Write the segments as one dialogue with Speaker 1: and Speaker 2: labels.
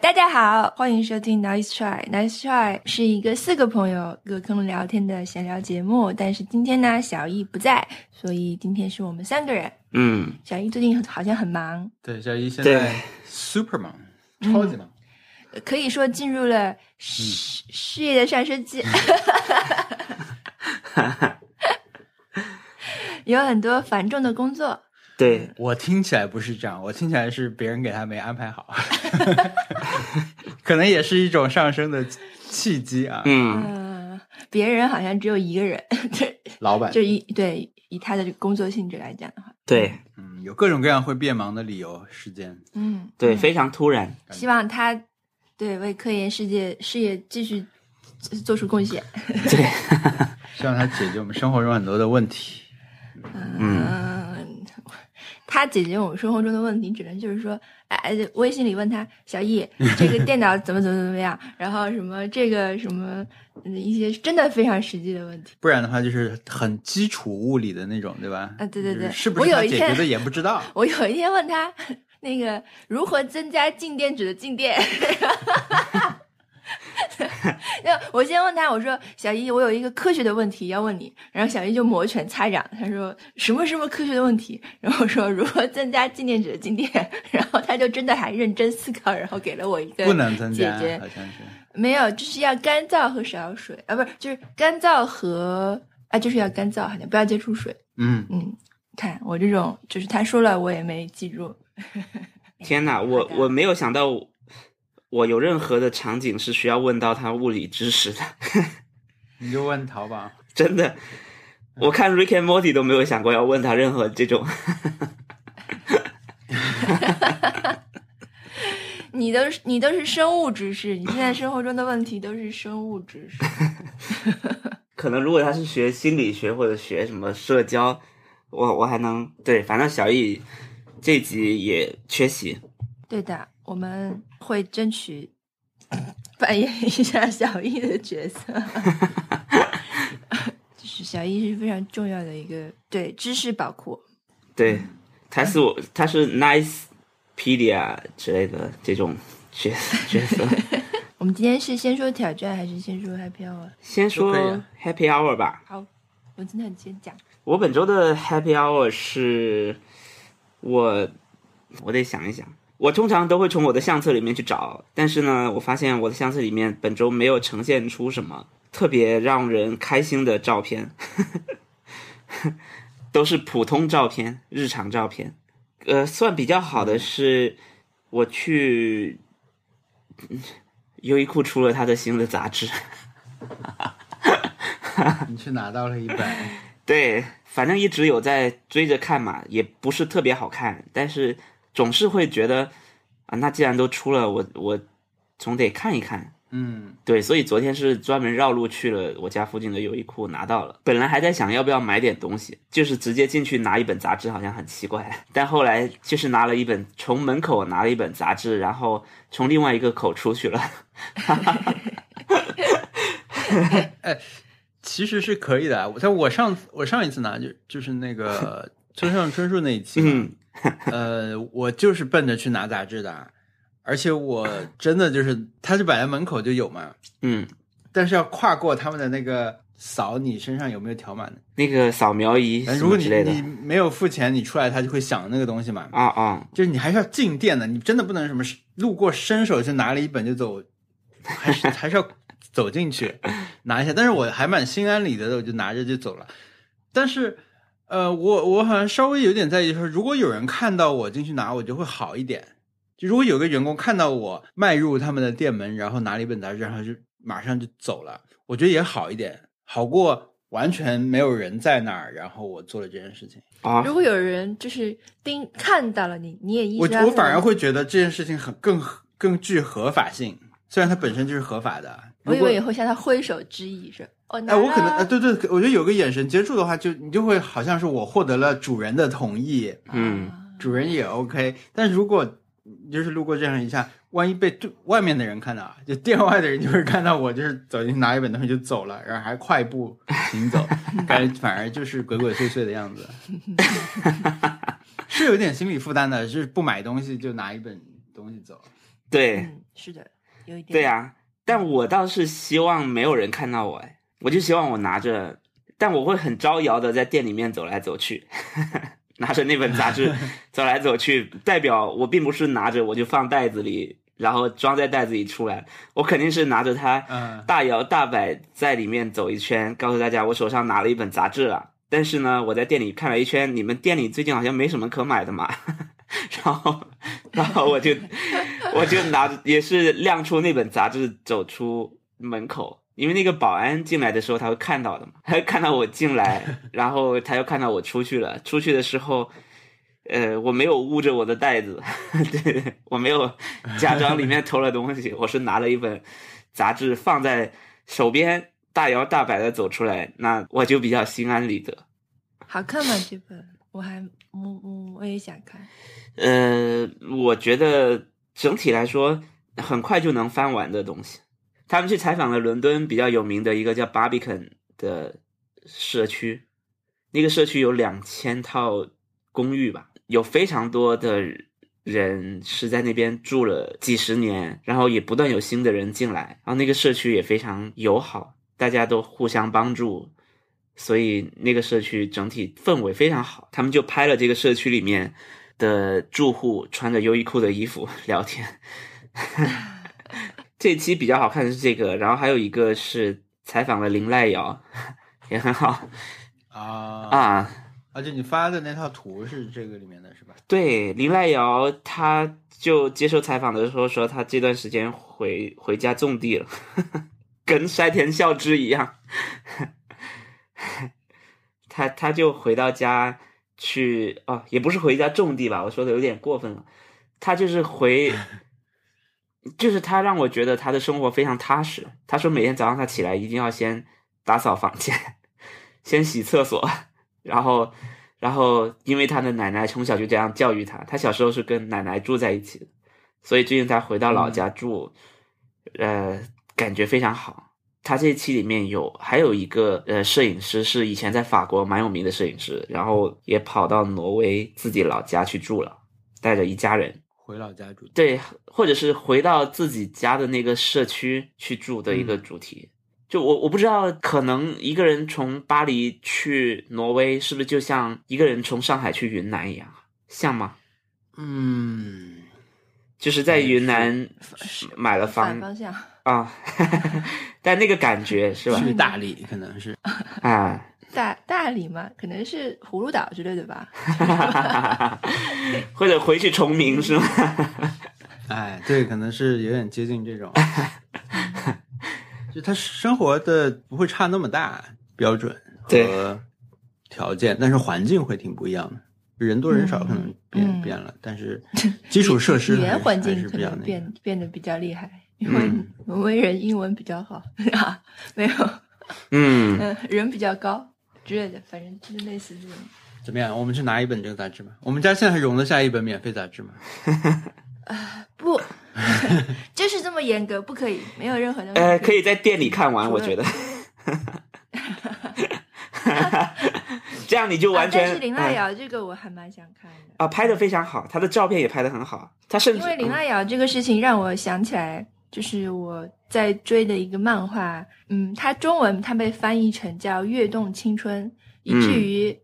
Speaker 1: 大家好，欢迎收听 Nice Try。Nice Try 是一个四个朋友隔空聊天的闲聊节目，但是今天呢，小易不在，所以今天是我们三个人。
Speaker 2: 嗯，
Speaker 1: 小易最近好像很忙，
Speaker 3: 对，小一现
Speaker 2: 对
Speaker 3: 在 super 忙，超级忙。
Speaker 1: 呃可以说进入了事事业的上升期，有很多繁重的工作。
Speaker 2: 对，
Speaker 3: 我听起来不是这样，我听起来是别人给他没安排好， 可能也是一种上升的契机啊。
Speaker 2: 嗯，
Speaker 1: 嗯、别人好像只有一个人，对，
Speaker 3: 老板
Speaker 1: 就，一对以他的工作性质来讲的话，
Speaker 2: 对
Speaker 3: 嗯，有各种各样会变忙的理由、时间。
Speaker 1: 嗯，
Speaker 2: 对，
Speaker 1: 嗯
Speaker 2: 非常突然。
Speaker 1: 希望他对为科研世界事业继续做做出贡献。
Speaker 2: 对，
Speaker 3: 希望他解决我们生活中很多的问题。
Speaker 1: 嗯，他解决我们生活中的问题，只能就是说，哎，哎微信里问他小易，这个电脑怎么怎么怎么样，然后什么这个什么嗯一些真的非常实际的问题。
Speaker 3: 不然的话，就是很基础物理的那种，对吧？
Speaker 1: 啊对对对
Speaker 3: 就是是不
Speaker 1: 我
Speaker 3: 是
Speaker 1: 有
Speaker 3: 他
Speaker 1: 一
Speaker 3: 解决的
Speaker 1: 天
Speaker 3: 也不 知道。
Speaker 1: 我有一天问他那个如何增加静电纸的静电。 那我先问他，我说小易，我有一个科学的问题要问你。然后小易就摩拳擦掌，他说什么什么科学的问题？然后我说如何增加静电纸的静电？然后他就真的还认真思考，然后给了我一个
Speaker 3: 不能增加，
Speaker 1: 解决
Speaker 3: 好像是
Speaker 1: 没有，就是要干燥和少水啊，不是就是干燥和啊，就是要干燥，好像不要接触水。
Speaker 3: 嗯，
Speaker 1: 嗯，看我这种就是他说了我也没记住。
Speaker 2: 天哪，我我没有想到我，我有任何的场景是需要问到他物理知识的，
Speaker 3: 你就问淘宝，
Speaker 2: 真的。我看 Rick and Morty 都没有想过要问他任何这种，
Speaker 1: 你都是你都是生物知识，你现在生活中的问题都是生物知识。
Speaker 2: 可能如果他是学心理学或者学什么社交，我我还能对，反正小易这集也缺席，
Speaker 1: 对的，我们会争取扮演一下小易的角色。 就是小易是非常重要的一个对知识宝库。
Speaker 2: 对，他是我他是 Nicepedia 之类的这种角色角色。
Speaker 1: 我们今天是先说挑战还是先说 Happy Hour？
Speaker 2: 先说
Speaker 3: 都可以啊
Speaker 2: Happy Hour 吧。
Speaker 1: 好，我真的很先讲。
Speaker 2: 我本周的 Happy Hour 是我，我得想一想。我通常都会从我的相册里面去找，但是呢，我发现我的相册里面本周没有呈现出什么特别让人开心的照片， 都是普通照片、日常照片。呃，算比较好
Speaker 3: 嗯
Speaker 2: 的是，我去 嗯优衣库出了他的新的杂志。
Speaker 3: 你去拿到 了一本，
Speaker 2: 对，反正一直有在追着看嘛，也不是特别好看，但是总是会觉得啊，那既然都出了，我我总得看一看。
Speaker 3: 嗯，
Speaker 2: 对，所以昨天是专门绕路去了我家附近的优衣库拿到了。本来还在想要不要买点东西，就是直接进去拿一本杂志，好像很奇怪。但后来就是拿了一本，从门口拿了一本杂志，然后从另外一个口出去了。
Speaker 3: 其实是可以的。啊我但我上次我上一次拿就就是那 个村上春树那一期嘛，
Speaker 2: 嗯，
Speaker 3: 呃，我就是奔着去拿杂志的，啊而且我真的就是，它就摆在门口就有嘛，
Speaker 2: 嗯，
Speaker 3: 但是要跨过他们的那个扫你身上有没有条码的，
Speaker 2: 那个扫描仪
Speaker 3: 但
Speaker 2: 什
Speaker 3: 哎如果
Speaker 2: 么
Speaker 3: 你
Speaker 2: 之类的
Speaker 3: 你没有付钱，你出来它就会响那个东西嘛，
Speaker 2: 啊啊，
Speaker 3: 就是你还是要进店的，你真的不能什么路过伸手就拿了一本就走，还是还是要走进去拿一下。但是我还蛮心安理得的，我就拿着就走了。但是，呃，我我好像稍微有点在意说，如果有人看到我进去拿，我就会好一点。就如果有个员工看到我迈入他们的店门，然后拿了一本杂志，然后就马上就走了，我觉得也好一点，好过完全没有人在那儿，然后我做了这件事情。
Speaker 2: 啊
Speaker 1: 如果有人就是盯看到了你，你也意
Speaker 3: 我
Speaker 1: 识到
Speaker 3: 我反而
Speaker 1: 他
Speaker 3: 会觉得这件事情很更更具合法性，虽然它本身就是合法的。
Speaker 1: 我
Speaker 3: 如
Speaker 1: 以
Speaker 3: 果
Speaker 1: 为也会向他挥手致意，说哦，拿
Speaker 3: 哎，我可能
Speaker 1: 啦
Speaker 3: 哎，对对，我觉得有个眼神接触的话，就你就会好像是我获得了主人的同意，
Speaker 2: 嗯
Speaker 1: 啊
Speaker 3: 主人也 OK。但如果就是路过这样一下，万一被对外面的人看到，啊就店外的人就会看到我，就是走进去拿一本东西就走了，然后还快步行走，感觉反而就是鬼鬼祟祟的样子， 是有点心理负担的，就是不买东西就拿一本东西走。
Speaker 2: 对
Speaker 1: 嗯，是的，有一点。
Speaker 2: 对呀、但我倒是希望没有人看到我，哎，我就希望我拿着，但我会很招摇的在店里面走来走去， 拿着那本杂志走来走去，代表我并不是拿着我就放袋子里，然后装在袋子里出来，我肯定是拿着它，
Speaker 3: 嗯
Speaker 2: 大摇大摆在里面走一圈，告诉大家我手上拿了一本杂志了。但是呢，我在店里看了一圈，你们店里最近好像没什么可买的嘛， 然后，然后我就我就拿着也是亮出那本杂志走出门口，因为那个保安进来的时候他会看到的嘛，他会看到我进来，然后他又看到我出去了。出去的时候，呃，我没有捂着我的袋子， 对我没有假装里面偷了东西，我是拿了一本杂志放在手边，大摇大摆的走出来，那我就比较心安理得。
Speaker 1: 好看吗？这本我还我我我也想看。
Speaker 2: 呃，我觉得整体来说很快就能翻完的东西。他们去采访了伦敦比较有名的一个叫 Barbican 的社区，那个社区有两千套公寓吧，有非常多的人是在那边住了几十年，然后也不断有新的人进来，然后那个社区也非常友好，大家都互相帮助，所以那个社区整体氛围非常好。他们就拍了这个社区里面的住户穿着优衣库的衣服 聊天。这期比较好看的是这个，然后还有一个是采访了林濑遥，也很好
Speaker 3: 啊，
Speaker 2: 啊。
Speaker 3: 而且你发的那套图是这个里面的是吧？
Speaker 2: 对，林濑瑶，他就接受采访的时候说，他这段时间回回家种地了，跟山田孝之一样。他他就回到家去哦，也不是回家种地吧，我说的有点过分了。他就是回，就是他让我觉得他的生活非常踏实。他说每天早上他起来一定要先打扫房间，先洗厕所，然后然后，因为他的奶奶从小就这样教育他，他小时候是跟奶奶住在一起的，所以最近他回到老家住，呃，感觉非常好。他这一期里面有还有一个呃摄影师是以前在法国蛮有名的摄影师，然后也跑到挪威自己老家去住了，带着一家人。
Speaker 3: 回老家住。
Speaker 2: 对，或者是回到自己家的那个社区去住的一个
Speaker 1: 嗯
Speaker 2: 主题。就我我不知道，可能一个人从巴黎去挪威，是不是就像一个人从上海去云南一样，像吗？
Speaker 3: 嗯，
Speaker 2: 就是在云南
Speaker 1: 是
Speaker 2: 买了
Speaker 1: 哎反
Speaker 2: 房
Speaker 1: 方向，
Speaker 2: 啊， 但那个感觉是吧？
Speaker 3: 去大理可能是
Speaker 2: 啊，
Speaker 1: 大大理嘛，可能是葫芦岛之类的吧。
Speaker 2: 或者回去崇明是吗？
Speaker 3: 哎，对，可能是有点接近这种，就他生活的不会差那么大标准
Speaker 2: 对
Speaker 3: 和条件，但是环境会挺不一样的。人多人少可能变、
Speaker 1: 嗯
Speaker 3: 变了，但是基础设施
Speaker 1: 语
Speaker 3: 还
Speaker 1: 言
Speaker 3: 是
Speaker 1: 环
Speaker 3: 还
Speaker 1: 境
Speaker 3: 是
Speaker 1: 可
Speaker 3: 比较
Speaker 1: 能
Speaker 3: 那个。
Speaker 1: 变变得比较厉害，因为
Speaker 3: 嗯，
Speaker 1: 挪威人英文比较好啊，没有，
Speaker 2: 嗯，
Speaker 1: 嗯，人比较高之类的，反正就是类似这种。
Speaker 3: 怎么样？我们去拿一本这个杂志吗？我们家现在还容得下一本免费杂志吗？
Speaker 1: 不， 就是这么严格，不可以，没有任何的。
Speaker 2: 呃，可以在店里看完，我 觉得。这样你就
Speaker 1: 啊
Speaker 2: 完全、
Speaker 1: 但是林
Speaker 2: 嗯
Speaker 1: 濑瑶这个我还蛮想看的，
Speaker 2: 啊，拍的非常好，他的照片也拍的很好，他甚至
Speaker 1: 因为林
Speaker 2: 嗯
Speaker 1: 濑瑶这个事情让我想起来，就是我在追的一个漫画，嗯，它中文它被翻译成叫《跃动青春》，以至
Speaker 2: 嗯
Speaker 1: 于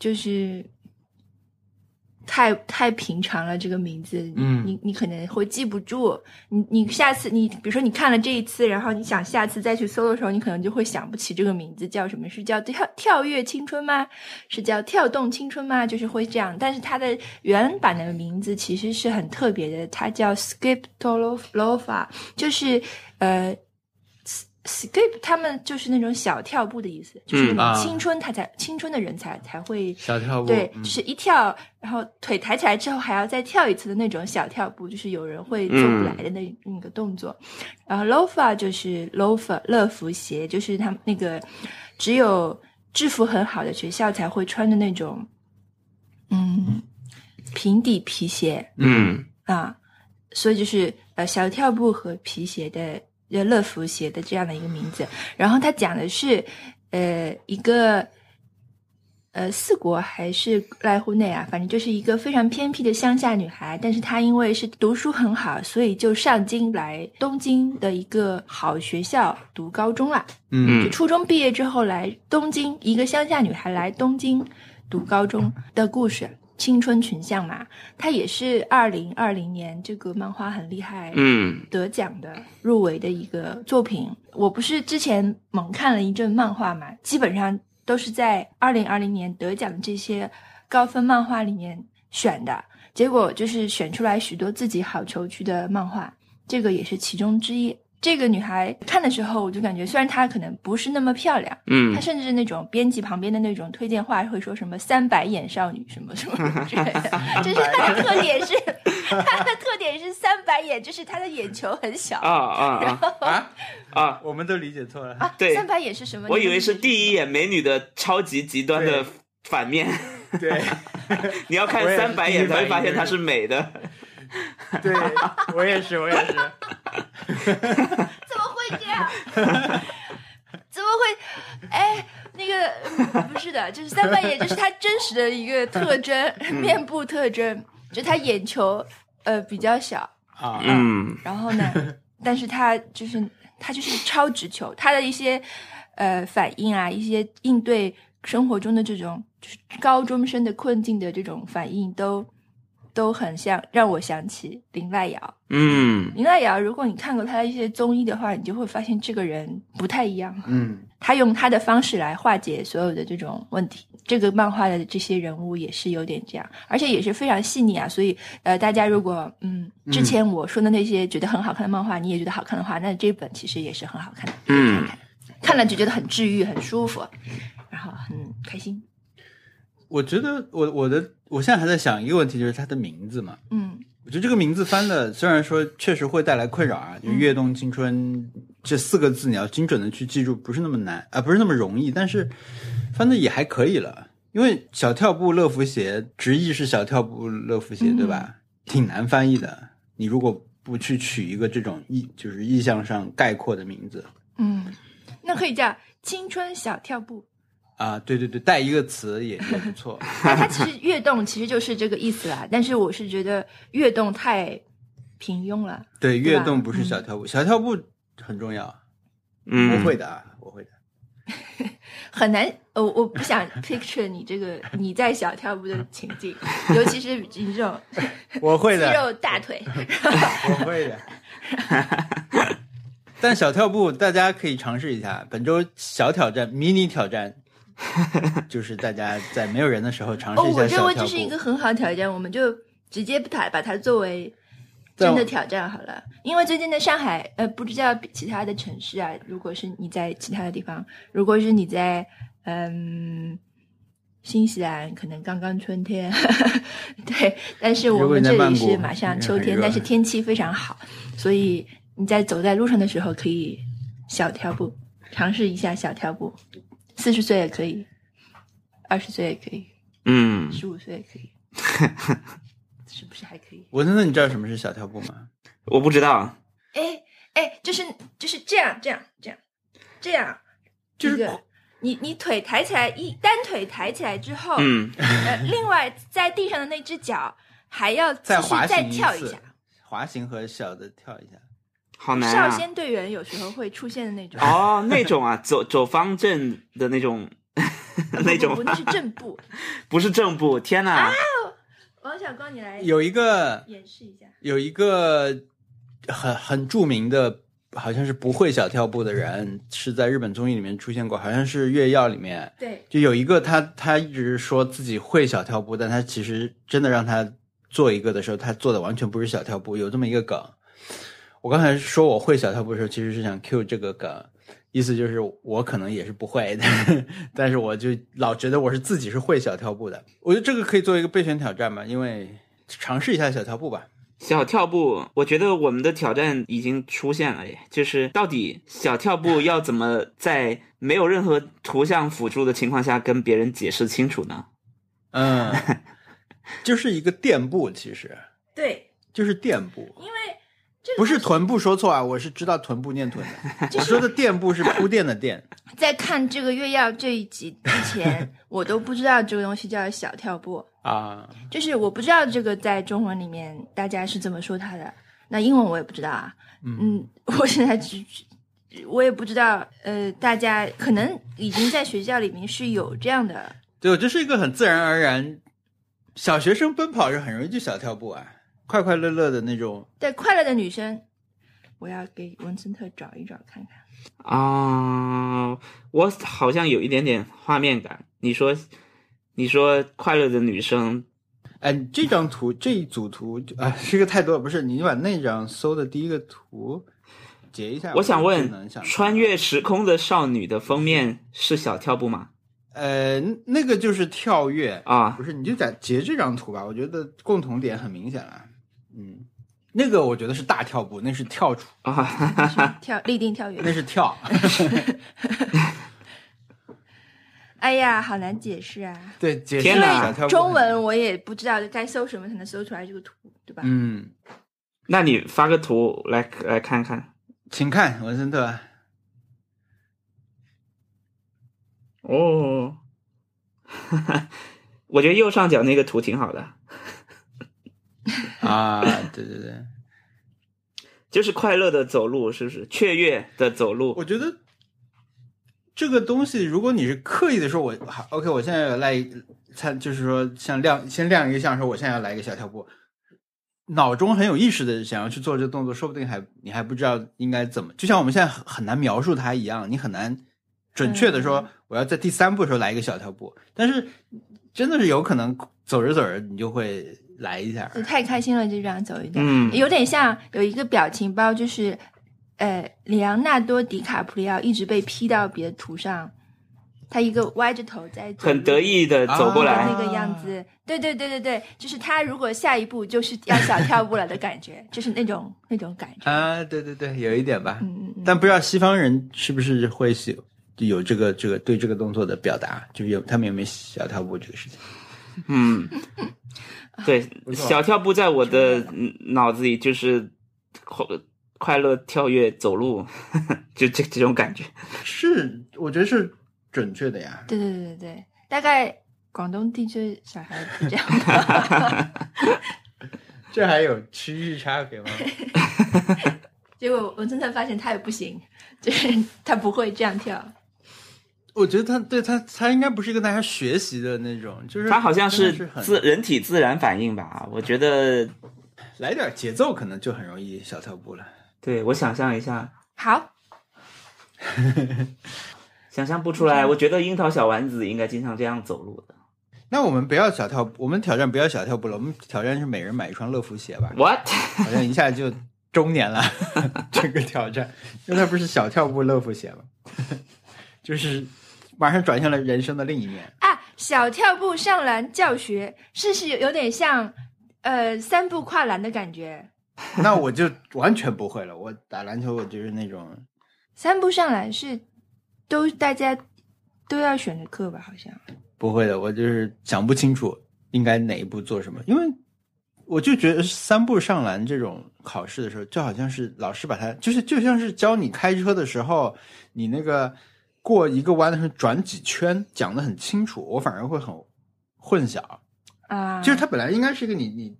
Speaker 1: 就是太太平常了，这个名字，
Speaker 3: 嗯
Speaker 1: 你你可能会记不住，你你下次你比如说你看了这一次，然后你想下次再去搜的时候，你可能就会想不起这个名字叫什么，是叫跳跳跃青春吗？是叫跳动青春吗？就是会这样，但是它的原版的名字其实是很特别的，它叫 Skip Tolofa，就是呃。s- Skip 他们就是那种小跳步的意思，就是
Speaker 3: 嗯
Speaker 1: 那
Speaker 3: 啊
Speaker 1: 种青春他才、青春的人才才会
Speaker 3: 小跳步，
Speaker 1: 对，
Speaker 3: 嗯
Speaker 1: 就是一跳，然后腿抬起来之后还要再跳一次的那种小跳步，就是有人会做不来的那、那个动作。然后 loafer 就是 loafer 乐福鞋，就是他们那个只有制服很好的学校才会穿的那种，嗯，平底皮鞋。
Speaker 2: 嗯
Speaker 1: 啊，所以就是呃小跳步和皮鞋的呃乐福鞋的这样的一个名字。然后它讲的是呃一个呃四国还是濑户内啊，反正就是一个非常偏僻的乡下女孩，但是她因为是读书很好，所以就上京来东京的一个好学校读高中啦。
Speaker 3: 嗯
Speaker 1: 就初中毕业之后来东京，一个乡下女孩来东京读高中的故事，《青春群像》嘛，它也是二零二零年这个漫画很厉害
Speaker 2: 嗯
Speaker 1: 得奖的入围的一个作品。我不是之前猛看了一阵漫画嘛，基本上都是在二零二零年得奖的这些高分漫画里面选的，结果就是选出来许多自己好球区的漫画，这个也是其中之一。这个女孩看的时候，我就感觉，虽然她可能不是那么漂亮，她
Speaker 2: 嗯，
Speaker 1: 甚至是那种编辑旁边的那种推荐话会说什么“三白眼少女”什么什么之类的，就是她的特点是，她的特点是三白眼，就是她的眼球很小
Speaker 2: 啊啊
Speaker 3: 啊，
Speaker 2: 啊啊！
Speaker 3: 我们都理解错了。
Speaker 1: 啊。
Speaker 2: 对
Speaker 1: 三白眼是什么？
Speaker 2: 我以为是
Speaker 1: 一。
Speaker 2: 第一眼美女的超级极端的
Speaker 3: 对
Speaker 2: 反面，
Speaker 3: 对
Speaker 2: 你要看
Speaker 3: 我也是
Speaker 2: 三白
Speaker 3: 第一
Speaker 2: 眼才会
Speaker 3: 反应
Speaker 2: 发现
Speaker 3: 就是
Speaker 2: 她是美的。
Speaker 3: 对，我也是，我也是。
Speaker 1: 怎么会这样？ 怎么会？哎，那个不是的，就是三白眼，就是他真实的一个特征，
Speaker 2: 嗯
Speaker 1: 面部特征，就是他眼球呃比较小，
Speaker 3: 啊，
Speaker 2: 嗯
Speaker 1: 然后呢，但是他就是他就是超直球，他的一些呃反应啊，一些应对生活中的这种就是高中生的困境的这种反应都。都很像，让我想起林濑遥。
Speaker 2: 嗯
Speaker 1: 林濑遥，如果你看过他的一些综艺的话，你就会发现这个人不太一样。
Speaker 3: 嗯，
Speaker 1: 他用他的方式来化解所有的这种问题。这个漫画的这些人物也是有点这样，而且也是非常细腻啊。所以，呃，大家如果嗯之前我说的那些觉得很好看的漫画，你也觉得好看的话，那这本其实也是很好看的，
Speaker 2: 嗯
Speaker 1: 看了就觉得很治愈、很舒服，然后很开心。
Speaker 3: 我觉得我我的我现在还在想一个问题，就是它的名字嘛。
Speaker 1: 嗯
Speaker 3: 我觉得这个名字翻的，虽然说确实会带来困扰啊，就“跃动青春”这四个字，你要精准的去记住，不是那么难啊、不是那么容易，但是翻的也还可以了。因为小跳步乐福鞋直译是小跳步乐福鞋，对吧？挺难翻译的。你如果不去取一个这种意，就是意象上概括的名字
Speaker 1: 嗯，那可以叫青春小跳步。
Speaker 3: 啊，对对对，带一个词也也 不错。
Speaker 1: 那啊它其实跃动其实就是这个意思啦，但是我是觉得跃动太平庸了。
Speaker 3: 对，
Speaker 1: 对吧嗯
Speaker 3: 跃动不是小跳步，小跳步很重要。
Speaker 2: 嗯，
Speaker 3: 我会的啊，我会的。
Speaker 1: 很难，呃，我不 想 picture 你这个你在小跳步
Speaker 3: 嗯
Speaker 1: 的情境，尤其是你这种
Speaker 3: 我会
Speaker 1: 肌
Speaker 3: 的，
Speaker 1: 肉大 腿，
Speaker 3: 我会 的。但小跳步大家可以尝试一下，本周小挑战、迷你挑 战，就是大家在没有人的时候尝
Speaker 1: 哦，
Speaker 3: 试一
Speaker 1: 我
Speaker 3: 下
Speaker 1: 认
Speaker 3: 小
Speaker 1: 为
Speaker 3: 跳
Speaker 1: 这
Speaker 3: 步
Speaker 1: 是。一个很好的挑战，我们就直接把它把它作为真的挑战好了。因为最近的上海，呃，不知道其他的城市啊，如果是你在其他的地方，如果是你在嗯新西兰，可能刚刚春天， 对，但是我
Speaker 3: 如果
Speaker 1: 们
Speaker 3: 你在
Speaker 1: 这里
Speaker 3: 曼谷
Speaker 1: 是马上秋
Speaker 3: 也很
Speaker 1: 天，
Speaker 3: 热
Speaker 1: 但是天气非常好，所以你在走在路上的时候可以小跳步，尝试一下小跳步，四十岁也可以，二十岁也可以。
Speaker 2: 嗯，
Speaker 1: 十五岁也 可以，是不是还可以？
Speaker 3: 文森特，你知道什么是小跳步吗？
Speaker 2: 我不知道。
Speaker 1: 哎哎，就是就是这样这样这样这样，
Speaker 3: 就是
Speaker 1: 一个你你腿抬起来一单腿抬起来之后，
Speaker 2: 嗯
Speaker 1: 呃，另外在地上的那只脚还要继
Speaker 3: 再
Speaker 1: 续
Speaker 3: 滑
Speaker 1: 再
Speaker 3: 行一
Speaker 1: 跳一
Speaker 3: 次
Speaker 1: 下。
Speaker 3: 滑行和小的跳一下。
Speaker 2: 好难
Speaker 1: 少
Speaker 2: 啊。
Speaker 1: 先队员有时候会出现的那种，
Speaker 2: 哦，那种啊，走走方阵的 那种，
Speaker 1: 不
Speaker 2: 那
Speaker 1: 不不
Speaker 2: 种
Speaker 1: 那是正步。
Speaker 2: 不是正步。天哪！
Speaker 1: 王小光，你来
Speaker 3: 有一个
Speaker 1: 演示一下。
Speaker 3: 有一个很很著名的，好像是不会小跳步的人，是在日本综艺里面出现过，好像是《越曜》里面。
Speaker 1: 对，
Speaker 3: 就有一个他，他一直说自己会小跳步，但他其实真的让他做一个的时候，他做的完全不是小跳步，有这么一个梗。我刚才说我会小跳步的时候，其实是想 cue 这个梗，意思就是我可能也是不会， 但但是我就老觉得我是自己是会小跳步的。我觉得这个可以作为一个备选挑战嘛，因为尝试一下小跳步吧。
Speaker 2: 小跳步，我觉得我们的挑战已经出现了耶，就是到底小跳步要怎么在没有任何图像辅助的情况下跟别人解释清楚呢？
Speaker 3: 嗯，就是一个垫步，其实
Speaker 1: 对，
Speaker 3: 就是垫步。
Speaker 1: 因为。
Speaker 3: 不是臀部说错啊，我是知道臀部念臀的， 我说的垫部是铺垫的垫。
Speaker 1: 在看这个月曜这一集之 前，我都不知道这个东西叫小跳步，
Speaker 3: 啊，
Speaker 1: 就是我不知道这个在中文里面大家是怎么说它的。那英文我也不知道啊，嗯，我现在只我也不知道，呃，大家可能已经在学校里面是有这样的，
Speaker 3: 对，这是一个很自然而然，小学生奔跑是很容易就小跳步啊，快快乐乐的那种。
Speaker 1: 对快乐的女生，我要给文森特找一找看看。
Speaker 2: 啊、我好像有一点点画面感。你说，你说快乐的女生，
Speaker 3: 哎，你这张图这一组图就啊，这个太多了，不是你把那张搜的第一个图截一下。
Speaker 2: 我想
Speaker 3: 只能
Speaker 2: 问，
Speaker 3: 想
Speaker 2: 穿越时空的少女的封面是小跳步吗？
Speaker 3: 呃，那个就是跳跃，
Speaker 2: 啊
Speaker 3: 不是你就在截这张图吧，我觉得共同点很明显了。嗯，那个我觉得是大跳步，那是跳出，
Speaker 2: 啊，
Speaker 1: 跳立定跳
Speaker 3: 那
Speaker 1: 远。
Speaker 3: 是跳。
Speaker 1: 哎呀，好难解释啊！
Speaker 3: 对，解释
Speaker 2: 天
Speaker 1: 因
Speaker 2: 哪
Speaker 3: 小跳
Speaker 1: 为
Speaker 3: 步
Speaker 1: 中文我也不知道该搜什么才能搜出来这个图，对吧？
Speaker 3: 嗯，
Speaker 2: 那你发个图来来看看。
Speaker 3: 请看文森特，
Speaker 2: 哦， 我觉得右上角那个图挺好的，
Speaker 3: 啊，对对对，
Speaker 2: 就是快乐的走路，是不是？雀跃的走路
Speaker 3: 我觉得这个东西，如果你是刻意的说我，好 OK，我现在要来一，参，就是说像亮先亮一个相，说我现在要来一个小跳步，脑中很有意识的想要去做这个动作，说不定还你还不知道应该怎么，就像我们现在很很难描述它一样，你很难准确的
Speaker 1: 嗯
Speaker 3: 说我要在第三步的时候来一个小跳步，但是真的是有可能走着走着你就会来一下，
Speaker 1: 就太开心了，就这样走一走，
Speaker 2: 嗯
Speaker 1: 有点像有一个表情包，就是呃，里昂纳多·迪卡普里奥一直被 P 到别的图上，他一个歪着头在走路
Speaker 2: 很得意的走过
Speaker 1: 的
Speaker 2: 来
Speaker 3: 啊
Speaker 1: 那个样子，对对对对对，就是他如果下一步就是要小跳步了的感觉，就是那种 那种感觉，
Speaker 3: 啊，对对对，有一点吧，
Speaker 1: 嗯嗯嗯，
Speaker 3: 但不知道西方人是不是会喜有这个这个对这个动作的表达，就是有他们有没有小跳步这个事情？
Speaker 2: 嗯，对，
Speaker 3: 不错
Speaker 2: 小跳步在我的嗯脑子里就是快快乐跳跃走路， 就这这种感觉。
Speaker 3: 是，我觉得是准确的呀。
Speaker 1: 对对对对对，大概广东地区小孩是这样的。
Speaker 3: 这还有区域差别吗？
Speaker 1: 结果文森特发现他也不行，就是他不会这样跳。
Speaker 3: 我觉得他对他他应该不是一个大家学习的那种，就是
Speaker 2: 它好像
Speaker 3: 真的
Speaker 2: 是
Speaker 3: 很
Speaker 2: 自人体自然反应吧？我觉得，
Speaker 3: 来点节奏，可能就很容易小跳步了。
Speaker 2: 对我想象一下，
Speaker 1: 好，
Speaker 2: 想象不出来。我觉得樱桃小丸子应该经常这样走路的。
Speaker 3: 那我们不要小跳步，我们挑战不要小跳步了，我们挑战是每人买一双乐福鞋吧。
Speaker 2: What？
Speaker 3: 好像一下就中年了， 这个挑战，因为它不是小跳步乐福鞋吗？ 就是马上转向了人生的另一面。
Speaker 1: 啊，小跳步上篮教学，是是有有点像，呃，三步跨栏的感觉。
Speaker 3: 那我就完全不会了。我打篮球，我就是那种
Speaker 1: 三步上篮是都大家都要选的课吧？好像
Speaker 3: 不会的，我就是想不清楚应该哪一步做什么，因为我就觉得三步上篮这种考试的时候，就好像是老师把它，就是就像是教你开车的时候，你那个过一个弯的时候转几圈，讲的很清楚，我反而会很混淆。
Speaker 1: 啊，
Speaker 3: 就是它本来应该是一个你你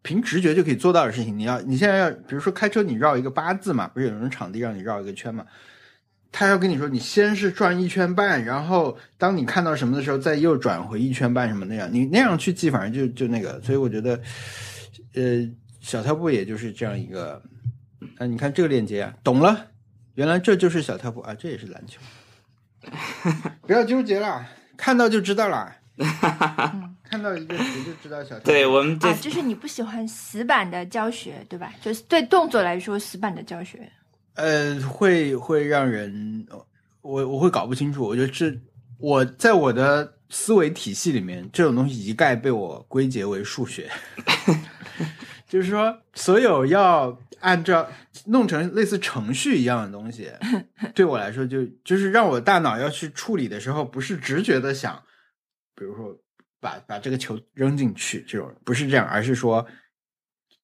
Speaker 3: 凭直觉就可以做到的事情。你要你现在要，比如说开车，你绕一个八字嘛，不是有种场地让你绕一个圈嘛？他要跟你说，你先是转一圈半，然后当你看到什么的时候，再右转回一圈半什么那样，你那样去记，反正就就那个。所以我觉得，呃，小跳步也就是这样一个。啊，你看这个链接啊，懂了，原来这就是小跳步啊，这也是篮球。 不要纠结啦，看到就知道啦。嗯看到一个图就知道小跳步。
Speaker 2: 对我们这、
Speaker 1: 啊，就是你不喜欢死板的教学，对吧？就是对动作来说死板的教学。
Speaker 3: 呃，会会让人，哦我我会搞不清楚。我觉得这我在我的思维体系里面，这种东西一概被我归结为数学，就是说，所有要按照弄成类似程序一样的东西，对我来说就就是让我大脑要去处理的时候，不是直觉的想，比如说把把这个球扔进去这种，不是这样，而是说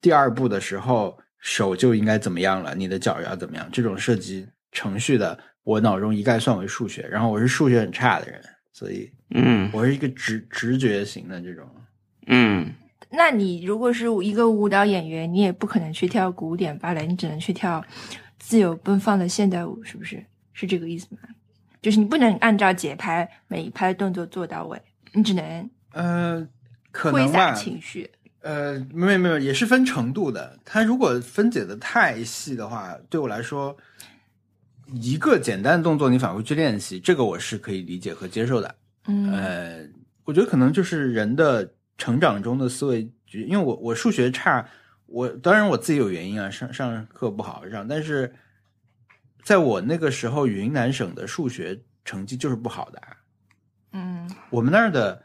Speaker 3: 第二步的时候手就应该怎么样了，你的脚要怎么样，这种涉及程序的，我脑中一概算为数学。然后我是数学很差的人，所以
Speaker 2: 嗯
Speaker 3: 我是一个直直觉型的这种。
Speaker 2: 嗯，
Speaker 1: 那你如果是一个舞蹈演员，你也不可能去跳古典芭蕾，你只能去跳自由奔放的现代舞，是不是？是这个意思吗？就是你不能按照节拍每一拍动作做到位，你只能
Speaker 3: 呃，可
Speaker 1: 挥
Speaker 3: 能
Speaker 1: 洒，
Speaker 3: 吧
Speaker 1: 情绪。
Speaker 3: 呃，没有没有，也是分程度的。它如果分解的太细的话，对我来说，一个简单的动作你反复去练习，这个我是可以理解和接受的。
Speaker 1: 嗯
Speaker 3: 呃，我觉得可能就是人的成长中的思维局，因为我我数学差，我当然我自己有原因啊，上上课不好上，但是在我那个时候，云南省的数学成绩就是不好的啊，
Speaker 1: 嗯，
Speaker 3: 我们那儿的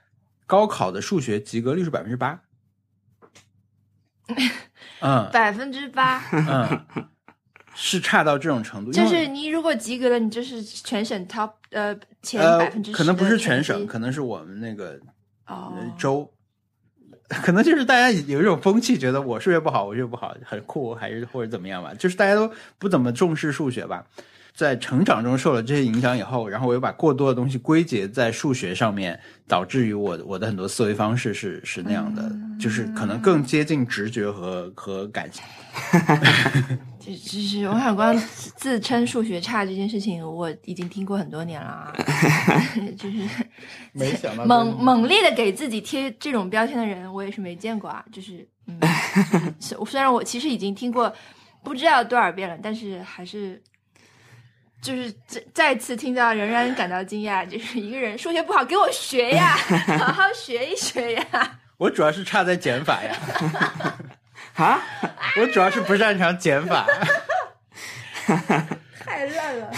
Speaker 3: 高考的数学及格率是百分 之八。嗯
Speaker 1: 百分之八，
Speaker 3: 嗯，是差到这种程度，因
Speaker 1: 就
Speaker 3: 为
Speaker 1: 是你如果及格了，你就是全省 top 呃前百
Speaker 3: 呃
Speaker 1: 分之，十，
Speaker 3: 可能不是全省，可能是我们那个
Speaker 1: 哦
Speaker 3: 呃州， 可能就是大家有一种风气，觉得我数学不好，我数学不好很酷，还是或者怎么样吧，就是大家都不怎么重视数学吧。在成长中受了这些影响以后，然后我又把过多的东西归结在数学上面，导致于我我的很多思维方式是是那样的，
Speaker 1: 嗯
Speaker 3: 就是可能更接近直觉和和 感情。
Speaker 1: 就就是王小光自自称数学差这件事情，我已经听过很多年了 啊， 就是
Speaker 3: 没想到
Speaker 1: 猛猛烈的给自己贴这种标签的人，我也是没见过啊。就是，嗯，就是虽虽然我其实已经听过不知道多少遍了，但是还是就是再再次听到，仍然感到惊讶。就是一个人数学不好，给我学呀，好好学一学呀。
Speaker 3: 我主要是差在减法呀，
Speaker 2: 啊，
Speaker 3: 我主要是不擅长减法。
Speaker 1: 太烂了。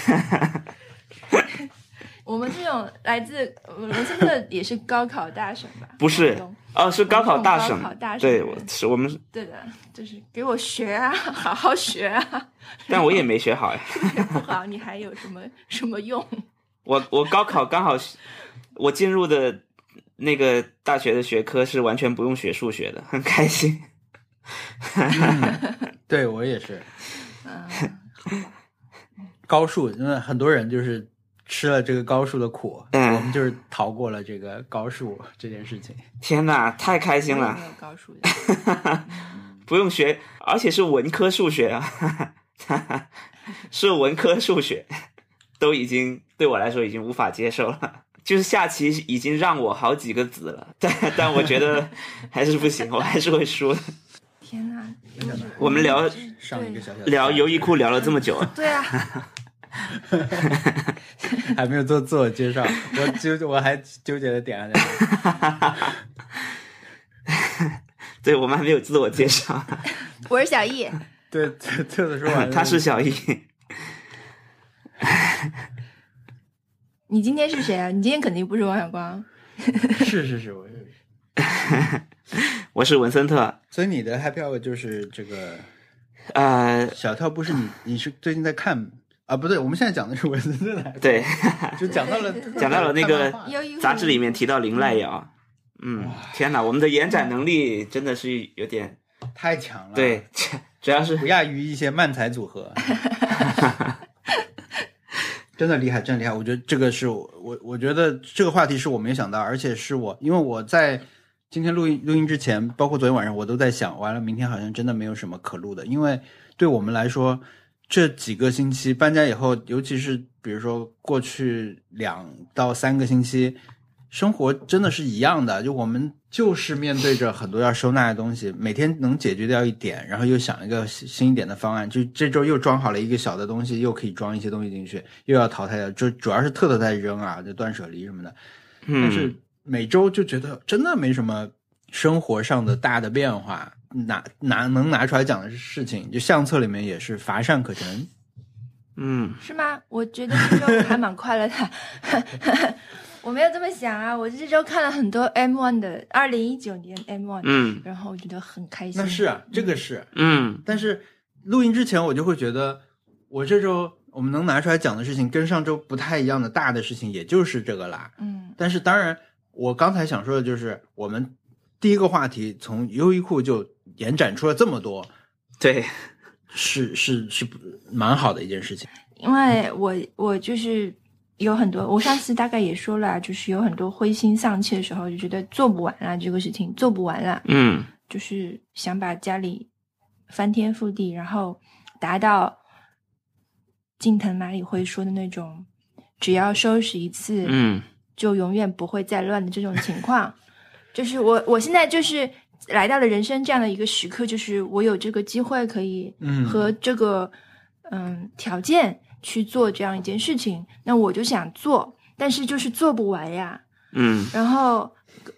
Speaker 1: 我们这种来自文森特也是高考大省吧？
Speaker 2: 不是
Speaker 1: 广东
Speaker 2: 哦，是高考大省
Speaker 1: 高考大，省
Speaker 2: 对，我是我们是，
Speaker 1: 对的，就是给我学啊，好好学啊，
Speaker 2: 但我也没学好呀。哎
Speaker 1: 不好你还有什 么什么用？
Speaker 2: 我我高考刚好是，我进入的那个大学的学科是完全不用学数学的，很开心。
Speaker 3: 对我也是，
Speaker 1: 嗯，
Speaker 3: 高数，那很多人就是吃了这个高数的苦，
Speaker 2: 嗯
Speaker 3: 我们就是逃过了这个高数这件事情。
Speaker 2: 天哪，太开心
Speaker 1: 我也
Speaker 2: 了！
Speaker 1: 没有高 数的，
Speaker 2: 不用学，而且是文科数学啊， 是文科数学，都已经对我来说已经无法接受了。就是下棋已经让我好几个子了，但但我觉得还是不行，我还是会输的。
Speaker 1: 天哪！
Speaker 3: 嗯
Speaker 2: 我们聊
Speaker 3: 上一个小小的
Speaker 2: 聊优衣库聊了这么 久，
Speaker 1: 对啊，
Speaker 3: 还没有做自我介绍，我纠我还纠结的点啊还在这里
Speaker 2: 对我们还没有自我介绍，
Speaker 1: 我是小易，
Speaker 3: 对，这这次说完了，
Speaker 2: 他是小易，
Speaker 1: 你今天是谁啊？你今天肯定不是王小光，
Speaker 3: 是是是，我是。
Speaker 2: 我是文森特，
Speaker 3: 所以你的 happy hour 就是这个
Speaker 2: 呃，
Speaker 3: 小跳步是你你是最近在看啊？不对，我们现在讲的是文森特的，
Speaker 2: 对，
Speaker 3: 就讲到了
Speaker 2: 讲到了那个
Speaker 3: 看漫画
Speaker 1: 优衣库
Speaker 2: 杂志里面提到林濑遥，嗯，天哪，我们的延展能力真的是有点
Speaker 3: 太强了，，
Speaker 2: 对，主要是
Speaker 3: 不亚于一些漫才组合。 真的厉害，真的厉害！我觉得这个是我我我觉得这个话题是我没有想到，而且是我因为我在今天录音录音之前，包括昨天晚上，我都在想，完了明天好像真的没有什么可录的，因为对我们来说，这几个星期搬家以后，尤其是比如说过去两到三个星期，生活真的是一样的，就我们就是面对着很多要收纳的东西，每天能解决掉一点，然后又想一个新新一点的方案，就这周又装好了一个小的东西，又可以装一些东西进去，又要淘汰掉，就主要是特特在扔啊，就断舍离什么的。但是
Speaker 2: 嗯，
Speaker 3: 每周就觉得真的没什么生活上的大的变化，拿拿能拿出来讲的事情，就相册里面也是乏善可陈。
Speaker 2: 嗯。
Speaker 1: 是吗？我觉得这周我还蛮快乐的， 我没有这么想啊，我这周看了很多 M1 的，二零一九年 M1，、
Speaker 2: 嗯
Speaker 1: 然后我觉得很开心。
Speaker 3: 那是啊，这个是，
Speaker 2: 嗯
Speaker 3: 但是录音之前我就会觉得，我这周我们能拿出来讲的事情，跟上周不太一样的大的事情，也就是这个啦。
Speaker 1: 嗯，
Speaker 3: 但是当然，我刚才想说的就是，我们第一个话题从优衣库就延展出了这么多，，
Speaker 2: 对，
Speaker 3: 是是是不蛮好的一件事情。
Speaker 1: 因为我我就是有很多，我上次大概也说了啊，就是有很多灰心丧气的时候，就觉得做不完啊了这个事情，做不完啊了，
Speaker 2: 嗯
Speaker 1: 就是想把家里翻天覆地，然后达到近藤麻里惠说的那种，只要收拾一次，
Speaker 2: 嗯
Speaker 1: 就永远不会再乱的这种情况。就是我我现在就是来到了人生这样的一个时刻，就是我有这个机会可以
Speaker 3: 嗯
Speaker 1: 和这个嗯条件去做这样一件事情，那我就想做，但是就是做不完呀。
Speaker 2: 嗯
Speaker 1: 然后，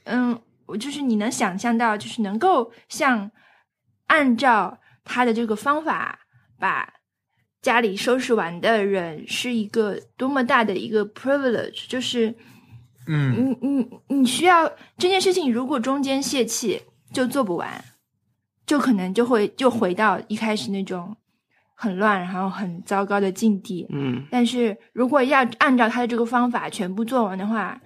Speaker 1: 嗯，我就是你能想象到，就是能够像按照他的这个方法把家里收拾完的人，是一个多么大的一个 privilege，就是
Speaker 3: 嗯
Speaker 1: 你你你需要这件事情，如果中间泄气就做不完，就可能就会就回到一开始那种很乱，然后很糟糕的境地。
Speaker 2: 嗯
Speaker 1: 但是如果要按照他的这个方法全部做完的话，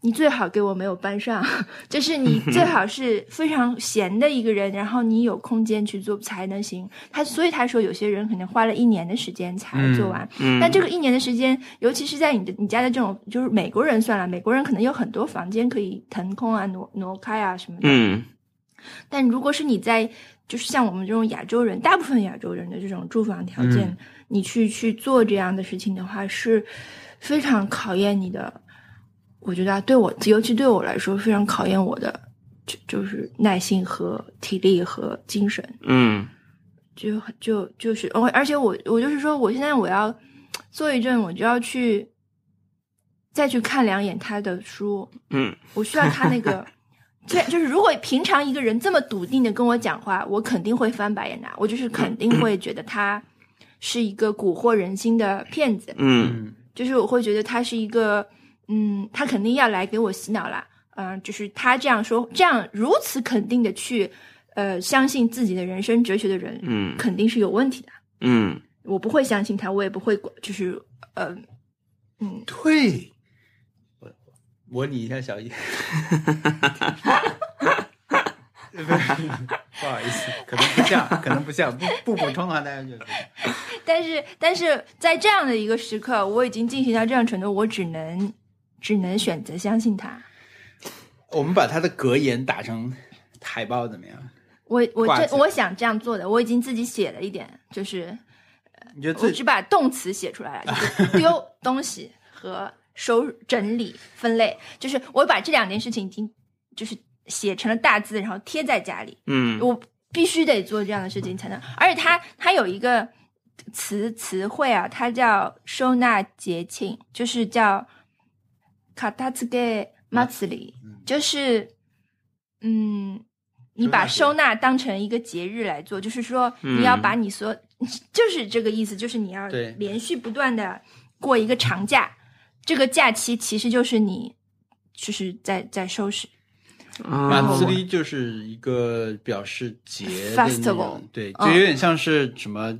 Speaker 1: 你最好给我没有班上， 就是你最好是非常闲的一个 人，然后你有空间去做才能行。他所以他说有些人可能花了一年的时间才做完，
Speaker 2: 嗯，
Speaker 1: 但这个一年的时间，尤其是在你的你家的这种，就是美国人算了，美国人可能有很多房间可以腾空啊、挪挪开啊什么的。
Speaker 2: 嗯
Speaker 1: 但如果是你在就是像我们这种亚洲人，大部分亚洲人的这种住房条件，
Speaker 3: 嗯
Speaker 1: 你去去做这样的事情的话，是非常考验你的。我觉得啊对我，尤其对我来说，非常考验我的，就就是耐心和体力和精神。
Speaker 2: 嗯
Speaker 1: 就就就是，我而且我我就是说，我现在我要做一阵，我就要去再去看两眼他的书，
Speaker 2: 嗯
Speaker 1: 我需要他那 个。虽然就是，如果平常一个人这么笃定的跟我讲话，我肯定会翻白眼的，我就是肯定会觉得他是一个蛊惑人心的骗子，
Speaker 2: 嗯
Speaker 3: 嗯
Speaker 1: 就是我会觉得他是一个，嗯，他肯定要来给我洗脑啦，嗯、就是他这样说，这样如此肯定的去，呃，相信自己的人生哲学的人，
Speaker 2: 嗯
Speaker 1: 肯定是有问题的。
Speaker 2: 嗯
Speaker 1: 我不会相信他，我也不会管，就是呃，嗯，
Speaker 3: 对，我我拟一下小易， 不好意思，可能不像，可能不像，不不补充的话，啊大家就
Speaker 1: 但是但是在这样的一个时刻，我已经进行到这样程度，我只能只能选择相信他。
Speaker 3: 我们把他的格言打成海报怎么样？
Speaker 1: 我我
Speaker 3: 挂
Speaker 1: 这
Speaker 3: 起
Speaker 1: 我想这样做的，我已经自己写了一点，就是
Speaker 3: 你觉得
Speaker 1: 我
Speaker 3: 最
Speaker 1: 只把动词写出来了，就是丢东西和收整理分类，就是我把这两件事情已经就是写成了大字，然后贴在家里。
Speaker 2: 嗯
Speaker 1: 我必须得做这样的事情才能。而且它它有一个词词汇啊，它叫收纳节庆，就是叫卡达兹给马茨里
Speaker 3: 嗯，
Speaker 1: 就是嗯，你把收纳当成一个节日来做，就是说
Speaker 2: 嗯
Speaker 1: 你要把你所、就是这个意思，就是你要
Speaker 3: 对
Speaker 1: 连续不断的过一个长假，这个假期其实就是你就是在在收拾。
Speaker 3: 马
Speaker 2: 啊
Speaker 3: 兹利就是一个表示节的那种
Speaker 1: Festival
Speaker 3: 对，就
Speaker 1: 嗯
Speaker 3: 有点像是什么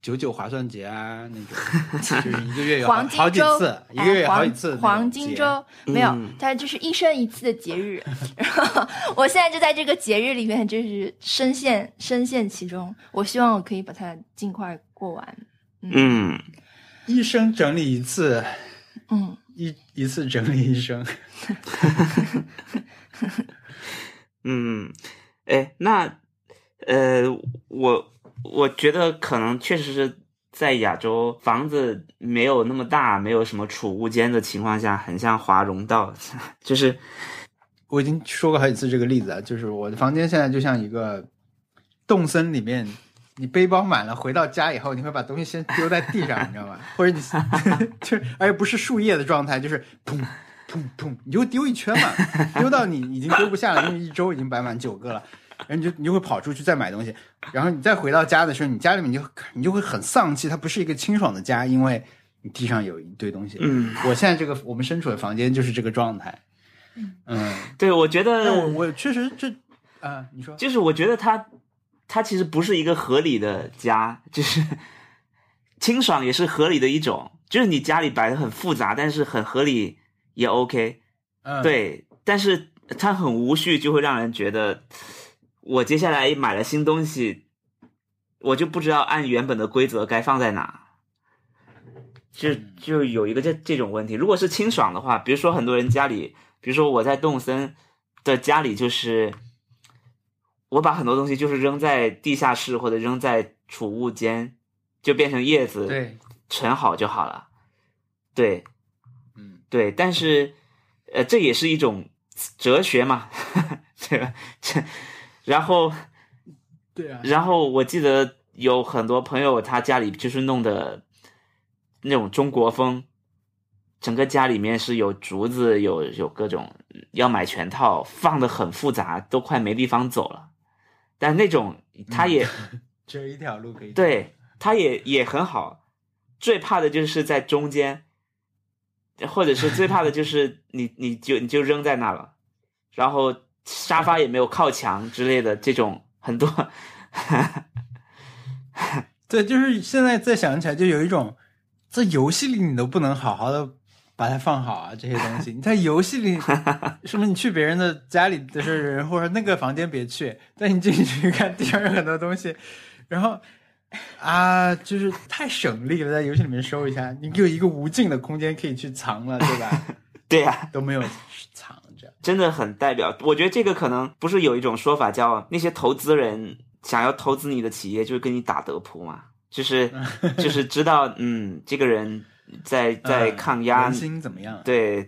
Speaker 3: 九九划算节啊 那种，就是一个月有好
Speaker 1: 黄
Speaker 3: 好
Speaker 1: 金
Speaker 3: 几
Speaker 1: 周，
Speaker 3: 次，一
Speaker 1: 哎
Speaker 3: 个月有好
Speaker 1: 黄
Speaker 3: 几次那种
Speaker 1: 黄金
Speaker 3: 节
Speaker 1: 周没有
Speaker 2: 嗯，
Speaker 1: 它就是一生一次的节日。然后我现在就在这个节日里面，就是深陷深陷其中。我希望我可以把它尽快过完。
Speaker 2: 嗯
Speaker 3: 一生整理一次，
Speaker 1: 嗯，
Speaker 3: 一一次整理一生。
Speaker 2: 嗯，哎，那呃，我我觉得可能确实是在亚洲房子没有那么大，没有什么储物间的情况下，很像华容道， 就是
Speaker 3: 我已经说过好几次这个例子啊，就是我的房间现在就像一个动森里面，你背包满了，回到家以后，你会把东西先丢在地上，你知道吗？ 或者你就是，而且不是树叶的状态，就是砰砰砰，你就会丢一圈嘛，丢到你已经丢不下了，因为一周已经摆满九个了。然后你就你就会跑出去再买东西，然后你再回到家的时候，你家里面你就你就会很丧气，它不是一个清爽的家，因为你地上有一堆东西。
Speaker 2: 嗯，
Speaker 3: 我现在这个我们身处的房间就是这个状态，嗯，
Speaker 2: 对我觉
Speaker 3: 但我
Speaker 2: 得
Speaker 3: 我确实这啊，你说
Speaker 2: 就是我觉得它它其实不是一个合理的家，就是 清爽也是合理的一种，就是你家里摆的很复杂，但是很合理也 OK。
Speaker 3: 嗯，
Speaker 2: 对，但是它很无序，就会让人觉得我接下来买了新东西，我就不知道按原本的规则该放在哪，就
Speaker 3: 嗯
Speaker 2: 就有一个这这种问题。如果是清爽的话，比如说很多人家里，比如说我在动森的家里，就是我把很多东西就是扔在地下室或者扔在储物间，就变成叶子
Speaker 3: 对，
Speaker 2: 盛好就好了。对
Speaker 3: 嗯，
Speaker 2: 对，但是呃，这也是一种哲学嘛， 对吧？这然后。
Speaker 3: 对啊，
Speaker 2: 然后我记得有很多朋友，他家里就是弄的那种中国风，整个家里面是有竹子，有有各种，要买全套，放的很复杂，都快没地方走了。但那种他也、
Speaker 3: 只有一条路可以走。
Speaker 2: 对，他也也很好。最怕的就是在中间，或者是最怕 的就是你你就你就扔在那了，然后沙发也没有靠墙之类的这种很多。
Speaker 3: 对，就是现在再想起来，就有一种在游戏里你都不能好好的把它放好啊，这些东西。你在游戏 里，什么你去别人的家里的人或者那个房间别去，但你进去看地上有很多东西，然后啊，就是太省力了，在游戏里面收一下，你有一个无尽的空间可以去藏了，对 吧？
Speaker 2: 对呀、
Speaker 3: 都没有藏着，
Speaker 2: 真的很代表。我觉得这个可能不是有一种说法叫那些投资人想要投资你的企业，就是跟你打德扑嘛，就是 就是知道，嗯，这个人在在
Speaker 3: 嗯
Speaker 2: 抗压，
Speaker 3: 人心怎么样？啊
Speaker 2: 对，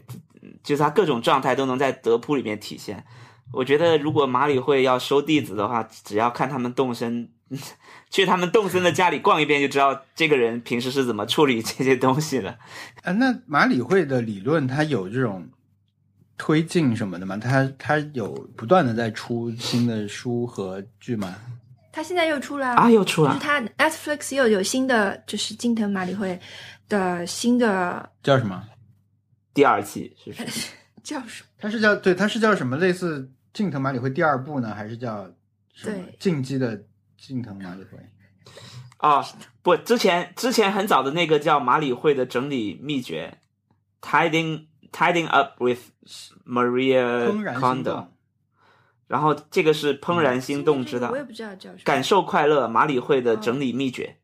Speaker 2: 就是他各种状态都能在德扑里面体现。我觉得如果马里会要收弟子的话，只要看他们动身， 去他们动森的家里逛一遍，就知道这个人平时是怎么处理这些东西的。
Speaker 3: 啊，那马里会的理论，它有这种推进什么的吗？它它有不断的在出新的书和剧吗？
Speaker 1: 他现在又出了
Speaker 2: 啊，又出
Speaker 1: 就是
Speaker 2: 了，
Speaker 1: 他 Netflix 又有新的，就是金藤麻里惠的新的
Speaker 3: 叫什么？
Speaker 2: 第二季是不是？
Speaker 1: 叫什么？
Speaker 3: 它是叫对，它是叫什么？类似近藤马里会第二部呢，还是叫什么
Speaker 1: 对
Speaker 3: 进击的近藤马里会？
Speaker 2: 啊，不，之前之前很早的那个叫马里会的整理秘诀，tiding tiding up with Maria
Speaker 3: 怦然心
Speaker 2: Kondo，
Speaker 3: 动。
Speaker 2: 然后这个是怦然心动之道
Speaker 1: 我，也不知道叫什么。
Speaker 2: 感受快乐，马里会的整理秘诀，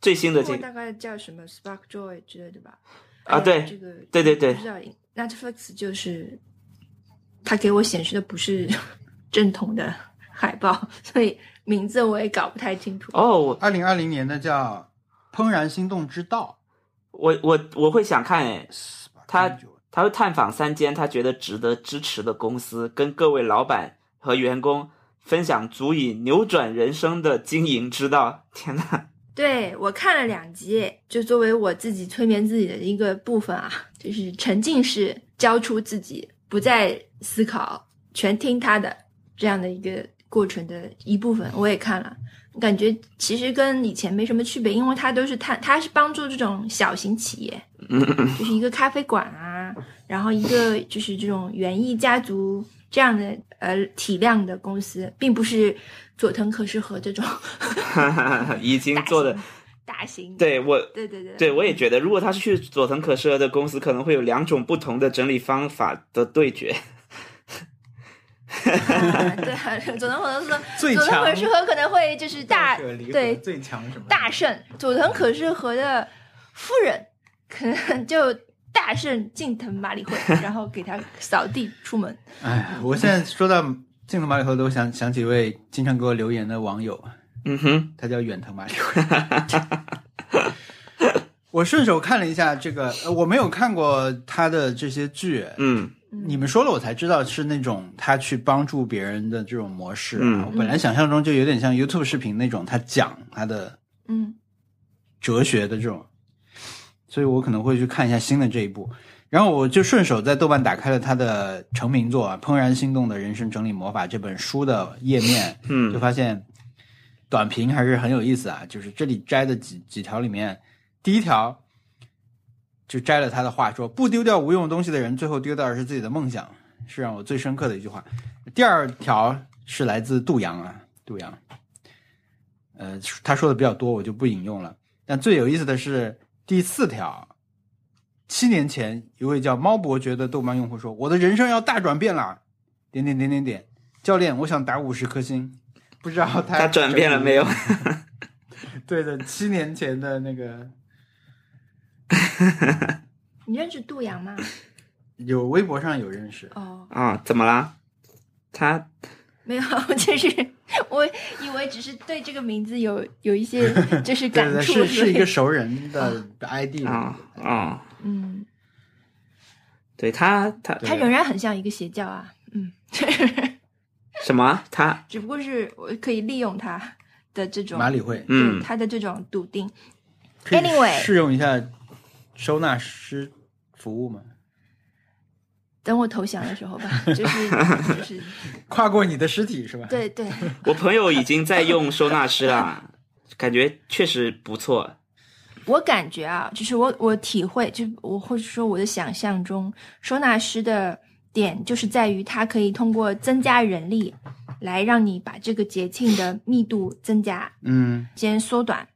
Speaker 2: 最新的这
Speaker 1: 我
Speaker 2: 个
Speaker 1: 大概叫什么 Spark Joy 之类的吧？
Speaker 2: 啊，
Speaker 1: 哎
Speaker 2: 对
Speaker 1: 这个
Speaker 2: 对对对
Speaker 1: 不知道 Netflix 就是它给我显示的不是 正统的海报，所以名字我也搞不太清楚。
Speaker 2: 哦，我
Speaker 3: 二零二零年的叫《怦然心动之道
Speaker 2: 我我我会想看诶，》，它
Speaker 3: 49
Speaker 2: 他会探访三间他觉得值得支持的公司，跟各位老板和员工分享足以扭转人生的经营之道。 天哪！
Speaker 1: 对我看了两集，就作为我自己催眠自己的一个部分啊，就是沉浸式交出自己，不再思考，全听他的这样的一个过程的一部分，我也看了。感觉其实跟以前没什么区别，因为它都是探，它是帮助这种小型企 业，就是一个咖啡馆啊，然后一个就是这种园艺家族这样的呃体量的公司，并不是佐藤可士和这种
Speaker 2: 已经做的，
Speaker 1: 大型，
Speaker 2: 对我，
Speaker 1: 对对对
Speaker 2: 对我也觉得，如果他是去佐藤可士的公司，可能会有两种不同的整理方法的对决。
Speaker 1: 啊对啊，佐藤可 能说，
Speaker 3: 最
Speaker 1: 佐藤
Speaker 3: 强
Speaker 1: 可士和可能会就是大
Speaker 3: 大可离合
Speaker 1: 对
Speaker 3: 最强什么的
Speaker 1: 大胜，佐藤可士和的夫人可能就大胜近藤麻里惠，然后给他扫地出门。
Speaker 3: 哎，我现在说到近藤麻里会，都想想起一位经常给我留言的网友，
Speaker 2: 嗯哼，
Speaker 3: 他叫远藤麻里惠。 我顺手看了一下这个，呃我没有看过他的这些剧，
Speaker 2: 嗯
Speaker 3: 你们说了我才知道是那种他去帮助别人的这种模式啊、
Speaker 2: 嗯
Speaker 3: 我本来想象中就有点像 YouTube 视频那种，他讲他的
Speaker 1: 嗯，
Speaker 3: 哲学的这种，所以我可能会去看一下新的这一部。然后我就顺手在豆瓣打开了他的成名作啊《怦然心动的人生整理魔法》这本书的页面，就
Speaker 2: 嗯
Speaker 3: 发现短评还是很有意思啊。就是这里摘的几几条里面，第一条就摘了他的话说：“不丢掉无用东西的人，最后丢掉的是自己的梦想。”是让我最深刻的一句话。第二条是来自杜阳啊，杜阳，呃，他说的比较多，我就不引用了。但最有意思的是第四条。七年前，一位叫猫伯爵的豆瓣用户说：“我的人生要大转变了。”点点点点点，教练，我想打五十颗星。不知道他
Speaker 2: 他转变了没有？
Speaker 3: 对的，七年前的那个
Speaker 1: 你认识杜阳吗？
Speaker 3: 有微博上有认识，
Speaker 1: 哦，
Speaker 2: 啊、怎么啦？他
Speaker 1: 没有， 就是我以为只是对这个名字有有一 些就是
Speaker 3: 对
Speaker 1: 感
Speaker 3: 对，
Speaker 1: 触，
Speaker 3: 是
Speaker 1: 所
Speaker 3: 是
Speaker 1: 以
Speaker 3: 一个熟人的 ID
Speaker 2: 啊啊、
Speaker 1: 嗯，
Speaker 2: 对他他
Speaker 1: 他仍然很像一个邪教啊，嗯，
Speaker 2: 什么？他
Speaker 1: 只不过是我可以利用他的这种
Speaker 3: 马里会
Speaker 2: 嗯
Speaker 1: 对他的这种笃定。
Speaker 3: 可以
Speaker 1: Anyway
Speaker 3: 试用一下收纳师服务吗？
Speaker 1: 等我投降的时候吧，就是就是
Speaker 3: 跨过你的尸体是吧？
Speaker 1: 对对，
Speaker 2: 我朋友已经在用收纳师了，感觉确实不错。
Speaker 1: 我感觉啊，就是我我体会，就我或者说我的想象中，收纳师的点就是在于它可以通过增加人力，来让你把这个节庆的密度增加，
Speaker 3: 嗯，
Speaker 1: 时间缩短，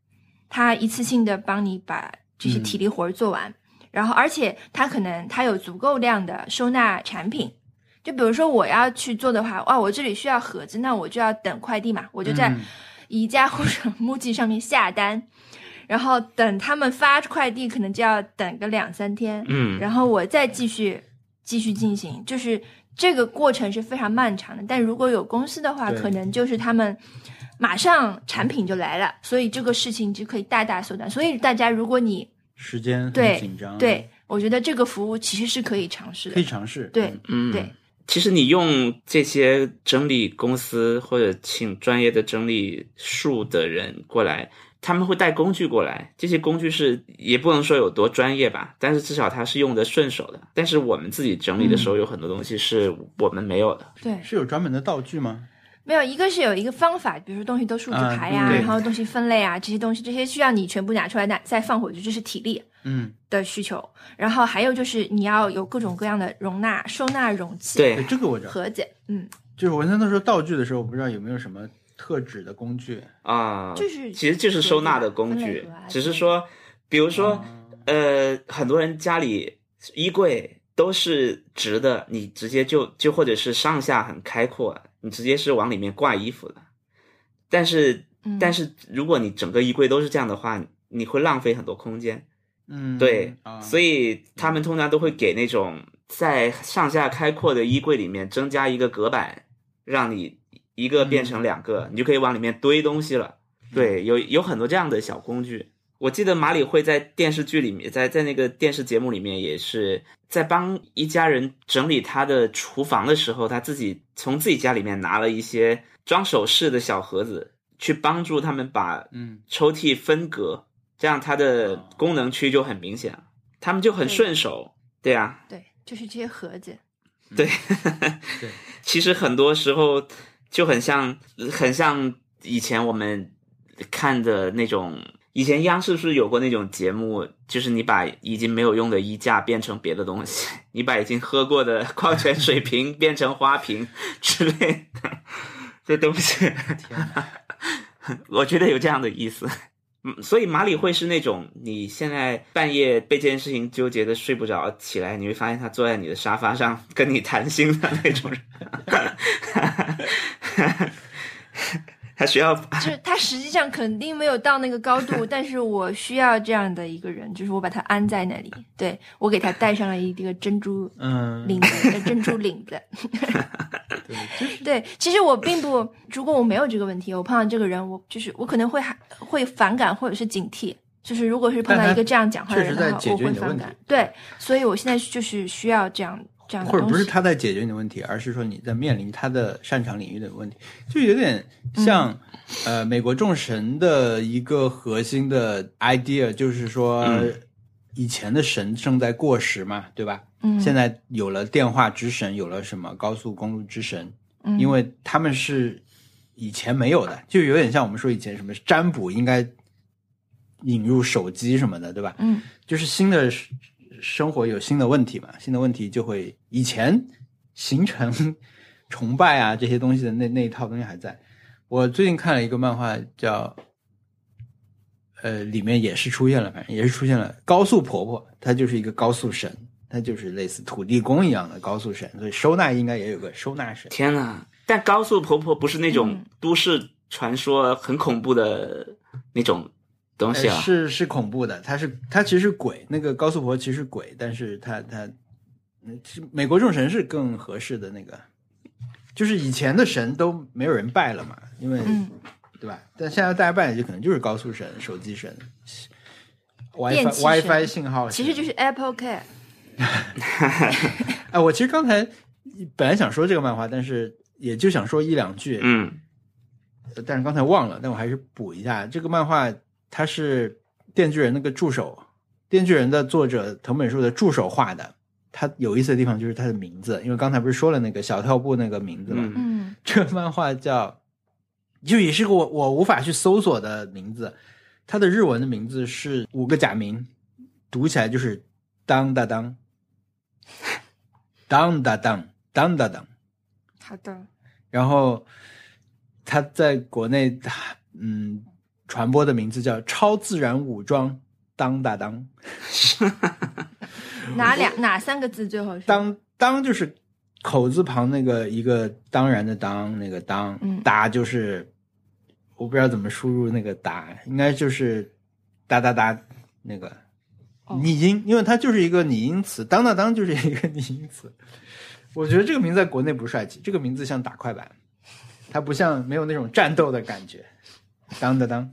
Speaker 1: 它一次性的帮你把这些体力活儿做完，然后而且它可能它有足够量的收纳产品。就比如说我要去做的话，哇，我这里需要盒子，那我就要等快递嘛，我
Speaker 3: 我
Speaker 1: 就在宜家或者 MUJI 上面下单，然后等他们发快递，可能就要等个两三天，
Speaker 2: 嗯，
Speaker 1: 然后我再继续继续进行，就是这个过程是非常漫长的。但如果有公司的话，
Speaker 3: 对
Speaker 1: 可能就是他们马上产品就来了，所以这个事情就可以大大缩短。所以大家，如果你
Speaker 3: 时间很
Speaker 1: 对
Speaker 3: 紧张，，
Speaker 1: 对我觉得这个服务其实是可以尝试
Speaker 3: 嗯可以
Speaker 1: 的，
Speaker 3: 尝试，
Speaker 1: 对
Speaker 2: 嗯，
Speaker 1: 对。
Speaker 2: 其实你用这些整理公司或者请专业的整理术的人过来，他们会带工具过来。这些工具是也不能说有多专业吧，但是至少他是用的顺手的。但是我们自己整理的时候，有很多东西是我们没有的。
Speaker 1: 对，
Speaker 3: 是有专门的道具吗？
Speaker 1: 没有一个是有一个方法，比如说东西都数据
Speaker 3: 啊
Speaker 1: 排呀、
Speaker 2: 对
Speaker 1: 然后东西分类啊，这些东西这些需要你全部拿出来，拿再放回去，这是体力。
Speaker 3: 嗯，
Speaker 1: 的需求，然后还有就是你要有各种各样的容纳、收纳容器，，
Speaker 3: 对，
Speaker 2: 对，
Speaker 3: 这个我知道。
Speaker 1: 和解，嗯，
Speaker 3: 就是文森特说道具的时候，我不知道有没有什么特指的工具。
Speaker 2: 啊、
Speaker 1: 就是
Speaker 2: 其实就是收纳的工
Speaker 1: 分类
Speaker 2: 具
Speaker 1: 盒啊，
Speaker 2: 只是说，比如说，呃，很多人家里衣柜都是直的，你直接就就或者是上下很开阔，你直接是往里面挂衣服的。但是，
Speaker 1: 嗯
Speaker 2: 但是如果你整个衣柜都是这样的话，你会浪费很多空间。
Speaker 3: 嗯，
Speaker 2: 对，
Speaker 3: 啊，
Speaker 2: 所以他们通常都会给那种在上下开阔的衣柜里面增加一个隔板，让你一个变成两
Speaker 3: 嗯
Speaker 2: 个，你就可以往里面堆东西了。对，有有很多这样的小工具。我记得马里会在电视剧里面，在在那个电视节目里面，也是在帮一家人整理他的厨房的时候，他自己从自己家里面拿了一些装首饰的小盒子，去帮助他们把
Speaker 3: 嗯，
Speaker 2: 抽屉分隔，这样它的功能区就很明显了，他们就很顺手。对啊，
Speaker 1: 对，就是这些盒子，
Speaker 2: 对，
Speaker 3: 对，
Speaker 2: 其实很多时候就很像，很像以前我们看的那种。以前央视是不是有过那种节目，就是你把已经没有用的衣架变成别的东西， 你把已经喝过的矿泉水瓶变成花瓶之类的，这东西。
Speaker 3: 天哪，
Speaker 2: 我觉得有这样的意思。嗯，所以马里会是那种你现在半夜被这件事情纠结的睡不着，起来你会发现他坐在你的沙发上跟你谈心的那种人。他需要
Speaker 1: 就是它实际上肯定没有到那个高度，但是我需要这样的一个人，就是我把它安在那里，对我给它戴上了一个珍珠
Speaker 3: 嗯，
Speaker 1: 领子，呃珍珠领子，
Speaker 3: 对，就是
Speaker 1: 对，其实我并不，如果我没有这个问题，我碰到这个人，我就是我可能会还会反感或者是警惕。就是如果是碰到一个这样讲话的人
Speaker 3: 但
Speaker 1: 的
Speaker 3: 他
Speaker 1: 话
Speaker 3: 确，
Speaker 1: 我
Speaker 3: 实在解决
Speaker 1: 会
Speaker 3: 你的
Speaker 1: 反
Speaker 3: 问题
Speaker 1: 感。对，所以我现在就是需要这样这样的
Speaker 3: 或者
Speaker 1: 东西。
Speaker 3: 不是他在解决你的问题，而是说你在面临他的擅长领域的问题，就有点
Speaker 1: 嗯
Speaker 3: 像、呃美国众神的一个核心的 idea，就是说、
Speaker 2: 嗯
Speaker 3: 以前的神正在过时嘛，对吧？
Speaker 1: 嗯，
Speaker 3: 现在有了电话之神，有了什么高速公路之神，
Speaker 1: 嗯
Speaker 3: 因为他们是以前没有的，就有点像我们说以前什么占卜应该引入手机什么的，对吧？
Speaker 1: 嗯
Speaker 3: 就是新的生生活有新的问题嘛，新的问题就会以前形成崇拜啊这些东西的那那一套东西还在。我最近看了一个漫画叫，呃，里面也是出现了，反正也是出现了高速婆婆，她就是一个高速神，她就是类似土地公一样的高速神，所以收纳应该也有个收纳神。
Speaker 2: 天呐，但高速婆婆不是那种
Speaker 1: 嗯
Speaker 2: 都市传说很恐怖的那种东西
Speaker 3: 呃
Speaker 2: 啊，
Speaker 3: 是是恐怖的，它是它其实是鬼，那个高速婆其实是鬼，但是它它，嗯其实美国众神是更合适的那个，就是以前的神都没有人拜了嘛，因为、
Speaker 1: 嗯，
Speaker 3: 对吧？但现在大家拜的就可能就是高速神、手机神、
Speaker 1: 电
Speaker 3: WiFi
Speaker 1: 气神
Speaker 3: WiFi 信号神，
Speaker 1: 其实就是 Apple Care。
Speaker 3: 嗯哎，我其实刚才本来想说这个漫画，但是也就想说一两句，
Speaker 2: 嗯
Speaker 3: 但是刚才忘了，但我还是补一下。这个漫画它是《电锯人》那个助手，《电锯人》的作者藤本树的助手画的。它有意思的地方就是它的名字，因为刚才不是说了那个小跳步那个名字吗？
Speaker 2: 嗯
Speaker 1: 嗯
Speaker 3: 这个漫画叫，就也是个我我无法去搜索的名字。它的日文的名字是五个假名，读起来就是当当当，当当当当当当。，
Speaker 1: 好的，
Speaker 3: 然后他在国内嗯传播的名字叫《超自然武装当当当
Speaker 1: 哪两哪三个字最合适？
Speaker 3: 当当就是口字旁那个一个当然的当那个当
Speaker 1: 嗯，
Speaker 3: 哒就是我不知道怎么输入那个哒，应该就是哒哒哒那个
Speaker 1: 哦
Speaker 3: 拟音，因为它就是一个拟音词，当当当就是一个拟音词。我觉得这个名字在国内不帅气，这个名字像打快板，它不像没有那种战斗的感觉。当当当，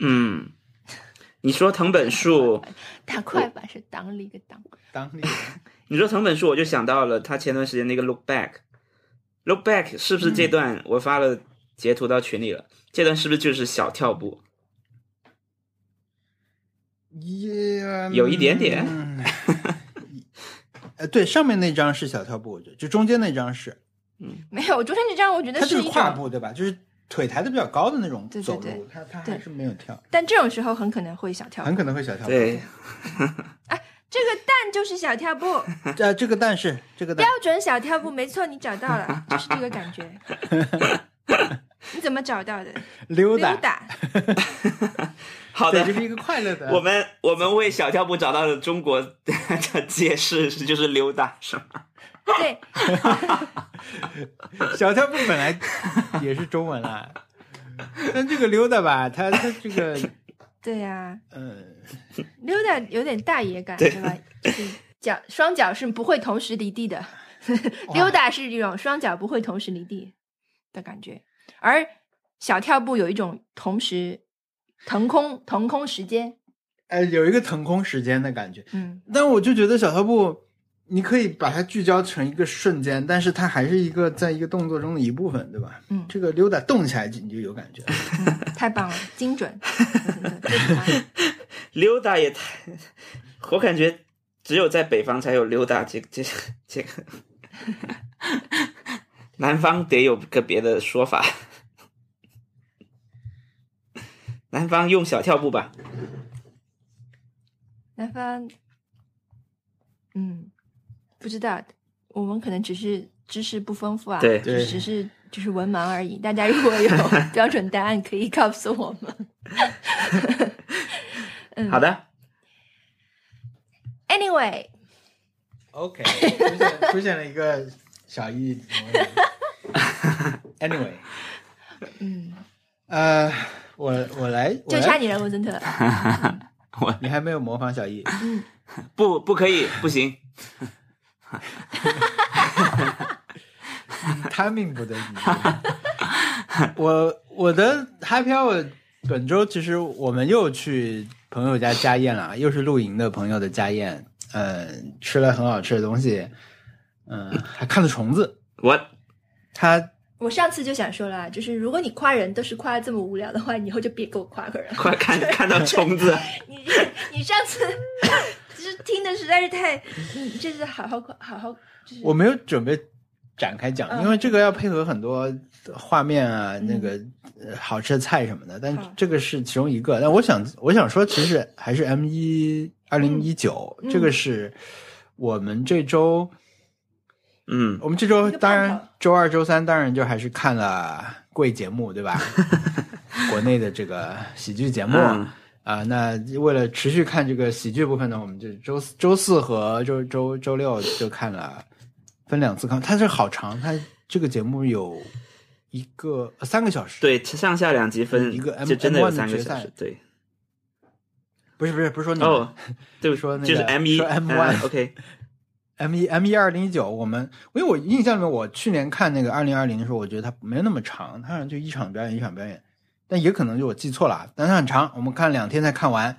Speaker 2: 嗯，你说藤本树，
Speaker 1: 打快板是当了一个当，
Speaker 3: 当地人
Speaker 2: 你说藤本树，我就想到了他前段时间那个 Look Back，Look Back 是不是
Speaker 3: 嗯
Speaker 2: 这段我发了截图到群里了？这段是不是就是小跳步？
Speaker 3: 也
Speaker 2: 有一点点
Speaker 3: 嗯 呃，对，上面那张是小跳步，我觉得，就中间那张是，
Speaker 1: 没有中间这张，我觉得
Speaker 3: 它就是
Speaker 1: 一
Speaker 3: 跨
Speaker 1: 种，
Speaker 3: 步对吧？就是腿抬的比较高的那种
Speaker 1: 对对
Speaker 3: 走
Speaker 1: 对
Speaker 3: 路，它它
Speaker 1: 对
Speaker 3: 还是没有跳，
Speaker 1: 但这种时候很可能会小跳
Speaker 3: 很可能会小跳步。
Speaker 2: 对，
Speaker 1: 这个蛋就是小跳步，
Speaker 3: 呃，这个但是这个
Speaker 1: 标
Speaker 3: 但
Speaker 1: 准小跳步，没错，你找到了，就是这个感觉。你怎么找到的？
Speaker 3: 溜
Speaker 1: 啊溜
Speaker 3: 达，
Speaker 1: 达，
Speaker 2: 好的
Speaker 3: 对，，就是一个快乐的。
Speaker 2: 我们我们为小跳步找到了中国的解释，就是溜达，是吗？
Speaker 1: 对，
Speaker 3: 小跳步本来 也是中文啦，但这个溜达吧，它它这个
Speaker 1: 对呀、
Speaker 3: 呃，
Speaker 1: 溜达有点大爷感，
Speaker 2: 对
Speaker 1: 对吧？就是脚双脚是不会同时离地的，溜达是一种双脚不会同时离地的感觉，而小跳步有一种同时腾空腾空时间，
Speaker 3: 呃，有一个腾空时间的感觉。
Speaker 1: 嗯，
Speaker 3: 但我就觉得小跳步，你可以把它聚焦成一个瞬间，但是它还是一个在一个动作中的一部分，对吧？
Speaker 1: 嗯
Speaker 3: 这个溜达动起来你就有感觉了。
Speaker 1: 嗯太棒了，精准， 嗯对对对
Speaker 2: 溜达也太，我感觉只有在北方才有溜达这这这个，南方得有个别的说法。南方用小跳步吧，
Speaker 1: 南方，嗯，不知道，我们可能只是知识不丰富啊，
Speaker 2: 对
Speaker 1: 就
Speaker 3: 对
Speaker 1: 只是就是文盲而已。大家如果有标准答案，可以告诉我们。嗯
Speaker 2: 好的，
Speaker 1: Anyway，
Speaker 3: OK，出现出现了一个小异。anyway，
Speaker 1: 嗯，
Speaker 3: 呃，我我来，我
Speaker 1: 就
Speaker 3: 来
Speaker 1: 差你了，文森特。
Speaker 2: 我
Speaker 3: 你还没有模仿小易，
Speaker 2: 不不可以，不行，
Speaker 3: 他命不得已。我我的 Happy Hour 本周其实我们又去朋友家家宴了，又是露营的朋友的家宴，呃，吃了很好吃的东西，嗯、还看了虫子。
Speaker 2: 我
Speaker 3: 他
Speaker 1: 我上次就想说了啊，就是如果你夸人都是夸这么无聊的话，你以后就别给我夸个人了。
Speaker 2: 快看看到虫子，
Speaker 1: 你你上次就是听的实在是太，你这次好好夸，好好就是
Speaker 3: 我没有准备展开讲，
Speaker 1: 嗯
Speaker 3: 因为这个要配合很多画面啊，
Speaker 1: 嗯
Speaker 3: 那个呃好吃的菜什么的。但
Speaker 1: 好
Speaker 3: 这个是其中一个。但我想，我想说，其实还是 M 一二零一九
Speaker 1: 嗯，
Speaker 3: 这个是我们这周，
Speaker 2: 嗯，
Speaker 3: 我们这周
Speaker 1: 一个
Speaker 3: 当
Speaker 1: 盼
Speaker 3: 然
Speaker 1: 头
Speaker 3: 周二、周三当然就还是看了贵节目，对吧？国内的这个喜剧节目。
Speaker 2: 嗯
Speaker 3: 啊，那为了持续看这个喜剧部分呢，我们就周四周四和周周周六就看了，分两次看。它是好长，它这个节目有一个呃三个小时，
Speaker 2: 对，上下两集分
Speaker 3: 一个 M-
Speaker 2: 就真的有
Speaker 3: M1 的
Speaker 2: 三个
Speaker 3: 决
Speaker 2: 小时
Speaker 3: 赛，
Speaker 2: 对。
Speaker 3: 不是不是不是说你们
Speaker 2: 哦，对不起，
Speaker 3: 说那个
Speaker 2: 就是 M 一嗯
Speaker 3: 说 M1
Speaker 2: OK，
Speaker 3: M 一 M 一二零一九，我们因为我印象里面，我去年看那个二零二零的时候，我觉得它没有那么长，它好像就一场表演一场表演，但也可能就我记错了，啊，但它很长，我们看两天才看完，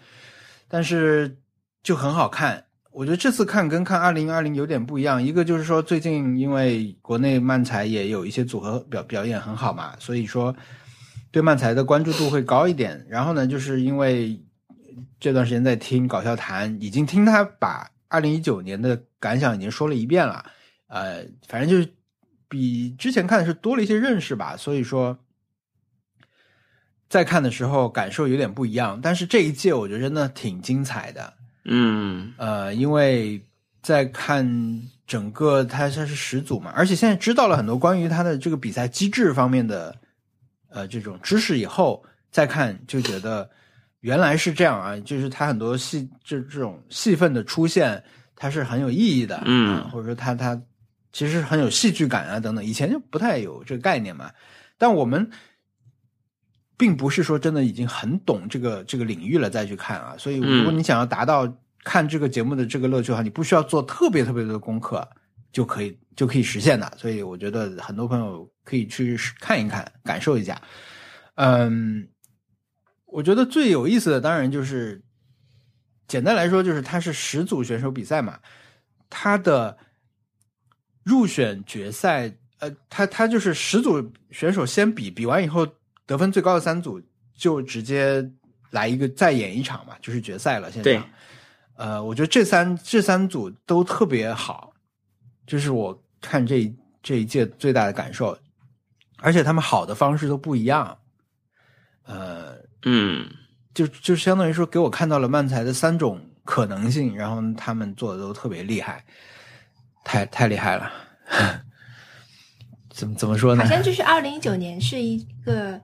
Speaker 3: 但是就很好看。我觉得这次看跟看二零二零有点不一样，一个就是说最近因为国内漫才也有一些组合表表演很好嘛，所以说对漫才的关注度会高一点。然后呢，就是因为这段时间在听搞笑谈，已经听他把二零一九年的感想已经说了一遍了，呃，反正就是比之前看的是多了一些认识吧，所以说在看的时候感受有点不一样。但是这一届我觉得真的挺精彩的，
Speaker 2: 嗯，
Speaker 3: 呃，因为在看整个它它是始祖嘛，而且现在知道了很多关于它的这个比赛机制方面的呃这种知识以后，再看就觉得原来是这样啊，就是它很多戏这这种戏份的出现，它是很有意义的，
Speaker 2: 嗯
Speaker 3: 啊或者说它它其实很有戏剧感啊等等，以前就不太有这个概念嘛，但我们。并不是说真的已经很懂这个这个领域了再去看啊，所以如果你想要达到看这个节目的这个乐趣的话，你不需要做特别特别多的功课就可以就可以实现的。所以我觉得很多朋友可以去试看一看，感受一下。嗯，我觉得最有意思的当然就是，简单来说就是它是十组选手比赛嘛，它的入选决赛，呃，它它就是十组选手先比，比完以后得分最高的三组就直接来一个再演一场嘛，就是决赛了。现在
Speaker 2: 对，
Speaker 3: 呃，我觉得这三这三组都特别好，这是我看这一这一届最大的感受，而且他们好的方式都不一样，呃，
Speaker 2: 嗯，
Speaker 3: 就就相当于说给我看到了漫才的三种可能性，然后他们做的都特别厉害，太太厉害了， 怎么怎么说呢嗯
Speaker 1: 好？像就是二零一九年是一个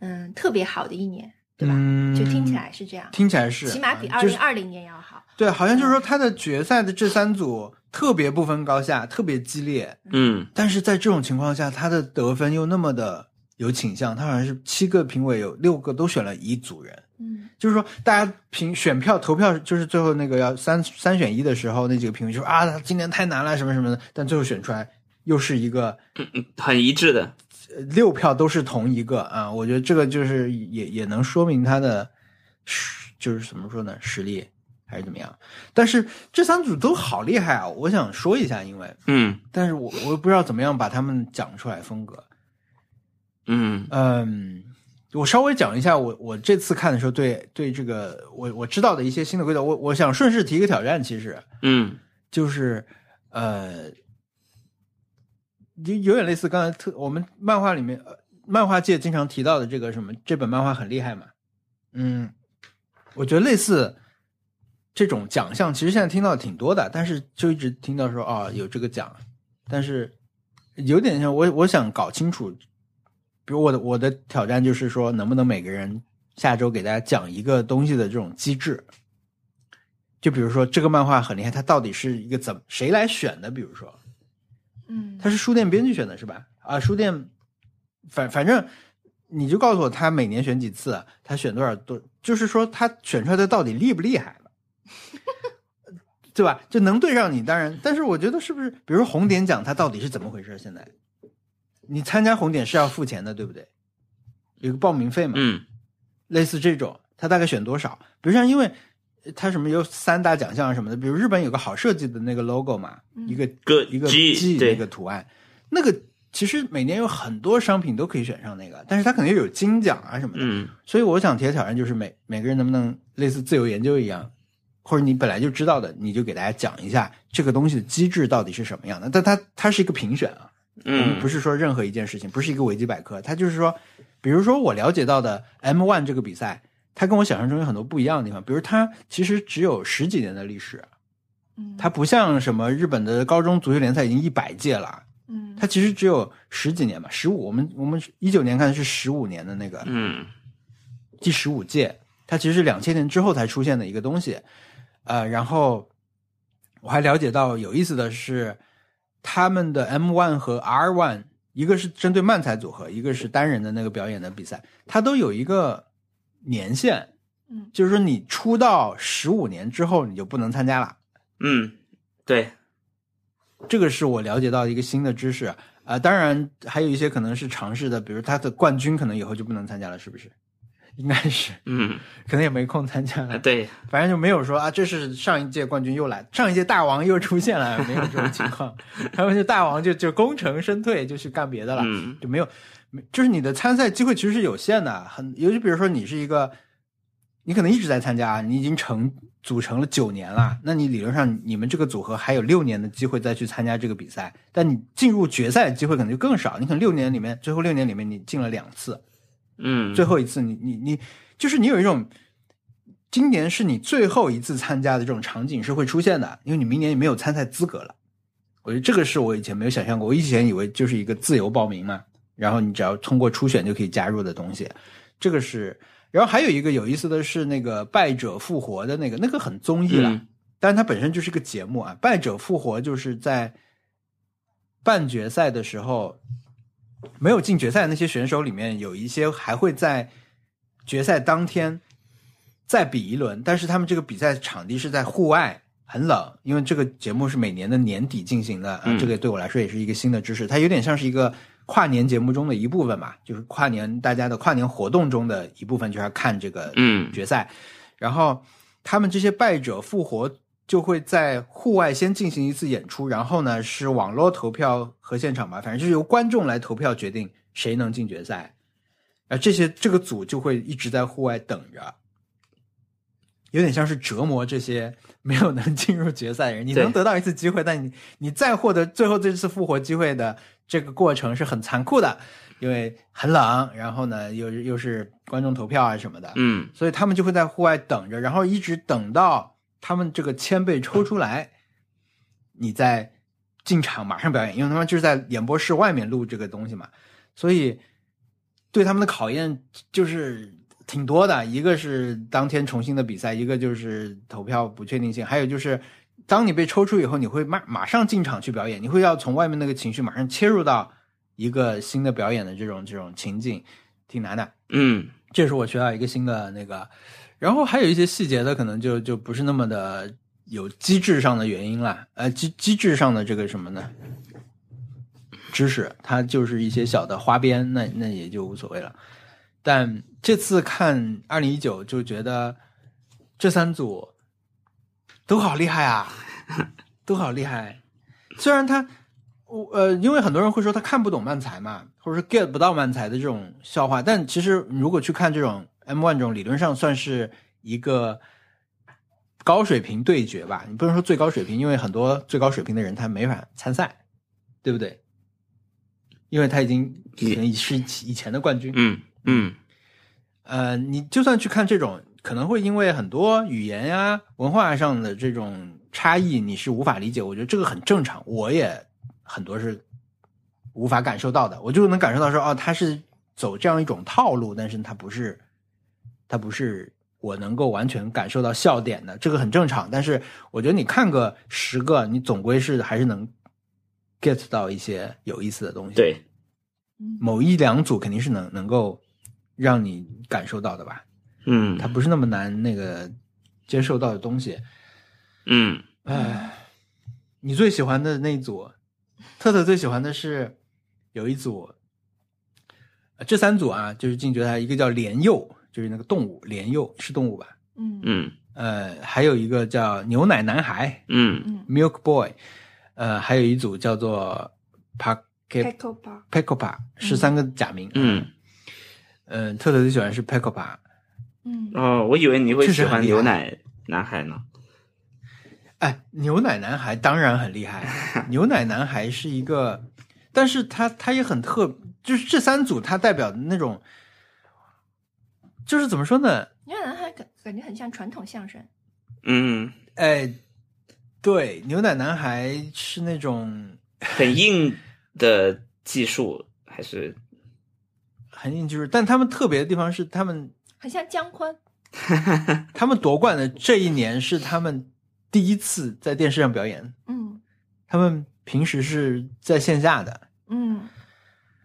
Speaker 1: 嗯特别好的一年，对吧？
Speaker 3: 嗯，
Speaker 1: 就听起来是这样，
Speaker 3: 听起来是，
Speaker 1: 起码比
Speaker 3: 啊
Speaker 1: 二
Speaker 3: 就是
Speaker 1: 零二零年要好。
Speaker 3: 对，好像就是说他的决赛的这三组特别不分高下，特别激烈，
Speaker 2: 嗯，
Speaker 3: 但是在这种情况下，他的得分又那么的有倾向，他好像是七个评委有六个都选了一组人，
Speaker 1: 嗯，
Speaker 3: 就是说大家评选票投票，就是最后那个要三三选一的时候，那几个评委就说啊，他今年太难了什么什么的，但最后选出来又是一个
Speaker 2: 很一致的，
Speaker 3: 呃六票都是同一个啊，我觉得这个就是也也能说明他的实就是怎么说呢，实力还是怎么样。但是这三组都好厉害啊，我想说一下，因为
Speaker 2: 嗯
Speaker 3: 但是我我又不知道怎么样把他们讲出来风格。
Speaker 2: 嗯
Speaker 3: 嗯，我稍微讲一下我我这次看的时候对对这个我我知道的一些新的规则，我我想顺势提一个挑战，其实
Speaker 2: 嗯
Speaker 3: 就是呃，有有点类似刚才特我们漫画里面、呃漫画界经常提到的这个什么这本漫画很厉害嘛，嗯，我觉得类似。这种奖项其实现在听到的挺多的，但是就一直听到说啊、有这个奖，但是有点像我我想搞清楚，比如我的我的挑战就是说，能不能每个人下周给大家讲一个东西的这种机制，就比如说这个漫画很厉害，它到底是一个怎么谁来选的？比如说
Speaker 1: 嗯
Speaker 3: 它是书店编剧选的是吧？啊，书店反反正你就告诉我他每年选几次，他选多少多，就是说他选出来的到底厉不厉害吧对吧？就能对上你，当然，但是我觉得是不是，比如说红点奖，它到底是怎么回事？现在你参加红点是要付钱的，对不对？有个报名费嘛，
Speaker 2: 嗯
Speaker 3: 类似这种，他大概选多少？比如像因为呃它什么有三大奖项什么的，比如日本有个好设计的那个 logo 嘛，
Speaker 1: 嗯
Speaker 3: 一个
Speaker 2: 个
Speaker 3: 一个
Speaker 2: G，对
Speaker 3: 那个图案，那个其实每年有很多商品都可以选上那个，但是它肯定有金奖啊什么的，
Speaker 2: 嗯
Speaker 3: 所以我想提的挑战就是每每个人能不能类似自由研究一样，或者你本来就知道的，你就给大家讲一下这个东西的机制到底是什么样的。但它它是一个评选啊，我们
Speaker 2: 嗯，
Speaker 3: 不是说任何一件事情，不是一个维基百科，它就是说，比如说我了解到的 M One 这个比赛，它跟我想象中有很多不一样的地方，比如它其实只有十几年的历史，
Speaker 1: 嗯，
Speaker 3: 它不像什么日本的高中足球联赛已经一百届了，
Speaker 1: 嗯
Speaker 3: 它其实只有十几年吧，十五，我们我们一九年看的是十五年的那个，
Speaker 2: 嗯
Speaker 3: 第十五届，它其实是两千年之后才出现的一个东西。呃，然后我还了解到有意思的是，他们的 M one 和 R one，一个是针对慢才组合，一个是单人的那个表演的比赛，它都有一个年限，
Speaker 1: 嗯，
Speaker 3: 就是说你出道十五年之后你就不能参加了。
Speaker 2: 嗯，对，
Speaker 3: 这个是我了解到一个新的知识啊、呃当然还有一些可能是尝试的，比如他的冠军可能以后就不能参加了，是不是？应该是，
Speaker 2: 嗯，
Speaker 3: 可能也没空参加
Speaker 2: 啊
Speaker 3: 了，
Speaker 2: 对，
Speaker 3: 反正就没有说啊，这是上一届冠军又来，上一届大王又出现了，没有这种情况。然后就大王就就功成身退，就去干别的了，
Speaker 2: 嗯
Speaker 3: 就没有，没就是你的参赛机会其实是有限的，很尤其比如说你是一个，你可能一直在参加，啊你已经成组成了九年了，那你理论上你们这个组合还有六年的机会再去参加这个比赛，但你进入决赛的机会可能就更少，你可能六年里面最后六年里面你进了两次，
Speaker 2: 嗯，
Speaker 3: 最后一次你你你，就是你有一种今年是你最后一次参加的这种场景是会出现的，因为你明年没有参赛资格了。我觉得这个是我以前没有想象过，我以前以为就是一个自由报名嘛，然后你只要通过初选就可以加入的东西，这个是。然后还有一个有意思的是那个败者复活的那个，那个很综艺了，
Speaker 2: 嗯
Speaker 3: 但是它本身就是一个节目啊。败者复活就是在半决赛的时候，没有进决赛的那些选手里面，有一些还会在决赛当天再比一轮，但是他们这个比赛场地是在户外，很冷，因为这个节目是每年的年底进行的，
Speaker 2: 嗯
Speaker 3: 啊、这个对我来说也是一个新的知识，它有点像是一个。跨年节目中的一部分嘛，就是跨年大家的跨年活动中的一部分，就要看这个
Speaker 2: 嗯
Speaker 3: 决赛，然后他们这些败者复活就会在户外先进行一次演出，然后呢是网络投票和现场吧，反正就是由观众来投票决定谁能进决赛。啊，这些这个组就会一直在户外等着，有点像是折磨这些没有能进入决赛的人。你
Speaker 2: 对
Speaker 3: 能得到一次机会，但你你再获得最后这次复活机会的这个过程是很残酷的，因为很冷，然后呢又又是观众投票啊什么的。
Speaker 2: 嗯
Speaker 3: 所以他们就会在户外等着，然后一直等到他们这个签被抽出来，你再进场马上表演，因为他们就是在演播室外面录这个东西嘛，所以对他们的考验就是挺多的。一个是当天重新的比赛，一个就是投票不确定性，还有就是当你被抽出以后，你会马马上进场去表演，你会要从外面那个情绪马上切入到一个新的表演的这种这种情境，挺难的。
Speaker 2: 嗯
Speaker 3: 这是我学到一个新的那个，然后还有一些细节的可能就就不是那么的有机制上的原因啦，呃，机机制上的这个什么呢？知识，它就是一些小的花边，那那也就无所谓了。但这次看二零一九，就觉得这三组都好厉害啊，都好厉害。虽然他，我呃，因为很多人会说他看不懂漫才嘛，或者是 get 不到漫才的这种笑话，但其实你如果去看这种 M one 这种，理论上算是一个高水平对决吧。你不能说最高水平，因为很多最高水平的人他没法参赛，对不对？因为他已经可能是以前的冠军，
Speaker 2: 嗯嗯
Speaker 3: 呃，你就算去看这种，可能会因为很多语言呀、文化上的这种差异，你是无法理解。我觉得这个很正常，我也很多是无法感受到的。我就能感受到说，哦，他是走这样一种套路，但是他不是，他不是我能够完全感受到笑点的，这个很正常。但是我觉得你看个十个，你总归是还是能 get 到一些有意思的东西。
Speaker 2: 对，
Speaker 1: 嗯
Speaker 3: 某一两组肯定是能能够让你感受到的吧，
Speaker 2: 嗯
Speaker 3: 它不是那么难那个接受到的东西。
Speaker 2: 嗯
Speaker 3: 唉，你最喜欢的那一组，特特最喜欢的是有一组，呃这三组啊，就是进决赛，一个叫莲幼，就是那个动物莲幼是动物吧？
Speaker 1: 嗯
Speaker 2: 嗯
Speaker 3: 呃，还有一个叫牛奶男孩
Speaker 2: 嗯
Speaker 3: （Milk Boy），呃，还有一组叫做 Pack
Speaker 1: ，Pickle Bar，
Speaker 3: p e c o p a 是三个假名。
Speaker 2: 嗯，
Speaker 3: 嗯，特特最喜欢是 p e c o p a
Speaker 1: 嗯，
Speaker 2: 哦，我以为你会
Speaker 3: 确
Speaker 2: 喜
Speaker 3: 实很
Speaker 2: 欢
Speaker 3: 厉害
Speaker 2: 牛奶男孩呢。
Speaker 3: 哎，牛奶男孩当然很厉害，啊牛奶男孩是一个，但是他他也很特，就是这三组他代表的那种，就是怎么说呢？
Speaker 1: 你看男孩感感觉很像传统相声，
Speaker 2: 嗯，
Speaker 3: 哎，对，牛奶男孩是那种
Speaker 2: 很硬的技术还是
Speaker 3: 很硬，就是，但他们特别的地方是，他们
Speaker 1: 很像姜昆，
Speaker 3: 他们夺冠的这一年是他们第一次在电视上表演，
Speaker 1: 嗯
Speaker 3: 他们平时是在线下的。
Speaker 1: 嗯，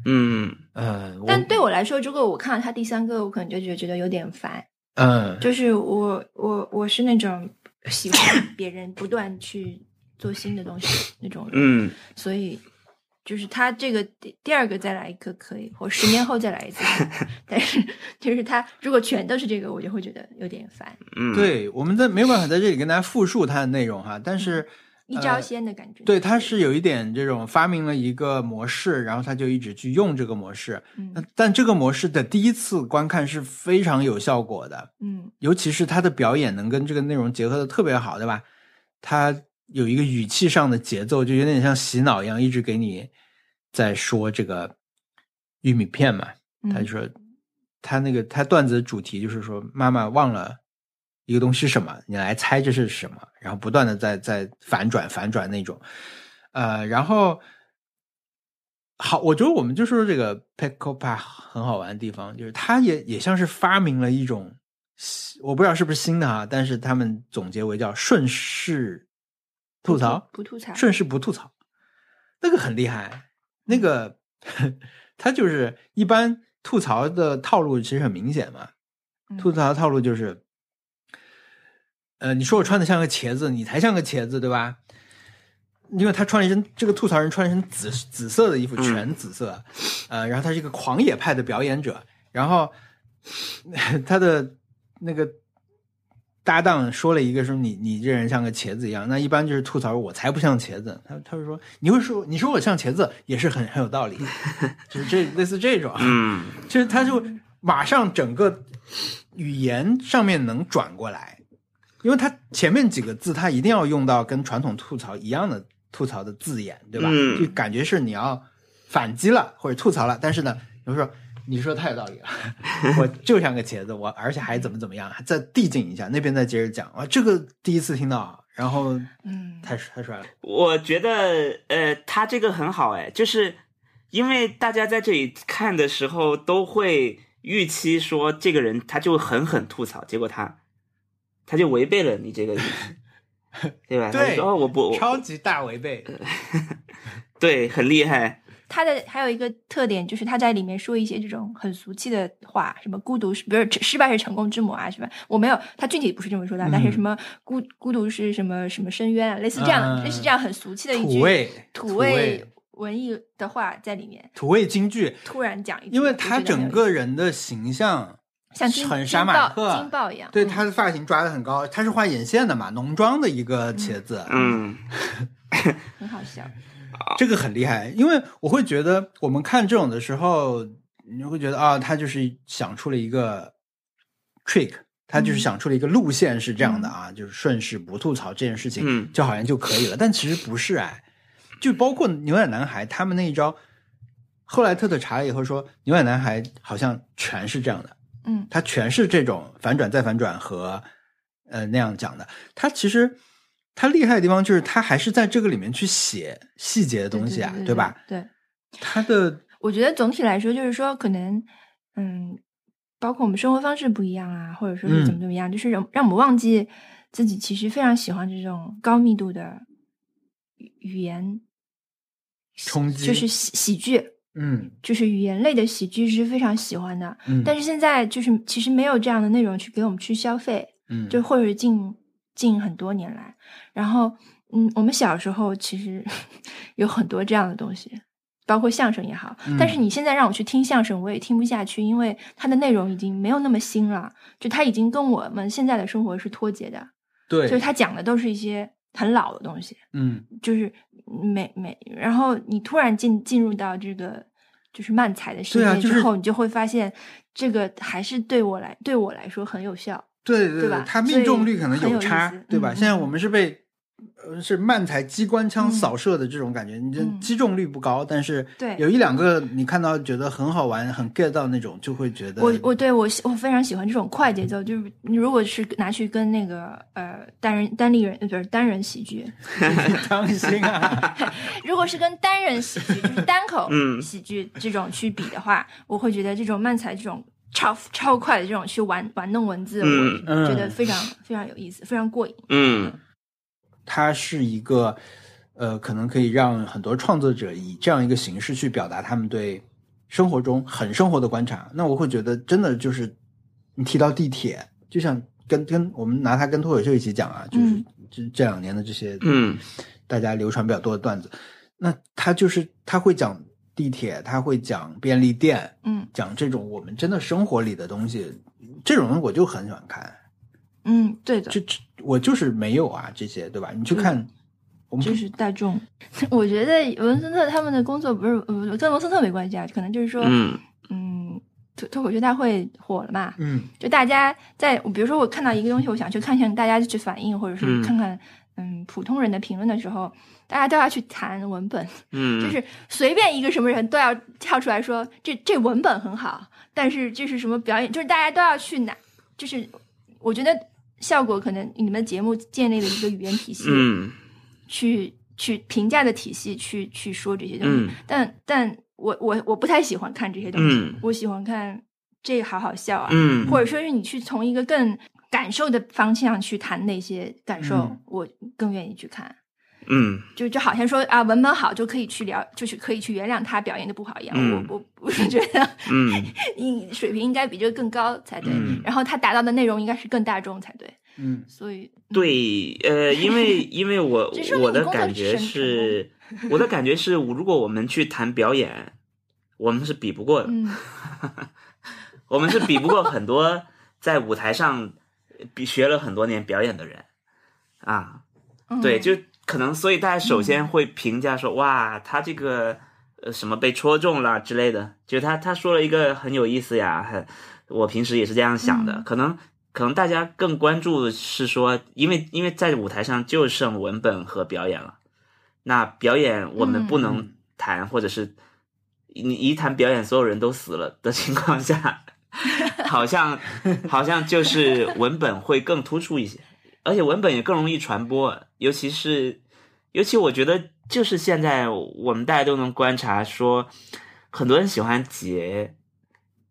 Speaker 2: 嗯，
Speaker 3: 呃，我
Speaker 1: 但对我来说，如果我看到他第三个，我可能就觉觉得有点烦。
Speaker 3: 嗯
Speaker 1: 就是我我我是那种喜欢别人不断去做新的东西那种人，
Speaker 2: 嗯，
Speaker 1: 所以就是他这个第第二个再来一个可以，我十年后再来一次， 但是就是他如果全都是这个，我就会觉得有点烦，
Speaker 2: 嗯，，
Speaker 3: 对，我们在没有办法在这里跟大家复述它的内容哈，但是
Speaker 1: 一招鲜的感觉。
Speaker 3: 呃对它是有一点这种发明了一个模式，然后他就一直去用这个模式。
Speaker 1: 嗯
Speaker 3: 那但这个模式的第一次观看是非常有效果的，
Speaker 1: 嗯
Speaker 3: 尤其是他的表演能跟这个内容结合的特别好，对吧？他有一个语气上的节奏，就有点像洗脑一样，一直给你在说这个玉米片嘛。他就
Speaker 1: 嗯
Speaker 3: 说他那个他段子的主题就是说妈妈忘了一个东西是什么，你来猜这是什么，然后不断的在在反转反转那种，呃，然后好，我觉得我们就说这个 p e c o p a 很好玩的地方，就是他也也像是发明了一种新，我不知道是不是新的啊，但是他们总结为叫顺势吐槽，
Speaker 1: 不吐槽，
Speaker 3: 顺势不吐槽，那个很厉害。那个 他就是一般吐槽的套路其实很明显嘛，
Speaker 1: 嗯
Speaker 3: 吐槽的套路就是，呃，你说我穿的像个茄子，你才像个茄子，对吧？因为他穿了一身，这个吐槽人穿了一身紫紫色的衣服，
Speaker 2: 嗯
Speaker 3: 全紫色，呃，然后他是一个狂野派的表演者，然后 他的那个搭档说了一个说你你这人像个茄子一样，那一般就是吐槽我才不像茄子，他他会说你会说你说我像茄子也是很很有道理，就是这类似这种，
Speaker 2: 嗯，
Speaker 3: 就是他就马上整个语言上面能转过来，因为他前面几个字他一定要用到跟传统吐槽一样的吐槽的字眼，对吧？
Speaker 2: 嗯
Speaker 3: 就感觉是你要反击了或者吐槽了，但是呢，你说你说太有道理了， 我就像个茄子，我而且还怎么怎么样，还再递进一下，那边再接着讲，哇，这个第一次听到啊，然后
Speaker 1: 嗯
Speaker 3: 太太帅了，
Speaker 2: 我觉得呃，他这个很好哎，就是因为大家在这里看的时候都会预期说这个人他就狠狠吐槽，结果他他就违背了你这个预期，对吧？他就
Speaker 3: 对
Speaker 2: 说哦，我不，
Speaker 3: 超
Speaker 2: 我
Speaker 3: 级大违背，
Speaker 2: 对，很厉害，
Speaker 1: 他的还有一个特点就是他在里面说一些这种很俗气的话，什么孤独是，比如失败是成功之母啊，什么我没有，他具体不是这么说的，
Speaker 3: 嗯
Speaker 1: 但是什么孤孤独是什么什么深渊啊，类似这样、
Speaker 3: 嗯
Speaker 1: 类似这样很俗气的一句
Speaker 3: 土味
Speaker 1: 土
Speaker 3: 味
Speaker 1: 味文艺的话在里面
Speaker 3: 土味京剧。
Speaker 1: 突然讲一句，
Speaker 3: 因为
Speaker 1: 我觉得
Speaker 3: 他
Speaker 1: 很有
Speaker 3: 整
Speaker 1: 意思
Speaker 3: 个人的形象，
Speaker 1: 像金
Speaker 3: 很
Speaker 1: 金
Speaker 3: 杀
Speaker 1: 豹
Speaker 3: 马特
Speaker 1: 金豹一样，
Speaker 3: 对
Speaker 1: 嗯
Speaker 3: 他的发型抓的很高，他是画眼线的嘛，浓妆的一个茄子，
Speaker 2: 嗯啊
Speaker 1: 很好笑，
Speaker 3: 这个很厉害。因为我会觉得，我们看这种的时候，你会觉得啊，他就是想出了一个 trick，他就是
Speaker 1: 嗯
Speaker 3: 想出了一个路线是这样的啊，就是顺势不吐槽这件事情，
Speaker 2: 嗯
Speaker 3: 就好像就可以了。但其实不是哎，就包括牛奶男孩他们那一招，后来特特查了以后说，牛奶男孩好像全是这样的。
Speaker 1: 嗯
Speaker 3: 它全是这种反转再反转和呃那样讲的。它其实它厉害的地方就是它还是在这个里面去写细节的东西啊，
Speaker 1: 对
Speaker 3: 对吧？？
Speaker 1: 对，对
Speaker 3: 它的
Speaker 1: 我觉得总体来说，就是说可能，嗯，包括我们生活方式不一样啊，或者说
Speaker 3: 嗯
Speaker 1: 是怎么怎么样，就是让让我们忘记自己其实非常喜欢这种高密度的语语言
Speaker 3: 冲击
Speaker 1: 就是喜喜剧，
Speaker 3: 嗯
Speaker 1: 就是语言类的喜剧是非常喜欢的。
Speaker 3: 嗯，
Speaker 1: 但
Speaker 3: 是
Speaker 1: 是现在就是其实没有这样的内容去给我们去消费，
Speaker 3: 嗯
Speaker 1: 就或者是近近很多年来，然后嗯，我们小时候其实 有很多这样的东西，包括相声也好，但是
Speaker 3: 嗯
Speaker 1: 你现在让我去听相声，我也听不下去，因为它的内容已经没有那么新了，就它已经跟我们现在的生活是脱节的，
Speaker 3: 对，
Speaker 1: 就是它讲的都是一些很老的东西，
Speaker 3: 嗯
Speaker 1: 就是每每，然后你突然进进入到这个就是漫才的世
Speaker 3: 对啊
Speaker 1: 界
Speaker 3: 就
Speaker 1: 之
Speaker 3: 是
Speaker 1: 后，你就会发现这个还是对我来对我来说很有效。
Speaker 3: 对对
Speaker 1: 对吧
Speaker 3: 它
Speaker 1: 所
Speaker 3: 命
Speaker 1: 以
Speaker 3: 中率可能
Speaker 1: 很有意
Speaker 3: 差
Speaker 1: 思，
Speaker 3: 对吧？
Speaker 1: 嗯
Speaker 3: 现在
Speaker 1: 嗯
Speaker 3: 我们是被。呃，是慢才机关枪
Speaker 1: 嗯
Speaker 3: 扫射的这种感觉，你这
Speaker 1: 嗯
Speaker 3: 击中率不高，但是
Speaker 1: 对
Speaker 3: 有一两个你看到觉得很好玩、很 get 到那种，就会觉得
Speaker 1: 我我对我喜我非常喜欢这种快节奏，就是你如果是拿去跟那个呃单人单立人呃不是单人喜剧，
Speaker 3: 当心 啊，
Speaker 1: 如果是跟单人喜剧就是单口
Speaker 2: 嗯
Speaker 1: 喜剧这种去比的话，我会觉得这种慢才这种超超快的这种去玩玩弄文字，
Speaker 2: 嗯
Speaker 1: 我觉得
Speaker 3: 嗯
Speaker 1: 非常非常有意思，非常过瘾。
Speaker 2: 嗯
Speaker 3: 它是一个呃，可能可以让很多创作者以这样一个形式去表达他们对生活中很生活的观察。那我会觉得，真的就是你提到地铁，就像跟跟我们拿它跟脱口秀一起讲啊，就是
Speaker 1: 嗯
Speaker 3: 这这两年的这些
Speaker 2: 嗯
Speaker 3: 大家流传比较多的段子，那他就是他会讲地铁，他会讲便利店，
Speaker 1: 嗯
Speaker 3: 讲这种我们真的生活里的东西，这种我就很喜欢看。
Speaker 1: 嗯，对的，嗯
Speaker 3: 这这我就是没有啊，这些对吧？你去看，我们不
Speaker 1: 就是大众。 我觉得文森特他们的工作不是呃跟文森特没关系啊，可能就是说，
Speaker 2: 嗯
Speaker 1: 嗯，脱脱口秀大会火了嘛，
Speaker 3: 嗯
Speaker 1: 就大家在比如说我看到一个东西，我想去看看大家去反应，或者
Speaker 2: 嗯
Speaker 1: 是看看嗯普通人的评论的时候，大家都要去谈文本，
Speaker 2: 嗯，
Speaker 1: 就是随便一个什么人都要跳出来说这这文本很好，但是这是什么表演，就是大家都要去拿，就是我觉得效果可能你们的节目建立了一个语言体系，
Speaker 2: 嗯
Speaker 1: 去去评价的体系去去说这些东西，
Speaker 2: 嗯
Speaker 1: 但但我我我不太喜欢看这些东西，
Speaker 2: 嗯
Speaker 1: 我喜欢看这个好好笑啊，
Speaker 2: 嗯，
Speaker 1: 或者说是你去从一个更感受的方向去谈那些感受，
Speaker 3: 嗯
Speaker 1: 我更愿意去看。
Speaker 2: 嗯
Speaker 1: 就就好像说啊，文本好就可以去聊，就是可以去原谅他表演的不好一样。
Speaker 2: 嗯
Speaker 1: 我我我是觉得
Speaker 2: 嗯
Speaker 1: 你水平应该比这个更高才对，
Speaker 2: 嗯
Speaker 1: 然后他达到的内容应该是更大众才对。
Speaker 3: 嗯
Speaker 1: 所以，
Speaker 2: 对，呃，因为因为我
Speaker 1: 这说明
Speaker 2: 我
Speaker 1: 你
Speaker 2: 的
Speaker 1: 工作
Speaker 2: 感觉
Speaker 1: 很
Speaker 2: 是，我的感觉是，如果我们去谈表演，我们是比不过的，
Speaker 1: 嗯，
Speaker 2: 我们是比不过很多在舞台上比学了很多年表演的人啊。
Speaker 1: 嗯
Speaker 2: 对，就可能所以大家首先会评价说，哇，他这个呃什么被戳中了之类的，就他他说了一个很有意思呀，很我平时也是这样想的，
Speaker 1: 嗯
Speaker 2: 可能可能大家更关注的是说，因为因为在舞台上就剩文本和表演了，那表演我们不能
Speaker 3: 嗯
Speaker 2: 谈，或者是你一谈表演，所有人都死了的情况下。好像好像就是文本会更突出一些，而且文本也更容易传播，尤其是尤其我觉得就是现在我们大家都能观察说，很多人喜欢截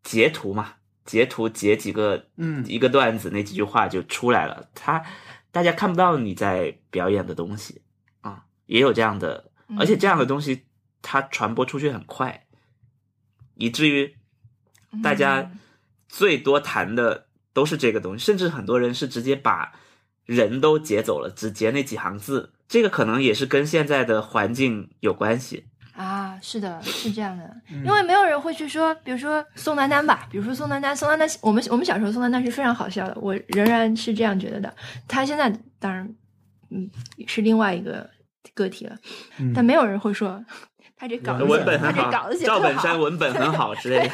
Speaker 2: 截图嘛，截图截几个
Speaker 3: 嗯
Speaker 2: 一个段子那几句话就出来了，他大家看不到你在表演的东西啊、也有这样的，
Speaker 1: 嗯
Speaker 2: 而且这样的东西它传播出去很快，以至于大家
Speaker 1: 嗯
Speaker 2: 最多谈的都是这个东西，甚至很多人是直接把人都截走了，只截那几行字。这个可能也是跟现在的环境有关系。
Speaker 1: 啊，是的，是这样的，
Speaker 3: 嗯
Speaker 1: 因为没有人会去说，比如说宋丹丹吧，比如说宋丹丹，宋丹丹，我们我们小时候宋丹丹是非常好笑的，我仍然是这样觉得的。她现在当然，嗯，是另外一个个体了，
Speaker 3: 嗯
Speaker 1: 但没有人会说她这稿
Speaker 3: 嗯
Speaker 1: 子
Speaker 2: 文本
Speaker 1: 她
Speaker 2: 很
Speaker 1: 这
Speaker 2: 好
Speaker 1: 稿子，写
Speaker 2: 赵
Speaker 1: 得
Speaker 2: 本
Speaker 1: 好
Speaker 2: 山文本很好 之类的。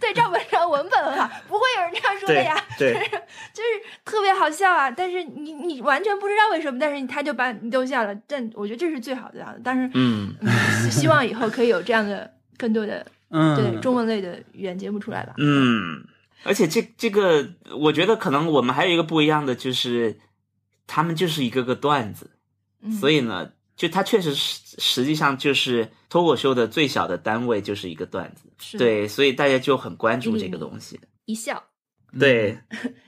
Speaker 1: 对赵本山文本很好，不会有人这样说的
Speaker 2: 对
Speaker 1: 呀，
Speaker 2: 对，
Speaker 1: 就是特别好笑啊。但是你你完全不知道为什么，但是他就把你逗笑了。但我觉得这是最好的，但是
Speaker 2: 嗯
Speaker 1: 嗯希希望以后可以有这样的更多的对
Speaker 3: 嗯，
Speaker 1: 中文类的语言节目出来吧。
Speaker 2: 嗯，而且这这个，我觉得可能我们还有一个不一样的就是，他们就是一个个段子，
Speaker 1: 嗯，
Speaker 2: 所以呢，就它确实实实际上就是脱口秀的最小的单位就是一个段子。
Speaker 1: 是的嗯
Speaker 2: 对，所以大家就很关注
Speaker 1: 一
Speaker 2: 这个
Speaker 1: 厘米
Speaker 2: 东西。
Speaker 1: 一笑
Speaker 2: 对，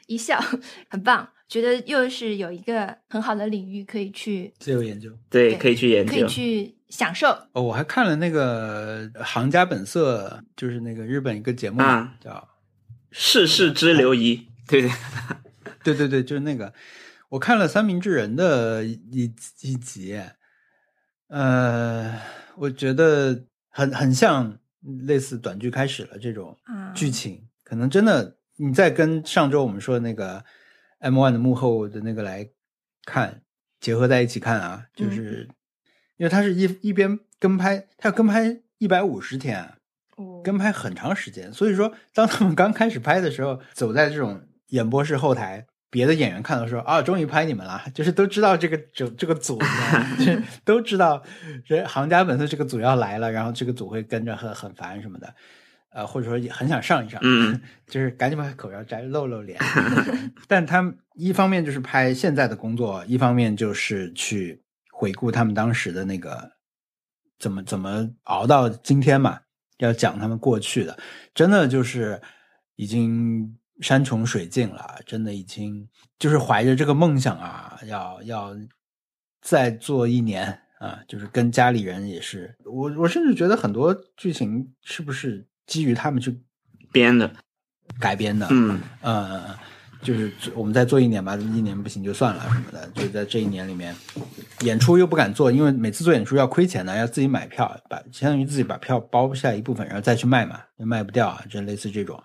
Speaker 1: 一笑很棒，觉得又是有一个很好的领域可以去
Speaker 3: 自由研究。
Speaker 2: 对，
Speaker 1: 对
Speaker 2: 可以去研
Speaker 1: 可
Speaker 2: 究
Speaker 1: 以。去享受。
Speaker 3: 哦，我还看了那个《行家本色》，就是那个日本一个节目
Speaker 2: 啊
Speaker 3: 叫
Speaker 2: 世事之流仪，对对，
Speaker 3: 对对对，就是那个，我看了三明治人的一一一集，呃，我觉得很很像类似短剧开始了这种
Speaker 1: 啊
Speaker 3: 剧情，可能真的你再跟上周我们说的那个 M One 的幕后的那个来看，结合在一起看啊，就
Speaker 1: 嗯
Speaker 3: 是、因为他是一一边跟拍，他要跟拍一百五十天、啊，
Speaker 1: 哦
Speaker 3: 跟拍很长时间，所以说当他们刚开始拍的时候，走在这种演播室后台，别的演员看到说啊，终于拍你们了，就是都知道这个这这个组，你知道吗 就是都知道这行家本色这个组要来了，然后这个组会跟着很很烦什么的，呃，或者说也很想上一上，
Speaker 2: 嗯，
Speaker 3: 就是赶紧把口罩摘，露露脸。 但他们一方面就是拍现在的工作，一方面就是去回顾他们当时的那个怎么怎么熬到今天嘛，要讲他们过去的，真的就是已经山穷水尽了，真的已经就是怀着这个梦想啊，要要再做一年啊，就是跟家里人也是，我我甚至觉得很多剧情是不是基于他们去
Speaker 2: 编的，
Speaker 3: 改编的，
Speaker 2: 嗯，
Speaker 3: 呃，就是我们再做一年吧，一年不行就算了什么的，就在这一年里面，演出又不敢做，因为每次做演出要亏钱的，要自己买票，把相当于自己把票包下一部分，然后再去卖嘛，卖不掉啊，就类似这种，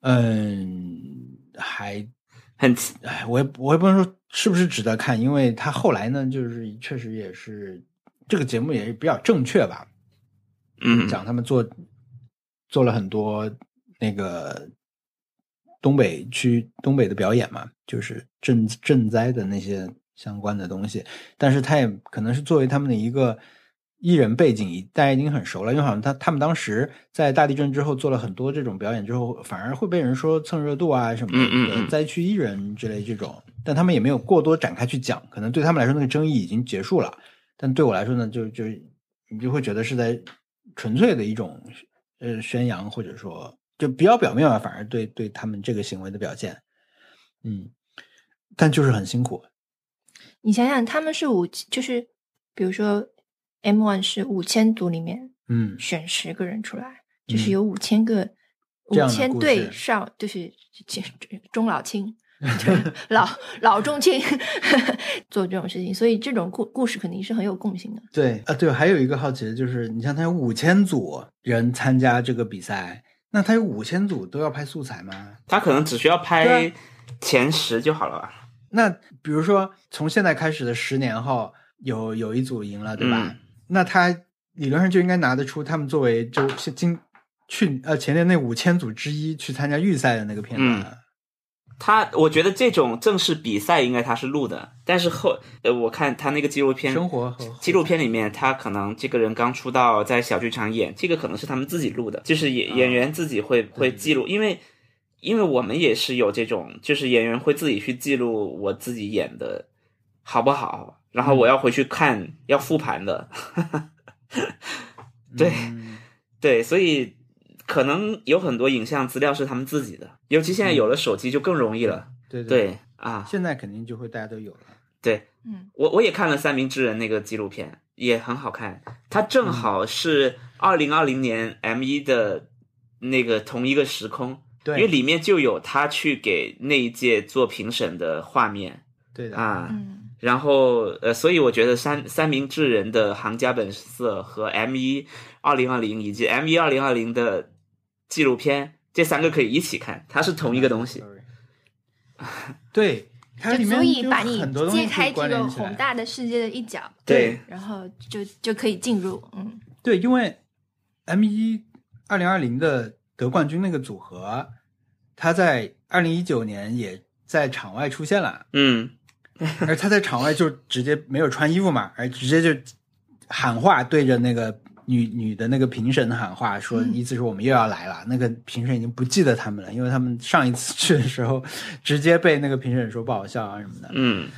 Speaker 3: 嗯，还
Speaker 2: 很
Speaker 3: 哎，我也我也不能说是不是值得看，因为他后来呢，就是确实也是这个节目也是比较正确吧，
Speaker 2: 嗯
Speaker 3: 讲他们做做了很多那个东北区东北的表演嘛，就是赈赈灾的那些相关的东西，但是他也可能是作为他们的一个艺人背景，大家已经很熟了，因为好像他他们当时在大地震之后做了很多这种表演之后，反而会被人说蹭热度啊什么
Speaker 2: 嗯嗯嗯
Speaker 3: 的，灾区艺人之类这种，但他们也没有过多展开去讲，可能对他们来说那个争议已经结束了。但对我来说呢，就就你就会觉得是在纯粹的一种呃宣扬，或者说就比较表面啊吧，反而对对他们这个行为的表现，嗯，但就是很辛苦，
Speaker 1: 你想想，他们是五，就是比如说 M one 是五千组里面
Speaker 3: 嗯
Speaker 1: 选十个人出来，就是
Speaker 3: 嗯
Speaker 1: 有五千个五
Speaker 3: 这样的
Speaker 1: 千
Speaker 3: 故
Speaker 1: 对
Speaker 3: 事
Speaker 1: 少，就是中中老青。 就是老 老中青做这种事情，所以这种故故事肯定是很有共性的。
Speaker 3: 对啊，对，还有一个好奇的就是，你像他有五千组人参加这个比赛，那他有五千组都要拍素材吗？
Speaker 2: 他可能只需要
Speaker 3: 对
Speaker 2: 拍
Speaker 1: 啊
Speaker 2: 前十就好了吧？
Speaker 3: 那比如说从现在开始的十年后，有有一组赢了，对吧？
Speaker 2: 嗯
Speaker 3: 那他理论上就应该拿得出他们作为就是今去呃前年那五千组之一去参加预赛的那个片
Speaker 2: 嗯
Speaker 3: 段啊了。
Speaker 2: 他我觉得这种正式比赛应该他是录的，但是后呃，我看他那个纪录片
Speaker 3: 生活和
Speaker 2: 纪录片里面，他可能这个人刚出道，在小剧场演，这个可能是他们自己录的，就是演
Speaker 3: 啊
Speaker 2: 演员自己会会
Speaker 3: 对对
Speaker 2: 记录，因为因为我们也是有这种，就是演员会自己去记录我自己演的好不好，然后我要回去看，要复盘的，对
Speaker 3: 嗯
Speaker 2: 对，所以可能有很多影像资料是他们自己的，尤其现在有了手机就更容易了，
Speaker 3: 嗯对对
Speaker 2: 对啊，
Speaker 3: 现在肯定就会大家都有了。
Speaker 2: 对，
Speaker 1: 嗯，
Speaker 2: 我我也看了《三明治人》那个纪录片，也很好看。它
Speaker 3: 嗯
Speaker 2: 正好是二零二零年 M 一的那个同一个时空，因为
Speaker 3: 对
Speaker 2: 里面就有他去给那一届做评审的画面
Speaker 3: 对的，
Speaker 2: 啊。
Speaker 1: 嗯，
Speaker 2: 然后呃，所以我觉得三《三明治人》的行家本色和 M 一二零二零以及 M 一二零二零的纪录片这三个可以一起看，它是同一个东西。
Speaker 3: Sorry。对， 它
Speaker 1: 就
Speaker 3: 里面
Speaker 1: 足以
Speaker 3: 就
Speaker 1: 把你
Speaker 3: 很多东西
Speaker 1: 揭开
Speaker 3: 可以
Speaker 1: 这
Speaker 3: 关
Speaker 1: 个
Speaker 3: 联起来
Speaker 1: 宏大的世界的一角，
Speaker 2: 对，
Speaker 1: 然后就就可以进入。嗯，
Speaker 3: 对，因为 M 一二零二零的得冠军那个组合，他在二零一九年也在场外出现了，
Speaker 2: 嗯，
Speaker 3: 而他在场外就直接没有穿衣服嘛，而直接就喊话对着那个女女的那个评审喊话，说
Speaker 1: 嗯
Speaker 3: 意思是我们又要来了。那个评审已经不记得他们了，因为他们上一次去的时候直接被那个评审说不好笑啊什么的。
Speaker 2: 嗯，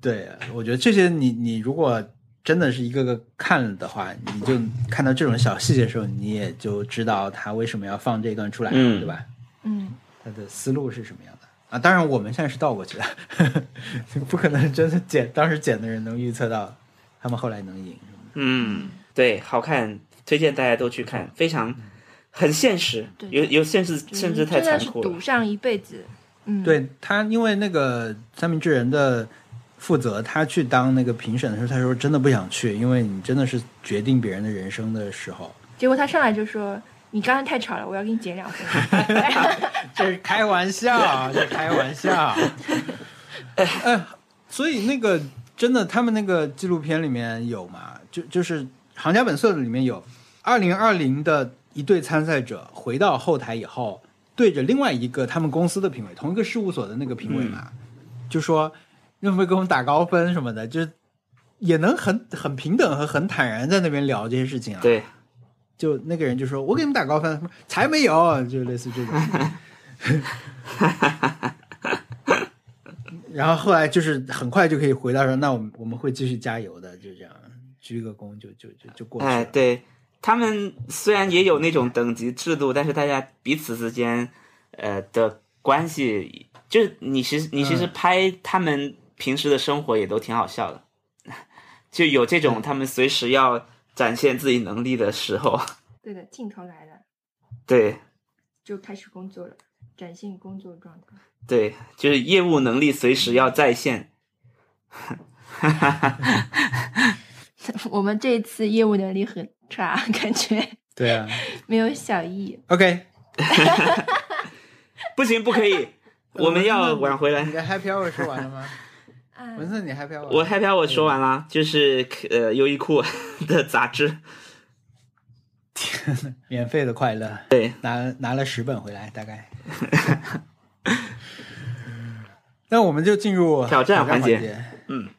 Speaker 3: 对，我觉得这些你你如果真的是一个个看的话，你就看到这种小细节的时候，你也就知道他为什么要放这一段出来，
Speaker 2: 嗯
Speaker 3: 对吧？
Speaker 1: 嗯，
Speaker 3: 他的思路是什么样的啊？当然，我们现在是倒过去的， 不可能真的剪当时剪的人能预测到他们后来能赢。
Speaker 2: 嗯，对，好看，推荐大家都去看，非常很现实，
Speaker 1: 对
Speaker 2: 有有甚至
Speaker 1: 就是
Speaker 2: 甚至太
Speaker 1: 真的
Speaker 2: 残
Speaker 1: 是
Speaker 2: 酷
Speaker 1: 赌
Speaker 2: 了。
Speaker 1: 上一辈子。嗯，，
Speaker 3: 对他，因为那个三明治人的负责，他去当那个评审的时候，他说真的不想去，因为你真的是决定别人的人生的时候。
Speaker 1: 结果他上来就说：“你刚刚太吵了，我要给你减两分。
Speaker 3: 这是开玩笑，啊，这是开玩笑。哎，所以那个真的，他们那个纪录片里面有嘛？就就是《行家本色》里面有，二零二零的一对参赛者回到后台以后，对着另外一个他们公司的评委，同一个事务所的那个评委嘛，就说认为给我们打高分什么的，就是也能很很平等和很坦然在那边聊这些事情啊。
Speaker 2: 对，
Speaker 3: 就那个人就说：“我给你们打高分。”他说：“才没有。”就类似这种。 然后后来就是很快就可以回到说：“那我们我们会继续加油的。”就这样鞠个躬就就就就过去了。
Speaker 2: 哎，对他们虽然也有那种等级制度，但是大家彼此之间呃的关系，就是你其实你其实
Speaker 3: 嗯
Speaker 2: 拍他们平时的生活也都挺好笑的， 就有这
Speaker 1: 嗯
Speaker 2: 种他们随时要展现自己能力的时候。
Speaker 1: 对的，镜头来了，
Speaker 2: 对
Speaker 1: 就开始工作了，展现工作状态。
Speaker 2: 对，就是业务能力随时要在线。
Speaker 1: 我们这次业务能力很差，感觉
Speaker 3: 对啊
Speaker 1: 没有小易。
Speaker 3: ，OK，
Speaker 2: 不行，不可以，我们要挽回
Speaker 3: 你
Speaker 2: 来。
Speaker 3: 的 Happy Hour 说完了吗？
Speaker 1: 啊，
Speaker 3: 文森，你 Happy Hour？
Speaker 2: 我 happy hour 我说完啦，就是呃优衣库 的杂志，
Speaker 3: 免费的快乐，
Speaker 2: 对，
Speaker 3: 拿拿了十本回来，大概。 那我们就进入
Speaker 2: 挑战
Speaker 3: 环
Speaker 2: 环节
Speaker 3: 嗯
Speaker 2: 嗯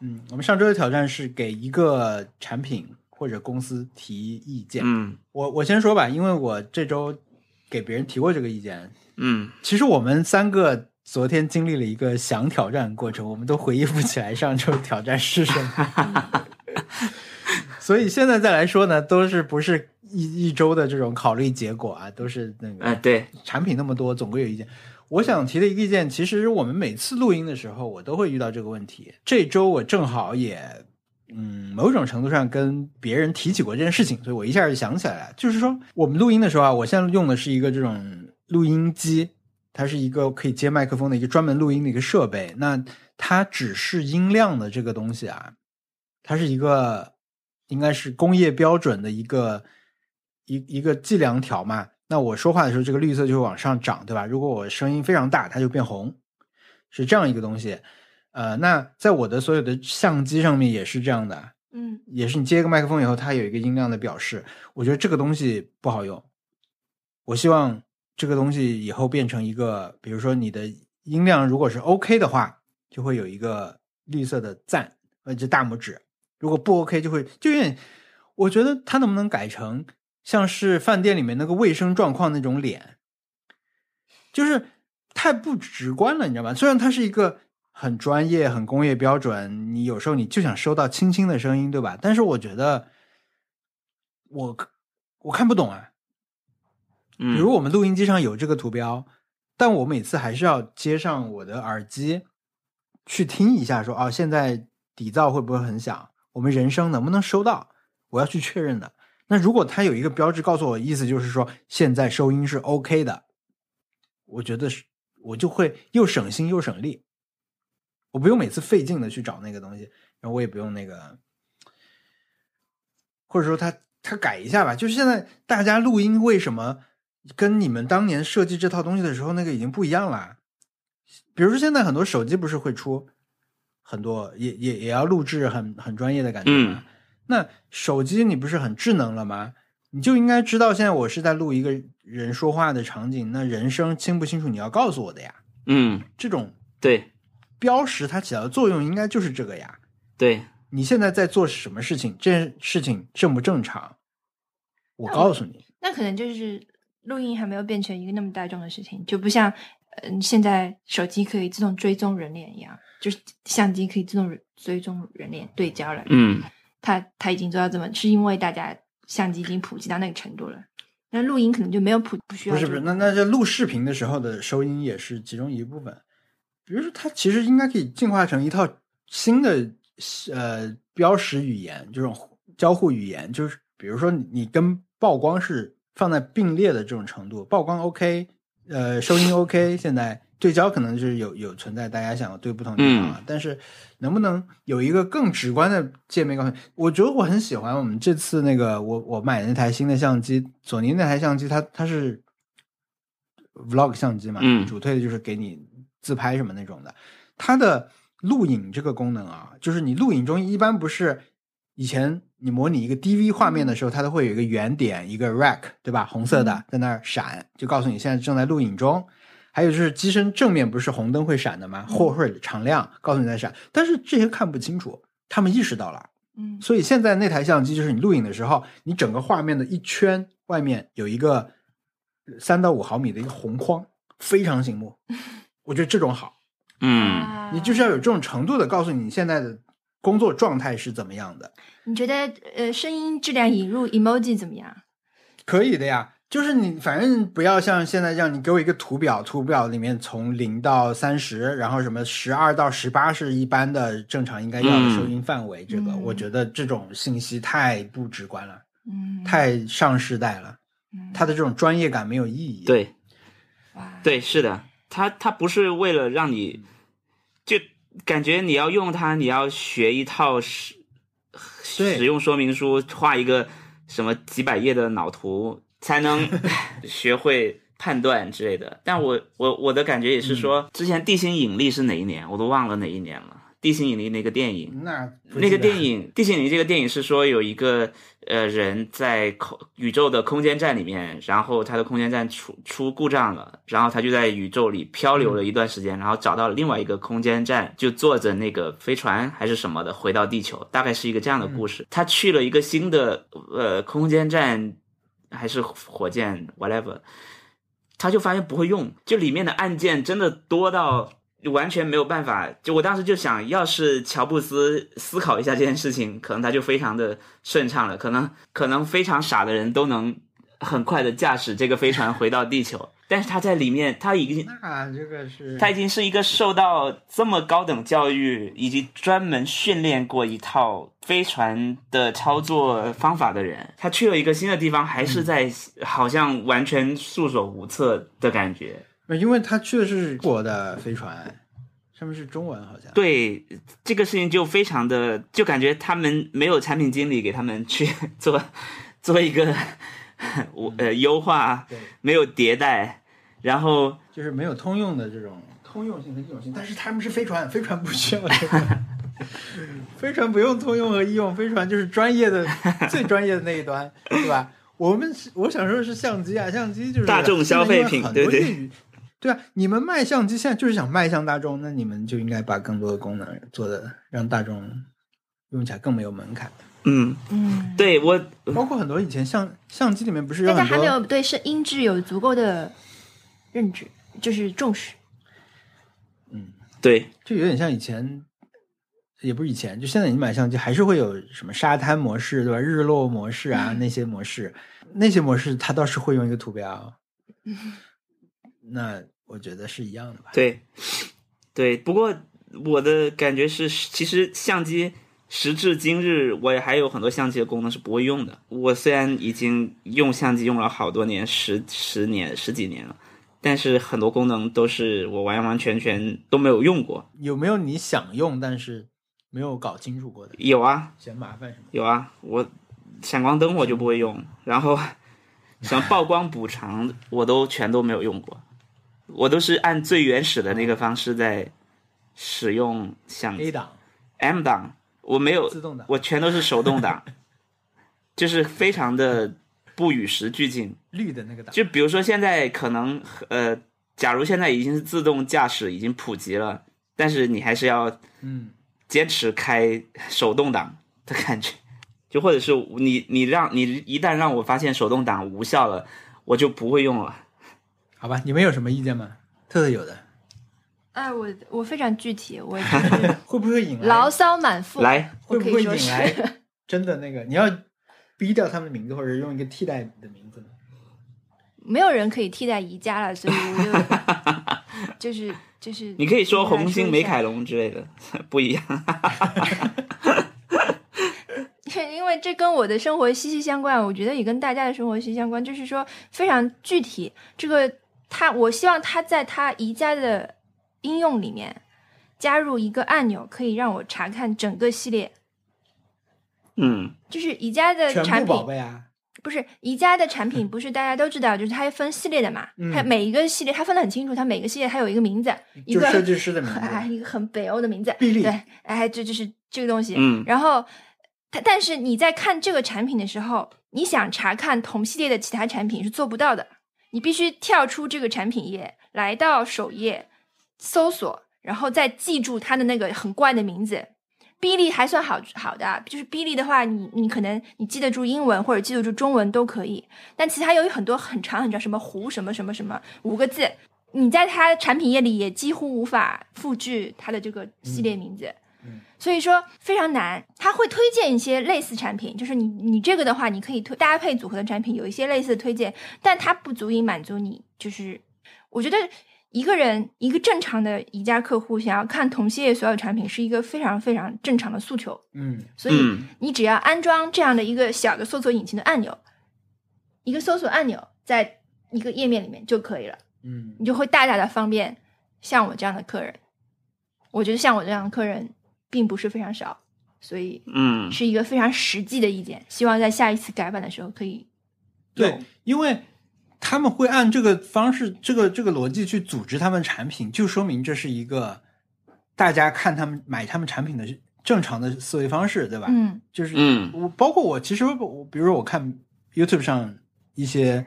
Speaker 3: 嗯，我们上周的挑战是给一个产品或者公司提意见。
Speaker 2: 嗯
Speaker 3: 我我先说吧，因为我这周给别人提过这个意见。
Speaker 2: 嗯，
Speaker 3: 其实我们三个昨天经历了一个想挑战的过程，我们都回忆不起来上周挑战是什么。所以现在再来说呢，都是不是一一周的这种考虑结果啊，都是那
Speaker 2: 哎、
Speaker 3: 个
Speaker 2: 对，
Speaker 3: 产品那么多，总归有意见。我想提的一个意见，其实我们每次录音的时候，我都会遇到这个问题。这周我正好也，嗯，某种程度上跟别人提起过这件事情，所以我一下就想起来了。就是说，我们录音的时候啊，我现在用的是一个这种录音机，它是一个可以接麦克风的一个专门录音的一个设备。那它只是音量的这个东西啊，它是一个应该是工业标准的一个一一个计量条嘛。那我说话的时候，这个绿色就会往上涨，对吧？如果我声音非常大，它就变红，是这样一个东西。呃，那在我的所有的相机上面也是这样的，
Speaker 1: 嗯，
Speaker 3: 也是你接一个麦克风以后，它有一个音量的表示。我觉得这个东西不好用，我希望这个东西以后变成一个，比如说你的音量如果是 OK 的话，就会有一个绿色的赞，呃，就大拇指。如果不 OK，就会就有点，我觉得它能不能改成像是饭店里面那个卫生状况那种脸，就是太不直观了，你知道吗？虽然它是一个很专业、很工业标准，你有时候你就想收到轻轻的声音，对吧？但是我觉得我我看不懂啊。
Speaker 2: 嗯，
Speaker 3: 比如我们录音机上有这个图标，但我每次还是要接上我的耳机去听一下说，哦，现在底噪会不会很响？我们人声能不能收到？我要去确认的。那如果它有一个标志告诉我，意思就是说现在收音是 OK 的，我觉得是，我就会又省心又省力，我不用每次费劲的去找那个东西，然后我也不用那个，或者说他他改一下吧。就是现在大家录音为什么跟你们当年设计这套东西的时候那个已经不一样了？比如说现在很多手机不是会出很多也也也要录制很很专业的感觉吗？
Speaker 2: 嗯
Speaker 3: 那手机你不是很智能了吗？你就应该知道现在我是在录一个人说话的场景，那人声清不清楚你要告诉我的呀。
Speaker 2: 嗯，
Speaker 3: 这种
Speaker 2: 对
Speaker 3: 标识它起到的作用应该就是这个呀。
Speaker 2: 对，
Speaker 3: 你现在在做什么事情，这件事情正不正常？我告诉你，
Speaker 1: 那可能就是录音还没有变成一个那么大众的事情，就不像嗯、现在手机可以自动追踪人脸一样，就是相机可以自动人追踪人脸对焦了。
Speaker 2: 嗯
Speaker 1: 它它已经做到这么，是因为大家相机已经普及到那个程度了。那录音可能就没有普不需要
Speaker 3: 不是
Speaker 1: 这
Speaker 3: 不
Speaker 1: 个、
Speaker 3: 是，那那这录视频的时候的收音也是其中一部分。比如说，它其实应该可以进化成一套新的呃标识语言，这种交互语言，就是比如说你你跟曝光是放在并列的这种程度，曝光 OK，呃，收音 OK，现在对焦可能就是有有存在大家想要对不同地方啊，但是能不能有一个更直观的界面告诉你？我觉得我很喜欢我们这次那个我我买的那台新的相机，索尼那台相机它，它是 vlog 相机嘛，
Speaker 2: 嗯
Speaker 3: 主推的就是给你自拍什么那种的，它的录影这个功能啊，就是你录影中一般不是以前你模拟一个 DV 画面的时候，它都会有一个圆点，一个 rack，对吧？红色的
Speaker 1: 嗯
Speaker 3: 在那儿闪，就告诉你现在正在录影中。还有就是机身正面不是红灯会闪的吗？或会常亮，告诉你在闪，但是这些看不清楚，他们意识到了，
Speaker 1: 嗯
Speaker 3: 所以现在那台相机就是你录影的时候，你整个画面的一圈外面有一个三到五毫米的一个红框，非常 醒目。我觉得这种好，
Speaker 2: 嗯，
Speaker 1: 啊
Speaker 3: 你就是要有这种程度的告诉你现在的工作状态是怎么样的，
Speaker 1: 你觉得呃声音质量引入 emoji 怎么样？
Speaker 3: 可以的呀。就是你反正不要像现在这样，你给我一个图表，图表里面从零到三十，然后什么十二到十八是一般的正常应该要的收音范围，这个
Speaker 1: 嗯
Speaker 3: 我觉得这种信息太不直观了，
Speaker 1: 嗯，
Speaker 3: 太上世代了，
Speaker 1: 嗯
Speaker 3: 它的这种专业感没有意义。，
Speaker 2: 对
Speaker 1: 哇
Speaker 2: 对，是的，它它不是为了让你，就感觉你要用它，你要学一套使
Speaker 3: 对
Speaker 2: 使用说明书，画一个什么几百页的脑图，才能学会判断之类的。但我我我的感觉也是说，之前《地心引力》是哪一年，我都忘了哪一年了，《地心引力》那个电影，
Speaker 3: 那不
Speaker 2: 那个
Speaker 3: 记得
Speaker 2: 电影《地心引力》这个电影是说有一个呃人在空宇宙的空间站里面，然后他的空间站出出故障了，然后他就在宇宙里漂流了一段时间，然后找到了另外一个空间站，就坐着那个飞船还是什么的回到地球，大概是一个这样的故
Speaker 3: 嗯
Speaker 2: 事。他去了一个新的呃空间站还是火箭 whatever，他就发现不会用，就里面的按键真的多到完全没有办法。就我当时就想，要是乔布斯思考一下这件事情，可能他就非常的顺畅了，可能可能非常傻的人都能很快的驾驶这个飞船回到地球。但是他在里面，他已经
Speaker 3: 那这个是
Speaker 2: 嗯他已经是一个受到这么高等教育以及专门训练过一套飞船的操作方法的人，他去了一个新的地方，还是在好像完全束手无策的感觉。
Speaker 3: 因为他去的是中国的飞船，上面是中文好像。
Speaker 2: 对这个事情就非常的，就感觉他们没有产品经理给他们去做做一个 我呃优化，
Speaker 3: 对，
Speaker 2: 没有迭代，然后
Speaker 3: 就是没有通用的这种通用性和易用性，但是他们是飞船，飞船不需要这个，飞船不用通用和医用，飞船就是专业的最专业的那一端，对吧？我们是我想说的是相机啊，相机就是
Speaker 2: 大众消费品
Speaker 3: 现在因为很多
Speaker 2: 对对
Speaker 3: 业余对啊，你们卖相机现在就是想卖向大众，那你们就应该把更多的功能做的让大众用起来更没有门槛。
Speaker 2: 嗯，
Speaker 1: 嗯，
Speaker 2: 对我
Speaker 3: 包括很多以前相相机里面不是有
Speaker 1: 大家
Speaker 3: 很
Speaker 1: 还没
Speaker 3: 多
Speaker 1: 有对声音质有足够的认知，就是重视。
Speaker 3: 嗯，
Speaker 2: 对
Speaker 3: 就有点像以前，也不是以前，就现在你买相机还是会有什么沙滩模式，对吧？日落模式啊，
Speaker 1: 嗯
Speaker 3: 那些模式，那些模式它倒是会用一个图标，
Speaker 1: 嗯
Speaker 3: 那我觉得是一样的吧。
Speaker 2: 对对，不过我的感觉是，其实相机时至今日，我也还有很多相机的功能是不会用的。我虽然已经用相机用了好多年，十十年十几年了，但是很多功能都是我完完全全都没有用过。
Speaker 3: 有没有你想用但是没有搞清楚过的，
Speaker 2: 有啊
Speaker 3: 嫌麻烦什么的？
Speaker 2: 有啊，我闪光灯我就不会用，然后什么曝光补偿我都全都没有用过，我都是按最原始的那个方式在使用相机
Speaker 3: A。档
Speaker 2: M 档，我没有
Speaker 3: 自动挡
Speaker 2: 我全都是手动挡，就是非常的不与时俱进。
Speaker 3: 绿的那个档，
Speaker 2: 就比如说现在可能呃，假如现在已经是自动驾驶已经普及了，但是你还是要
Speaker 3: 嗯，
Speaker 2: 坚持开手动挡的感觉，就或者是你你让你一旦让我发现手动挡无效了，我就不会用了。
Speaker 3: 好吧，你们有什么意见吗？特特有的，
Speaker 1: 哎，我我非常具体，我 就是
Speaker 3: 会不会引来
Speaker 1: 牢骚满腹，
Speaker 2: 来，
Speaker 1: 我
Speaker 3: 会
Speaker 1: 可
Speaker 3: 不
Speaker 1: 以
Speaker 3: 会引
Speaker 1: 说是
Speaker 3: 来真的那个？你要逼掉他们的名字，或者用一个替代的名字呢？
Speaker 1: 没有人可以替代宜家了，所以 我就就是就是
Speaker 2: 你可以说
Speaker 1: 跟大家
Speaker 2: 红星
Speaker 1: 一
Speaker 2: 美
Speaker 1: 下
Speaker 2: 凯龙之类的， 不一样。
Speaker 1: 因为这跟我的生活息息相关，我觉得也跟大家的生活息息相关，就是说非常具体。这个他，我希望他在他宜家的应用里面加入一个按钮，可以让我查看整个系列。
Speaker 2: 嗯，
Speaker 1: 就是宜家的
Speaker 3: 全
Speaker 1: 产
Speaker 3: 部宝
Speaker 1: 品，
Speaker 3: 贝啊，
Speaker 1: 不是宜家的产 品，不是大家都知道，就是它分系列的嘛。
Speaker 3: 嗯
Speaker 1: 它每一个系列，它分得很清楚，它每个系列它有一个名字，一
Speaker 3: 就
Speaker 1: 个
Speaker 3: 设计师的名
Speaker 1: 哎，
Speaker 3: 字，
Speaker 1: 一个很北欧的名字，
Speaker 3: 臂力
Speaker 1: 对，哎，这就是这个东西。
Speaker 2: 嗯
Speaker 1: 然后，但但是你在看这个产品的时候，你想查看同系列的其他产品是做不到的，你必须跳出这个产品页，来到首页搜索，然后再记住它的那个很怪的名字。比例还算好好的啊，就是比例的话，你你可能你记得住英文或者记得住中文都可以，但其他有很多很长很长，什么湖什么什么什么五个字，你在它的产品页里也几乎无法复制它的这个系列名字，所以说非常难。他会推荐一些类似产品，就是你你这个的话，你可以推搭配组合的产品有一些类似的推荐，但它不足以满足你。就是我觉得一个人一个正常的宜家客户想要看同系列所有产品是一个非常非常正常的诉求，
Speaker 3: 嗯，
Speaker 1: 所以
Speaker 2: 嗯
Speaker 1: 你只要安装这样的一个小的搜索引擎的按钮，一个搜索按钮在一个页面里面就可以了。
Speaker 3: 嗯
Speaker 1: 你就会大大的方便像我这样的客人。我觉得像我这样的客人并不是非常少，所以
Speaker 2: 嗯
Speaker 1: 是一个非常实际的意见。希望在下一次改版的时候可以
Speaker 3: 对，因为他们会按这个方式、这个这个逻辑去组织他们产品，就说明这是一个大家看他们买他们产品的正常的思维方式，对吧？
Speaker 1: 嗯
Speaker 3: 就是
Speaker 2: 嗯
Speaker 3: 我包括我，其实我比如我看 YouTube 上一些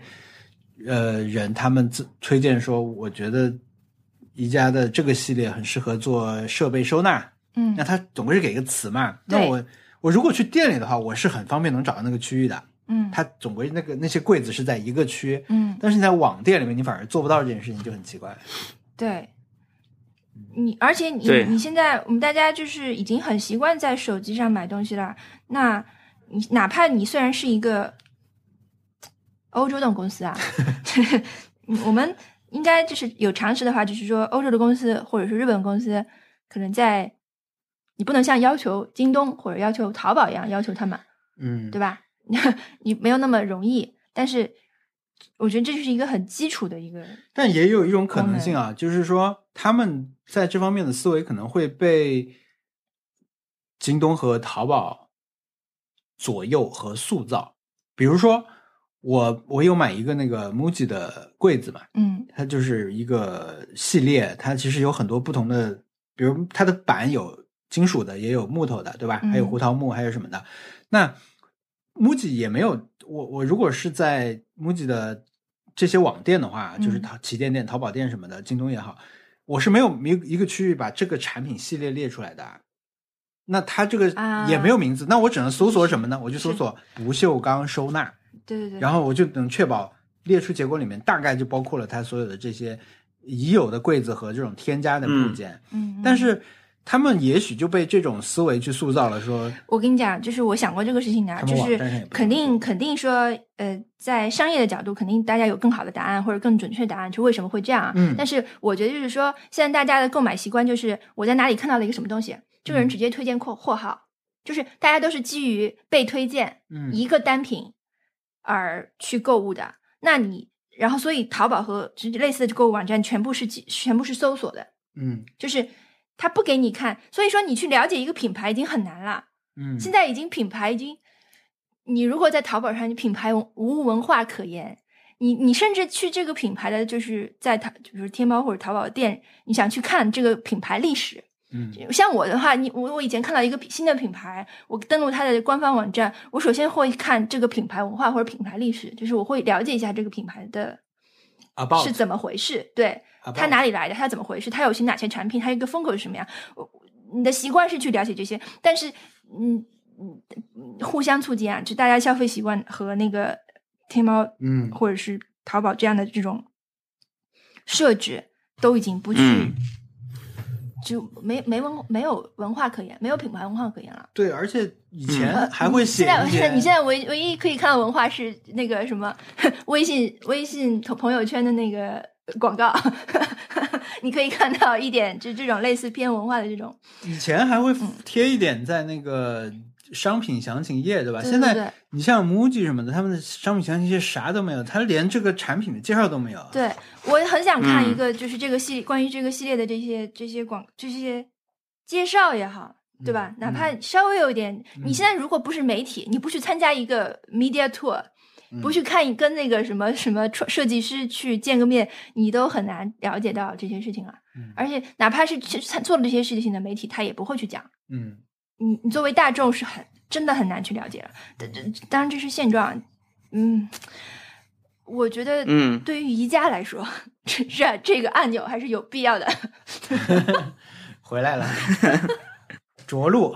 Speaker 3: 呃人，他们自推荐说，我觉得宜家的这个系列很适合做设备收纳，
Speaker 1: 嗯
Speaker 3: 那他总归是给个词嘛。那
Speaker 1: 对
Speaker 3: 我我如果去店里的话，我是很方便能找到那个区域的，
Speaker 1: 嗯
Speaker 3: 它总归那个那些柜子是在一个区。
Speaker 1: 嗯，
Speaker 3: 但是你在网店里面，你反而做不到这件事情，就很奇怪。
Speaker 1: 对。你而且你
Speaker 2: 对
Speaker 1: 你现在我们大家就是已经很习惯在手机上买东西了，那你哪怕你虽然是一个欧洲的公司 啊，嗯我们应该就是有常识的话，就是说欧洲的公司或者是日本公司，可能在你不能像要求京东或者要求淘宝一样要求他们，
Speaker 3: 嗯，
Speaker 1: 对吧？ 你没有那么容易，但是我觉得这就是一个很基础的一个，
Speaker 3: 但也有一种可能性啊，就是说他们在这方面的思维可能会被京东和淘宝左右和塑造。比如说，我我有买一个那个 MUJI 的柜子嘛，
Speaker 1: 嗯
Speaker 3: 它就是一个系列，它其实有很多不同的，比如它的板有金属的，也有木头的，对吧？
Speaker 1: 嗯
Speaker 3: 还有胡桃木，还有什么的。那 MUJI 也没有，我我如果是在 MUJI 的这些网店的话，
Speaker 1: 嗯
Speaker 3: 就是淘旗舰店、淘宝店什么的，京东也好，我是没有一一个区域把这个产品系列列出来的啊。那它这个
Speaker 1: 啊
Speaker 3: 也没有名字，那我只能搜索什么呢？我就搜索不锈钢收纳。
Speaker 1: 对对对，
Speaker 3: 然后我就能确保列出结果里面大概就包括了它所有的这些已有的柜子和这种添加的部件，
Speaker 1: 嗯，
Speaker 3: 但
Speaker 1: 嗯
Speaker 3: 是他们也许就被这种思维去塑造了说，
Speaker 1: 我跟你讲，就是我想过这个事情的啊，
Speaker 3: 他
Speaker 1: 就
Speaker 3: 们网
Speaker 1: 是
Speaker 3: 站上也不
Speaker 1: 肯
Speaker 3: 能
Speaker 1: 定肯定说，呃，在商业的角度，肯定大家有更好的答案或者更准确的答案，就为什么会这样啊。
Speaker 3: 嗯
Speaker 1: 但是我觉得就是说，现在大家的购买习惯就是我在哪里看到了一个什么东西，这个人
Speaker 3: 嗯
Speaker 1: 直接推荐货货号，就是大家都是基于被推荐
Speaker 3: 嗯
Speaker 1: 一个单品而去购物的。那你然后所以淘宝和就是类似的购物网站全部是基全部是搜索的，
Speaker 3: 嗯
Speaker 1: 就是它不给你看，所以说你去了解一个品牌已经很难了。
Speaker 3: 嗯，
Speaker 1: 现在已经品牌已经，你如果在淘宝上，你品牌无无文化可言。你你甚至去这个品牌的，就是在淘，就是天猫或者淘宝店，你想去看这个品牌历史。
Speaker 3: 嗯
Speaker 1: 像我的话，你我我以前看到一个品新的品牌，我登录它的官方网站，我首先会看这个品牌文化或者品牌历史，就是我会了解一下这个品牌的
Speaker 3: about
Speaker 1: 是怎么回事。对，它哪里来的，它怎么回事，它有些哪些产品，它一个风口是什么样。我我你的习惯是去了解这些，但是嗯嗯嗯互相促进啊，就大家消费习惯和那个天猫
Speaker 3: 嗯
Speaker 1: 或者是淘宝这样的这种设置都已经不去，
Speaker 2: 嗯
Speaker 1: 就没没文没有文化可言，没有品牌文化可言了。
Speaker 3: 对，而且以
Speaker 1: 呃
Speaker 3: 前还会写
Speaker 1: 现在
Speaker 3: 一
Speaker 1: 现在
Speaker 3: 些，
Speaker 1: 你现在唯唯一可以看到文化是那个什么 微信微信朋朋友圈的那个广告， 你可以看到一点就这种类似偏文化的这种，
Speaker 3: 以前还会贴一点在那个商品详情页，对吧？
Speaker 1: 对
Speaker 3: 现
Speaker 1: 对对
Speaker 3: 在你像 MUJI 什么的，他们的商品详情页啥都没有，他连这个产品的介绍都没有。，
Speaker 1: 对我很想看
Speaker 3: 嗯
Speaker 1: 一个就是这个系关于这个系列的这些这些广这些介绍也好。对吧？
Speaker 3: 嗯
Speaker 1: 哪怕稍微有一点，你
Speaker 3: 嗯
Speaker 1: 现在如果不是媒体，你不去参加一个 media tour，不
Speaker 3: 嗯
Speaker 1: 去看跟那个什么什么创设计师去见个面，你都很难了解到这些事情了。
Speaker 3: 嗯
Speaker 1: 而且哪怕是去参做了这些事情的媒体，他也不会去讲。
Speaker 3: 嗯。
Speaker 1: 你你作为大众是很真的很难去了解了。但这当然这是现状。嗯，我觉得
Speaker 2: 嗯，
Speaker 1: 对于宜家来说，这这这个按钮还是有必要的。
Speaker 3: 回来了，着陆。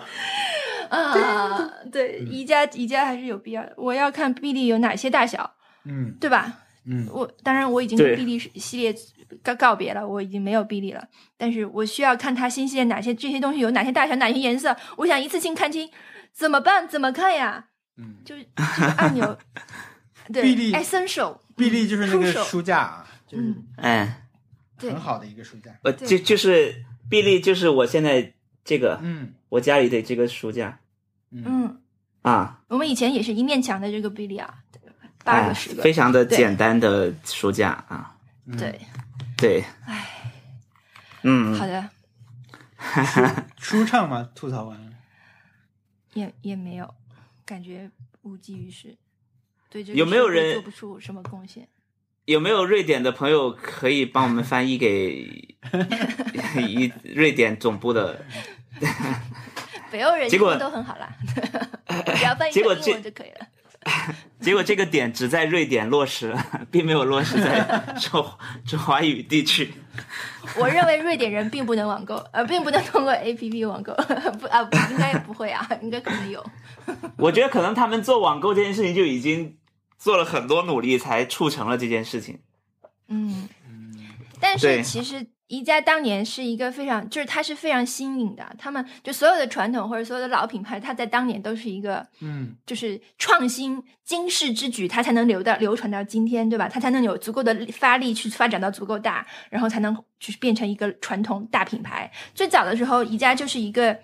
Speaker 1: 啊，对，宜家宜家还是有必要的。我要看比例有哪些大小，
Speaker 3: 嗯
Speaker 1: 对吧？
Speaker 3: 嗯
Speaker 1: 我当然我已经
Speaker 2: 对
Speaker 1: 跟 BD 系列告告别了，我已经没有 BD 了。但是我需要看它新系列哪些这些东西有哪些大小哪些颜色，我想一次性看清，怎么办？怎么看呀？
Speaker 3: 嗯，
Speaker 1: 就是这个按钮，对
Speaker 3: BD
Speaker 1: ，essential，
Speaker 3: 臂力就是那个
Speaker 1: 嗯出手
Speaker 3: 书架啊，就是
Speaker 1: 嗯，
Speaker 2: 哎，
Speaker 1: 对
Speaker 3: 很好的一个书架。
Speaker 2: 我
Speaker 1: 对
Speaker 2: 呃就就是臂力，就是我现在这个
Speaker 3: 嗯
Speaker 2: 我家里的这个书架
Speaker 3: 嗯
Speaker 1: 嗯，
Speaker 2: 啊，
Speaker 1: 我们以前也是一面墙的这个比例啊，八
Speaker 2: 哎
Speaker 1: 个十个
Speaker 2: 非，常的
Speaker 1: 对
Speaker 2: 简单的书架啊，
Speaker 3: 嗯，
Speaker 1: 对，
Speaker 2: 对，
Speaker 1: 唉，
Speaker 2: 嗯
Speaker 1: 好，的，
Speaker 3: 舒畅吗？吐槽完了，
Speaker 1: 也也没有，感觉无济于事，对这个
Speaker 2: 有没有
Speaker 1: 社会
Speaker 2: 人
Speaker 1: 做不出什么贡献？
Speaker 2: 有没有瑞典的朋友可以帮我们翻 译给一瑞典总部的？
Speaker 1: 北欧人
Speaker 2: 结
Speaker 1: 英
Speaker 2: 果
Speaker 1: 文都很好啦， 只要翻译
Speaker 2: 结
Speaker 1: 成
Speaker 2: 果
Speaker 1: 英
Speaker 2: 这
Speaker 1: 文就可以了。
Speaker 2: 结果这个点只在瑞典落实，并没有落实 在中中华语地区。
Speaker 1: 我认为瑞典人并不能网购， 呃，并不能通过 APP 网购， 不啊，不应该不会啊， 应该可能有。
Speaker 2: 我觉得可能他们做网购这件事情就已经做了很多努力，才促成了这件事情。
Speaker 1: 嗯，但是
Speaker 2: 对
Speaker 1: 其实宜家当年是一个非常，就是它是非常新颖的，啊他们就所有的传统或者所有的老品牌，它在当年都是一个
Speaker 3: 嗯
Speaker 1: 就是创新经世之举，它才能流到流传到今天，对吧？它才能有足够的力发力去发展到足够大，然后才能就是变成一个传统大品牌。最早的时候，宜家就是一个，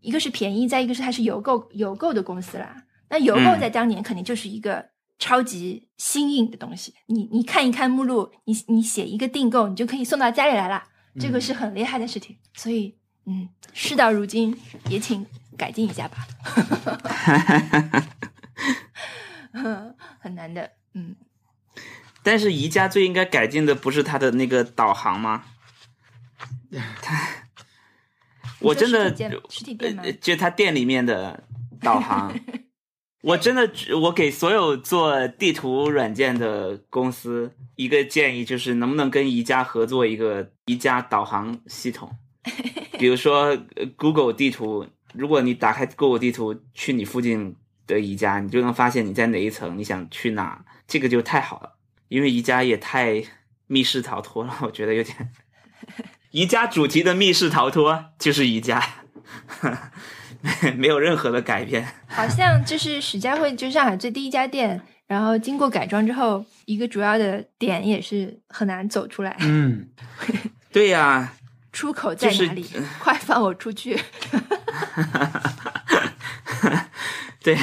Speaker 1: 一个是便宜，再一个是它是邮购邮购的公司啦。那邮购
Speaker 2: 嗯
Speaker 1: 在当年肯定就是一个超级新颖的东西，你你看一看目录，你你写一个订购，你就可以送到家里来啦，这
Speaker 2: 嗯
Speaker 1: 个是很厉害的事情。所以，嗯，事到如今，也请改进一下吧。 嗯，很难的。嗯，
Speaker 2: 但是宜家最应该改进的不是它的那个导航吗？它，我
Speaker 1: 你说
Speaker 2: 真的
Speaker 1: 实体店实体店吗
Speaker 2: 呃？就他店里面的 导航，我真的我给所有做地图软件的公司一个建议，就是能不能跟宜家合作一个宜家导航 系统，比如说呃 Google 地图，如果你打开 Google 地图去你附近的宜家，你就能发现你在哪一层，你想去哪，这个就太好了，因为宜家也太密室逃脱了，我觉得有点。宜家主题的密室逃脱就是宜家。 没没有任何的改变。
Speaker 1: 好像就是史家汇，就是上海最第一家店，然后经过改装之后，一个主要的点也是很难走出来，
Speaker 3: 嗯，
Speaker 2: 对呀、
Speaker 1: 出口在
Speaker 2: 就是
Speaker 1: 哪里？快放我出去！
Speaker 2: 对，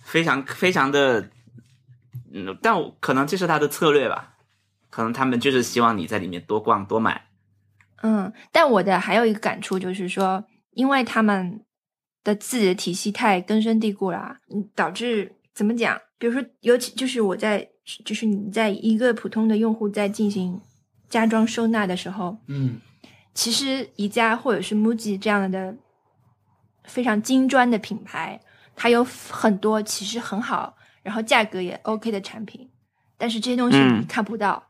Speaker 2: 非常非常的，嗯，但我可能这是他的策略吧，可能他们就是希望你在里面多逛多买。
Speaker 1: 嗯，但我的还有一个感触就是说，因为他们的自己的体系太根深蒂固了啊，嗯导致怎么讲？比如说，尤其就是我在，就是你在一个普通的用户在进行家装收纳的时候，
Speaker 3: 嗯
Speaker 1: 其实宜家或者是 MUJI 这样的非常精专的品牌，它有很多其实很好，然后价格也 OK 的产品，但是这些东西
Speaker 2: 嗯
Speaker 1: 你看不到，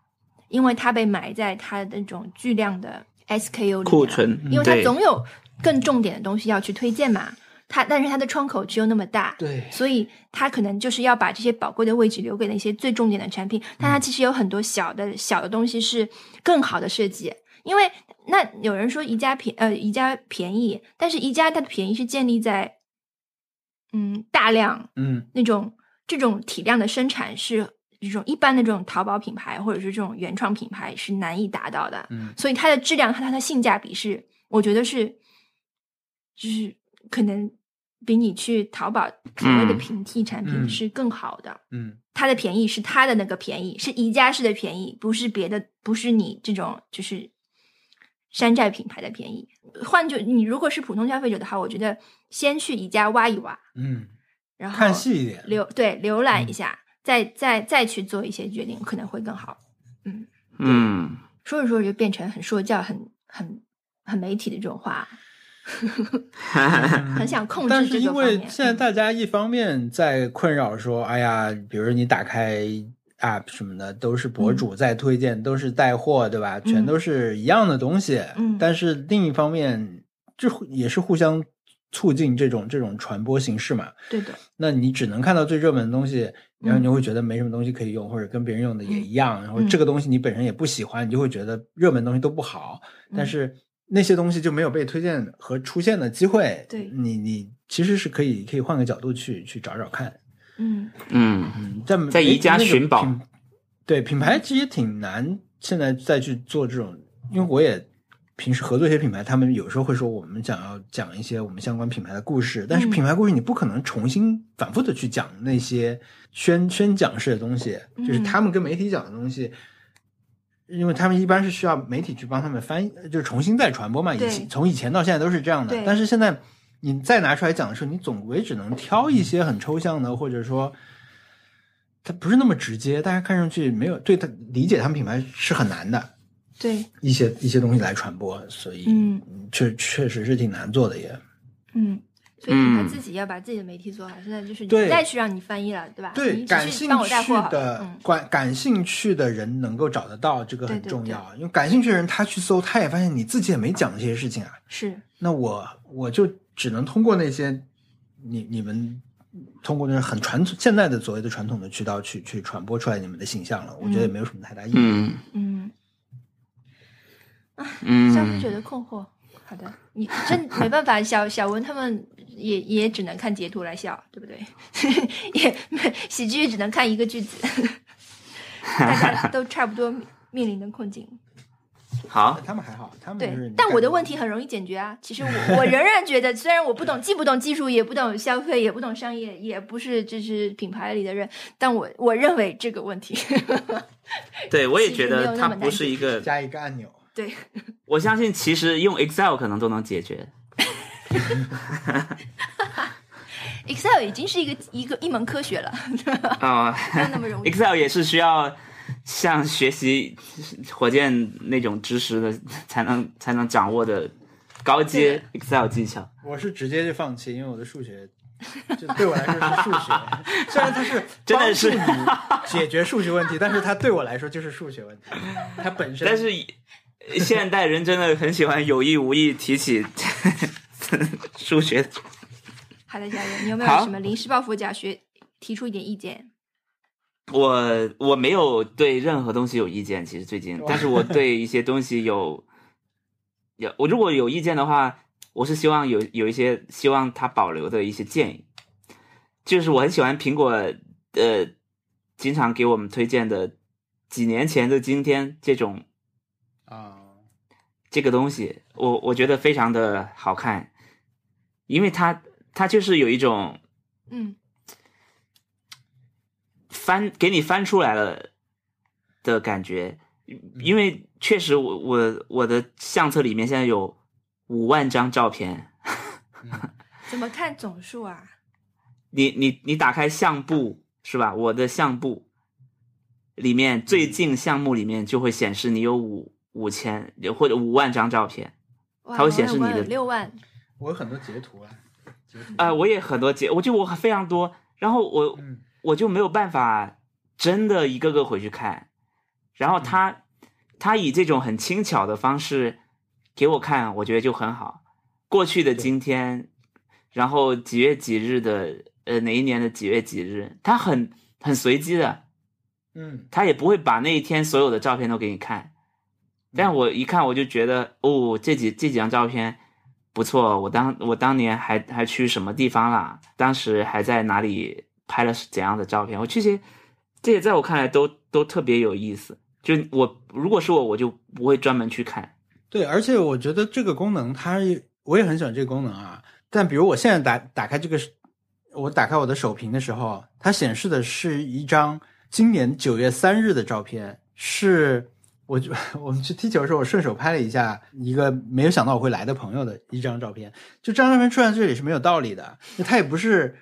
Speaker 1: 因为它被埋在它那种巨量的 SKU 里
Speaker 2: 库
Speaker 1: 面
Speaker 2: 存，
Speaker 1: 因为它
Speaker 2: 对
Speaker 1: 总有更重点的东西要去推荐嘛。它但是它的窗口只有那么大，
Speaker 3: 对，
Speaker 1: 所以它可能就是要把这些宝贵的位置留给那些最重点的产品，但它其实有很多小的小的东西是更好的设计。因为那有人说宜家便呃宜家便宜，但是宜家它的便宜是建立在嗯大量
Speaker 3: 嗯
Speaker 1: 那种这种体量的生产是一种一般的这种淘宝品牌或者是这种原创品牌是难以达到的，
Speaker 3: 嗯
Speaker 1: 所以它的质量和它的性价比是，我觉得是，就是可能比你去淘宝所谓的
Speaker 2: 嗯
Speaker 1: 平替产品
Speaker 3: 嗯
Speaker 1: 是更好的。
Speaker 3: 嗯
Speaker 1: 它的便宜是它的那个便宜，是宜家式的便宜，不是别的，不是你这种就是山寨品牌的便宜。换句，你如果是普通消费者的话，我觉得先去宜家挖一挖，
Speaker 3: 嗯，
Speaker 1: 然后
Speaker 3: 看细嗯一点。
Speaker 1: 浏对浏览一下，再再再去做一些决定，可能会更好。
Speaker 2: 嗯，
Speaker 1: 说着说着就变成很说教、很很很媒体的这种话，
Speaker 3: 嗯
Speaker 1: 很想控
Speaker 3: 但
Speaker 1: 制
Speaker 3: 是
Speaker 1: 这个
Speaker 3: 因
Speaker 1: 方
Speaker 3: 为
Speaker 1: 面。嗯
Speaker 3: 现在大家一方面在困扰说，哎呀，比如你打开 app 什么的，都是
Speaker 1: 嗯
Speaker 3: 博主在推荐，都是带货，对吧？全都是一样的东西。
Speaker 1: 嗯
Speaker 3: 但是另一方面，这也是互相促进这种这种传播形式嘛。
Speaker 1: 对的，
Speaker 3: 那你只能看到最热门的东西，然后你会觉得没什么东西可以用，或者跟别人用的也一样，然后这个东西你本身也不喜欢，你就会觉得热门东西都不好，但是那些东西就没有被推荐和出现的机会。
Speaker 1: 对
Speaker 3: 你你其实是可以可以换个角度去去找找看。
Speaker 1: 嗯
Speaker 2: 嗯，
Speaker 3: 嗯，但
Speaker 2: 在宜家
Speaker 3: 那个
Speaker 2: 寻宝
Speaker 3: 品对品牌其实也挺难，现在再去做这种，因为我也平时合作一些品牌，他们有时候会说我们想要讲一些我们相关品牌的故事，但是
Speaker 1: 嗯
Speaker 3: 品牌故事你不可能重新反复的去讲那些宣宣讲式的东西，就是
Speaker 1: 嗯
Speaker 3: 他们跟媒体讲的东西。因为他们一般是需要媒体去帮他们翻译，就是重新再传播嘛。以
Speaker 1: 对
Speaker 3: 前从以前到现在都是这样的
Speaker 1: 对，
Speaker 3: 但是现在你再拿出来讲的时候，你总归只能挑一些很抽象的，或者说它不是那么直接，大家看上去没有对它理解他们品牌是很难的
Speaker 1: 对，
Speaker 3: 一些一些东西来传播，所以
Speaker 1: 嗯
Speaker 3: 确确实是挺难做的也。
Speaker 1: 嗯。所以品牌
Speaker 2: 嗯
Speaker 1: 自己要把自己的媒体做好，现在就是你
Speaker 3: 对
Speaker 1: 不再去让你翻译了，对吧？
Speaker 3: 对
Speaker 1: 你，
Speaker 3: 感
Speaker 1: 只是
Speaker 3: 兴
Speaker 1: 帮我带
Speaker 3: 趣
Speaker 1: 货好了。
Speaker 3: 的
Speaker 1: 嗯，
Speaker 3: 感感兴趣的人能够找得到，这个很
Speaker 1: 对对
Speaker 3: 重
Speaker 1: 对
Speaker 3: 要。因为感兴趣的人他去搜，他也发现你自己也没讲这些事情啊。
Speaker 1: 是，
Speaker 3: 那我我就只能通过那些你你们通过那很传统现在的所谓的传统的渠道去去传播出来你们的形象了，我觉得也没有什么太大意义。
Speaker 2: 嗯
Speaker 1: 嗯，消费
Speaker 2: 嗯
Speaker 1: 者的困惑。好的，你真没办法，小小文他们也也只能看截图来笑，对不 对？也喜剧只能看一个句子， 大家都差不多面临的困境。
Speaker 2: 好，
Speaker 3: 他们还好，他们
Speaker 1: 对
Speaker 3: 嗯就是，
Speaker 1: 但我的问
Speaker 3: 题
Speaker 1: 题很容易解决啊。其实我我仍然觉得，虽然我不 懂，既不懂技术，也不懂消费，也不懂商业，也不是就是品牌里的人，但我我认为这个问题，
Speaker 2: 对我也
Speaker 1: 其
Speaker 2: 觉
Speaker 1: 实没有
Speaker 2: 得
Speaker 1: 那
Speaker 2: 它
Speaker 1: 么
Speaker 2: 不
Speaker 1: 难
Speaker 2: 是一个，
Speaker 3: 加一个按钮，
Speaker 1: 对，
Speaker 2: 我相信其实用 Excel 可能都能解决。
Speaker 1: Excel 已经是一个一个一门科学了，
Speaker 2: 啊、
Speaker 1: 没有那么 容易。
Speaker 2: Excel 也是需要像学习火箭那种知识的才能才能掌握的高阶 Excel 技巧。
Speaker 3: 我是直接就放弃，因为我的数学。就对我来说是数学，虽然它是
Speaker 2: 真的是
Speaker 3: 帮助你解决数学问题，但是它对我来说就是数学问题，它本身
Speaker 2: 但是现代人真的很喜欢有意无意提起 数学。
Speaker 1: 好的，小文，你有没有
Speaker 2: 好
Speaker 1: 什么临时抱佛脚学提出一点意见？
Speaker 2: 我我没有对任何东西有意见，其实最近
Speaker 3: 哇，
Speaker 2: 但是我对一些东西有有我如果有意见的话，我是希望有有一些希望他保留的一些建议，就是我很喜欢苹果呃经常给我们推荐的几年前的今天这种
Speaker 3: 啊，
Speaker 2: 这个东西，我我觉得非常的好看，因为它它就是有一种
Speaker 1: 嗯
Speaker 2: 翻给你翻出来了的感觉，因为确实我我我的相册里面现在有五万张照片，
Speaker 1: 怎么看总数啊？
Speaker 2: 你你你打开相簿是吧？我的相簿里面最近项目里面就会显示你有五五千或者五万张照片，
Speaker 1: 哇，
Speaker 2: 它会显示你的
Speaker 1: 六万，
Speaker 3: 我有很多截图啊，截图
Speaker 2: 啊、我也很多截，我就我非常多，然后我
Speaker 3: 嗯
Speaker 2: 我就没有办法真的一个个回去看。然后他他以这种很轻巧的方式给我看，我觉得就很好。过去的今天，然后几月几日的呃哪一年的几月几日，他很很随机的，
Speaker 3: 嗯，
Speaker 2: 他也不会把那一天所有的照片都给你看。但我一看我就觉得，哦，这几这几张照片不错，我当我当年还还去什么地方啦？当时还在哪里拍了怎样的照片？我这些这些在我看来都都特别有意思。就我如果是我，我就不会专门去看。
Speaker 3: 对，而且我觉得这个功能它也，我也很喜欢这个功能啊。但比如我现在打打开这个，我打开我的首屏的时候，它显示的是一张今年九月三日的照片，是我就我们去踢球的时候，我顺手拍了一下一个没有想到我会来的朋友的一张照片。就这张照片出现在这里是没有道理的，就它也不是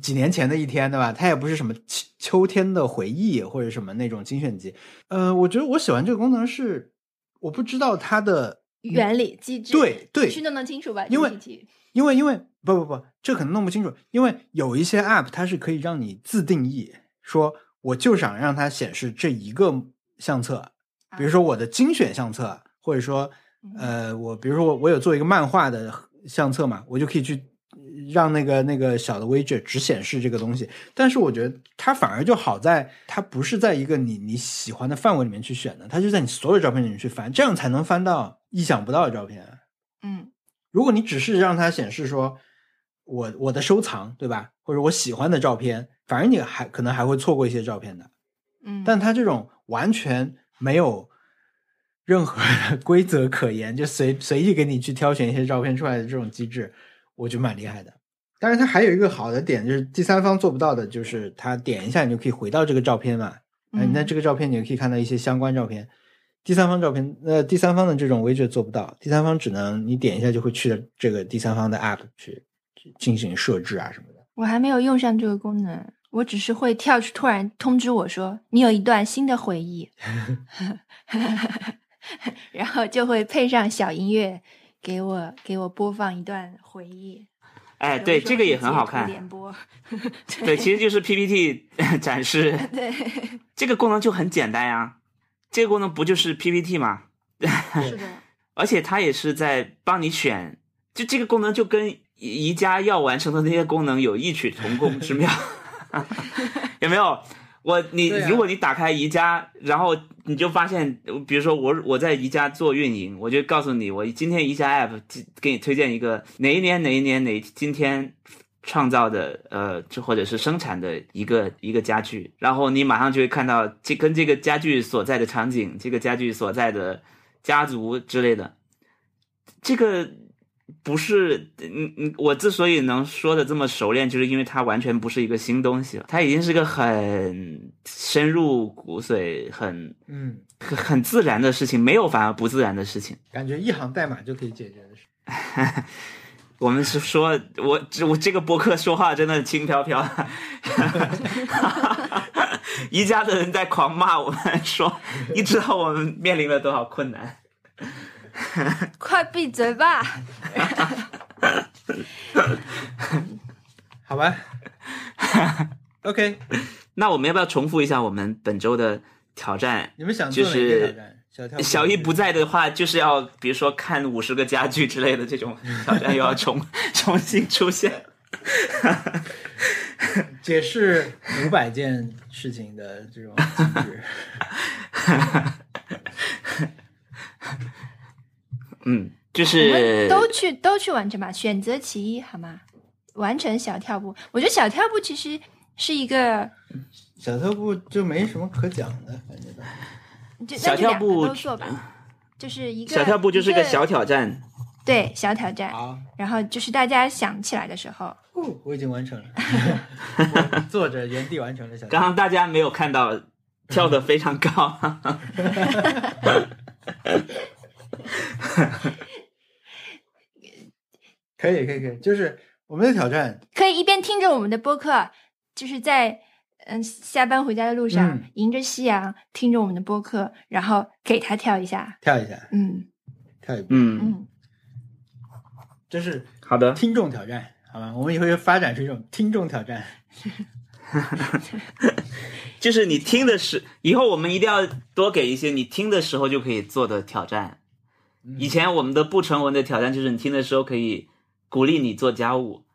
Speaker 3: 几年前的一天，对吧？它也不是什么秋秋天的回忆或者什么那种精选集。呃，我觉得我喜欢这个功能是，我不知道它的
Speaker 1: 原理机制，
Speaker 3: 对对
Speaker 1: 去弄弄清楚吧。
Speaker 3: 因为
Speaker 1: 这个题
Speaker 3: 因为因为不不不，这可能弄不清楚，因为有一些 app 它是可以让你自定义，说我就想让它显示这一个相册，比如说我的精选相册，或者说呃，我比如说我我有做一个漫画的相册嘛，我就可以去让那个那个小的 widget 只显示这个东西。但是我觉得它反而就好在，它不是在一个你你喜欢的范围里面去选的，它就在你所有照片里面去翻，这样才能翻到意想不到的照片。
Speaker 1: 嗯
Speaker 3: 如果你只是让它显示说我我的收藏，对吧？或者我喜欢的照片，反而你还可能还会错过一些照片的。
Speaker 1: 嗯，
Speaker 3: 但它这种完全没有任何的规则可言，就随随意给你去挑选一些照片出来的这种机制，我觉得蛮厉害的。当然，它还有一个好的点，就是第三方做不到的，就是它点一下你就可以回到这个照片嘛。哎，那这
Speaker 1: 个
Speaker 3: 个照片你就可以看到一些相关照片。第三方照片，呃，第三方的这种 widget 做不到，第三方只能你点一下就会去的这个第三方的 app 去去进行设置啊什么的。
Speaker 1: 我还没有用上这个功能，我只是会跳出突然通知我说你有一段新的回 忆，然后就会配上小音乐给我给我播放一段回忆。
Speaker 2: 哎，
Speaker 1: 比如
Speaker 2: 对，
Speaker 1: 说
Speaker 2: 这个也
Speaker 1: 是
Speaker 2: 很好
Speaker 1: 截图
Speaker 2: 看。
Speaker 1: 联播，
Speaker 2: 对，其实就是 PPT 展示
Speaker 1: 对，
Speaker 2: 这个功能就很简单呀。这个功能不就是 PPT 吗？
Speaker 1: 是的，
Speaker 2: 而且它也是在帮你选，就这个功能就跟宜宜家要完成的那些功能有异曲同工之 妙，有没有？我你、
Speaker 3: 对啊
Speaker 2: 如果你打开宜家，然后你就发现，比如说我我在宜家做运营，我就告诉你，我今天宜家 app 给给你推荐一个哪一年哪一年哪今天创造的呃，就或者是生产的一个一个家具，然后你马上就会看到这跟这个家具所在的场景，这个家具所在的家族之类的，这个不是，嗯嗯，我之所以能说的这么熟练，就是因为它完全不是一个新东西了，它已经是个很深入骨髓、很
Speaker 3: 嗯，
Speaker 2: 很很自然的事情，没有反而不自然的事情。
Speaker 3: 感觉一行代码就可以解决的事。
Speaker 2: 我们是说，我这我这个博客说话真的轻飘飘的， 宜家的人在狂骂我们说，你知道我们面临了多少困难。
Speaker 1: 快闭嘴吧！
Speaker 3: 好 吧，OK，
Speaker 2: 那我们要不要重复一下我们本周的挑战？
Speaker 3: 你们想做哪个挑战？小跳
Speaker 2: 小易不在的话，就是要比如说看五十个家具之类的这种挑战，又要 重重新出现。
Speaker 3: 解释五百件事情的这种机制，
Speaker 2: 嗯，就
Speaker 1: 我们
Speaker 2: 是
Speaker 1: 都去都去完成吧，选择其一好吗？完成小跳步，我觉得小跳步其实是一个，
Speaker 3: 小跳步就没什么可讲的，反正都
Speaker 1: 就
Speaker 2: 小跳
Speaker 1: 那就
Speaker 2: 步
Speaker 1: 两个都做吧，就是一个
Speaker 2: 小跳步，就是
Speaker 1: 一
Speaker 2: 个
Speaker 1: 个
Speaker 2: 小哦挑战。
Speaker 1: 对小挑战，
Speaker 3: 好。
Speaker 1: 然后就是大家想起来的时候，
Speaker 3: 哦我已经完成 了，我坐着原地完成了小跳
Speaker 2: 刚刚大家没有看到，跳得非常高。
Speaker 3: 步，可以可以可以，就是我们的挑战
Speaker 1: 可以一边听着我们的播客，就是在嗯下班回家的路上，
Speaker 3: 嗯
Speaker 1: 迎着夕阳听着我们的播客，然后给他跳一下，
Speaker 3: 跳一下，
Speaker 1: 嗯
Speaker 3: 跳一步，
Speaker 2: 嗯，
Speaker 1: 嗯，
Speaker 3: 这是
Speaker 2: 好的，
Speaker 3: 听众挑战，好吧？我们以后就发展出一种听众挑战，
Speaker 2: 就是你听的时，以后我们一定要多给一些你听的时候就可以做的挑战。
Speaker 3: 嗯
Speaker 2: 以前我们的不成文的挑战就是你听的时候可以鼓励你做家务，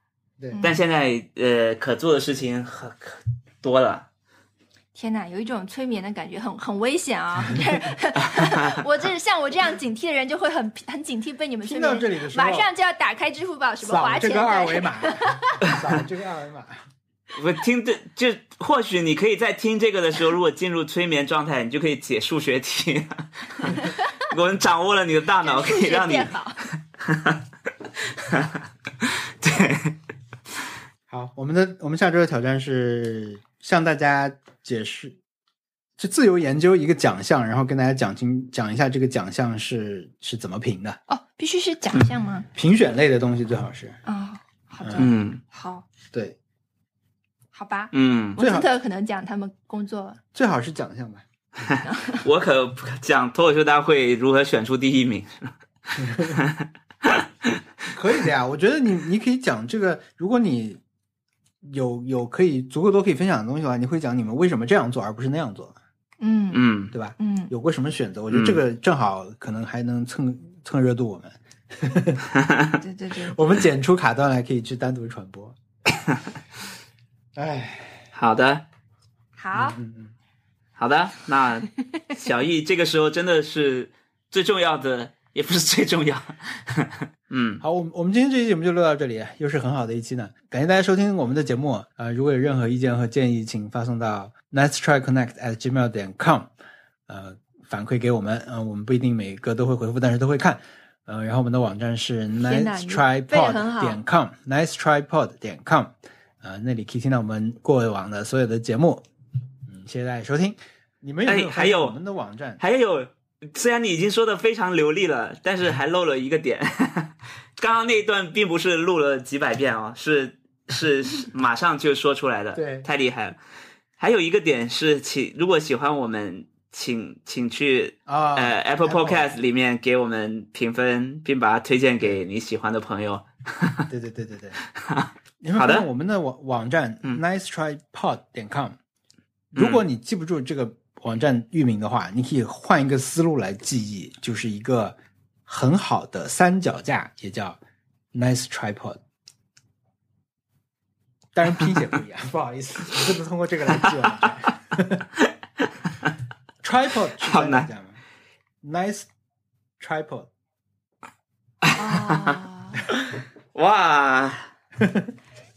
Speaker 3: 对，
Speaker 1: 嗯
Speaker 2: 但现在呃可做的事情很可多了。
Speaker 1: 天哪，有一种催眠的感觉，很很危险 啊！ 这我这像我这样警惕的人，就会很很警惕被你们催
Speaker 3: 听到这
Speaker 1: 眠。
Speaker 3: 里的时候，
Speaker 1: 马上就要打开支付宝，什么
Speaker 3: 扫
Speaker 1: 花
Speaker 3: 这
Speaker 1: 钱
Speaker 3: 个
Speaker 1: 的
Speaker 3: 二维 码，扫这个二维码，
Speaker 2: 我听这就或许你可以在听这个的时候，如果进入催眠状态，你就可以解数 学题。我们掌握了你的大脑，
Speaker 1: 让
Speaker 2: 可
Speaker 1: 数
Speaker 2: 以
Speaker 1: 学
Speaker 2: 让你
Speaker 1: 变好。
Speaker 2: 对
Speaker 3: 好，我们的我们下周的挑战是向大家解释，就自由研究一个奖项，然后跟大家讲清讲一下这个奖项是是怎么评的，
Speaker 1: 哦，必须是奖项吗？
Speaker 3: 评选类的东西最好是
Speaker 1: 啊、好的，
Speaker 2: 嗯
Speaker 1: 好，
Speaker 3: 对，
Speaker 1: 好吧。
Speaker 2: 嗯，
Speaker 1: 我
Speaker 3: 最好
Speaker 1: 斯特可能讲他们工作，
Speaker 3: 最好是奖项吧。
Speaker 2: 我可不讲脱口秀大会如何选出第一名。
Speaker 3: 可以的呀，我觉得你你可以讲这个，如果你有有可以足够多可以分享的东西的话，你会讲你们为什么这样做而不是那样做，
Speaker 1: 嗯
Speaker 2: 嗯，
Speaker 3: 对吧？
Speaker 1: 嗯，
Speaker 3: 有过什么选择？我觉得这个正好可能还能蹭蹭热度我们。
Speaker 1: 对对对，
Speaker 3: 我们剪出卡段来，可以去单独传播。哎，
Speaker 2: 好的，
Speaker 1: 好，
Speaker 3: 嗯嗯，
Speaker 2: 好的，那小易这个时候真的是最重要的，也不是最重要。嗯，
Speaker 3: 好，我们我们今天这期节目就录到这里，又是很好的一期呢。感谢大家收听我们的节目啊、呃如果有任何意见和建议，请发送到 nice try connect at gmail 点 com，呃，反馈给我们。嗯、我们不一定每个都会回复，但是都会看。呃，然后我们的网站是
Speaker 1: 天哪
Speaker 3: nice
Speaker 1: 你
Speaker 3: try
Speaker 1: 背得很
Speaker 3: pod
Speaker 1: 好
Speaker 3: 点 com，nice try pod 点 com，呃，那里可以听到我们过往的所有的节目。嗯，谢谢大家收听。你们有没有
Speaker 2: 哎
Speaker 3: 发
Speaker 2: 还
Speaker 3: 现
Speaker 2: 有
Speaker 3: 我们的网站？
Speaker 2: 还有，虽然你已经说的非常流利了，但
Speaker 3: 嗯
Speaker 2: 是还漏了一个点。 刚刚那一段并不是录了几百遍哦，是是 是马上就说出来的，
Speaker 3: 对
Speaker 2: 太厉害了。还有一个点是，请如果喜欢我们，请请去
Speaker 3: 啊、
Speaker 2: 呃 Apple Podcast 里面给我们评分，并把它推荐给你喜欢的朋友。
Speaker 3: 对对对 对对。你们
Speaker 2: 好的
Speaker 3: 看我们的网网站、
Speaker 2: 嗯
Speaker 3: nice try pod 点 com，如果你记不住这个网站域名的话，你可以换一个思路来记忆，就是一个很好的三脚架，也叫 nice tripod。当然拼写不一 样，不好意思，你不能通过这个来记网站。tripod 是
Speaker 2: 好
Speaker 3: 三脚
Speaker 2: 难
Speaker 3: 架吗？nice tripod
Speaker 1: 啊，
Speaker 2: 哇，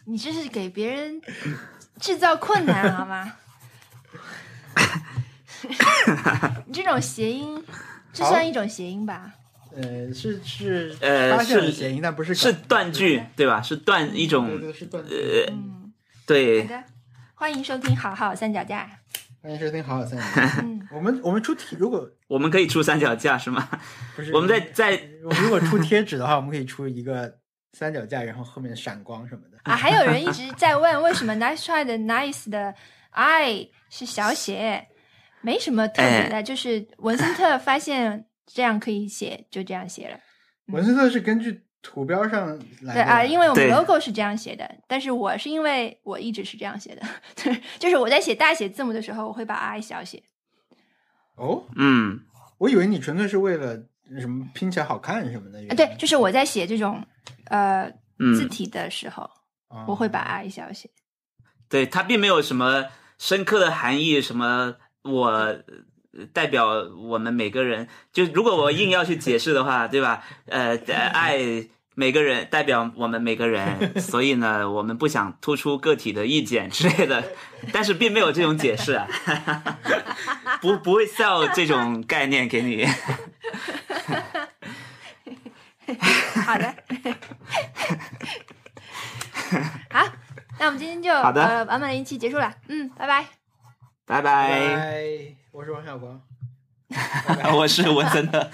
Speaker 1: 你这是给别人制造困难好吗？你这种谐音，这
Speaker 3: 好
Speaker 1: 算一种谐音吧？
Speaker 3: 呃，是是
Speaker 2: 呃
Speaker 3: 发现了
Speaker 2: 是
Speaker 3: 谐音，但不是
Speaker 2: 是
Speaker 3: 梗
Speaker 2: 断句对吧？是断一
Speaker 3: 对
Speaker 2: 种
Speaker 3: 对是断句
Speaker 2: 呃
Speaker 1: 嗯，好
Speaker 2: 对，
Speaker 1: 的，欢迎收听《好好三脚架
Speaker 3: 欢迎收听好好 三人。》。
Speaker 1: 嗯，
Speaker 3: 我们我们出题，如果
Speaker 2: 我们可以出三脚架是吗？
Speaker 3: 不是
Speaker 2: 我们在在
Speaker 3: 我们如果出贴纸的话，我们可以出一个三脚架，然后后面闪光什么的。
Speaker 1: 啊，还有人一直在问为什么 nice try 的 nice 的 i 是小写，没什么特别的，就是文森特发现这样可以写，就这样写了。嗯
Speaker 3: 文森特是根据图标上来
Speaker 1: 对
Speaker 3: 的
Speaker 1: 啊，因为我们
Speaker 2: 对
Speaker 1: logo 是这样写的，但是我是因为我一直是这样写的，对，就是我在写大写字母的时候，我会把 i 小写。
Speaker 3: 哦，
Speaker 2: 嗯，
Speaker 3: 我以为你纯粹是为了什么拼起来好看什么的原因。
Speaker 1: 啊，对，就是我在写这种呃
Speaker 2: 嗯
Speaker 1: 字体的时候，
Speaker 3: 啊
Speaker 1: 我会把 i 小写。
Speaker 2: 对，它并没有什么深刻的含义，什么我呃代表我们每个人，就如果我硬要去解释的话，对吧？呃，呃爱每个人代表我们每个 人，所以呢，我们不想突出个体的意见之类的，但是并没有这种解 释啊，不不会 sell 这种概念给你。
Speaker 1: 好的， 好，那我们今天就
Speaker 2: 好的
Speaker 1: 呃完美的一期结束了，嗯，拜拜。
Speaker 2: 拜
Speaker 3: 拜
Speaker 2: 拜，
Speaker 3: 哎 拜，我是王小光。
Speaker 2: 我是文森特。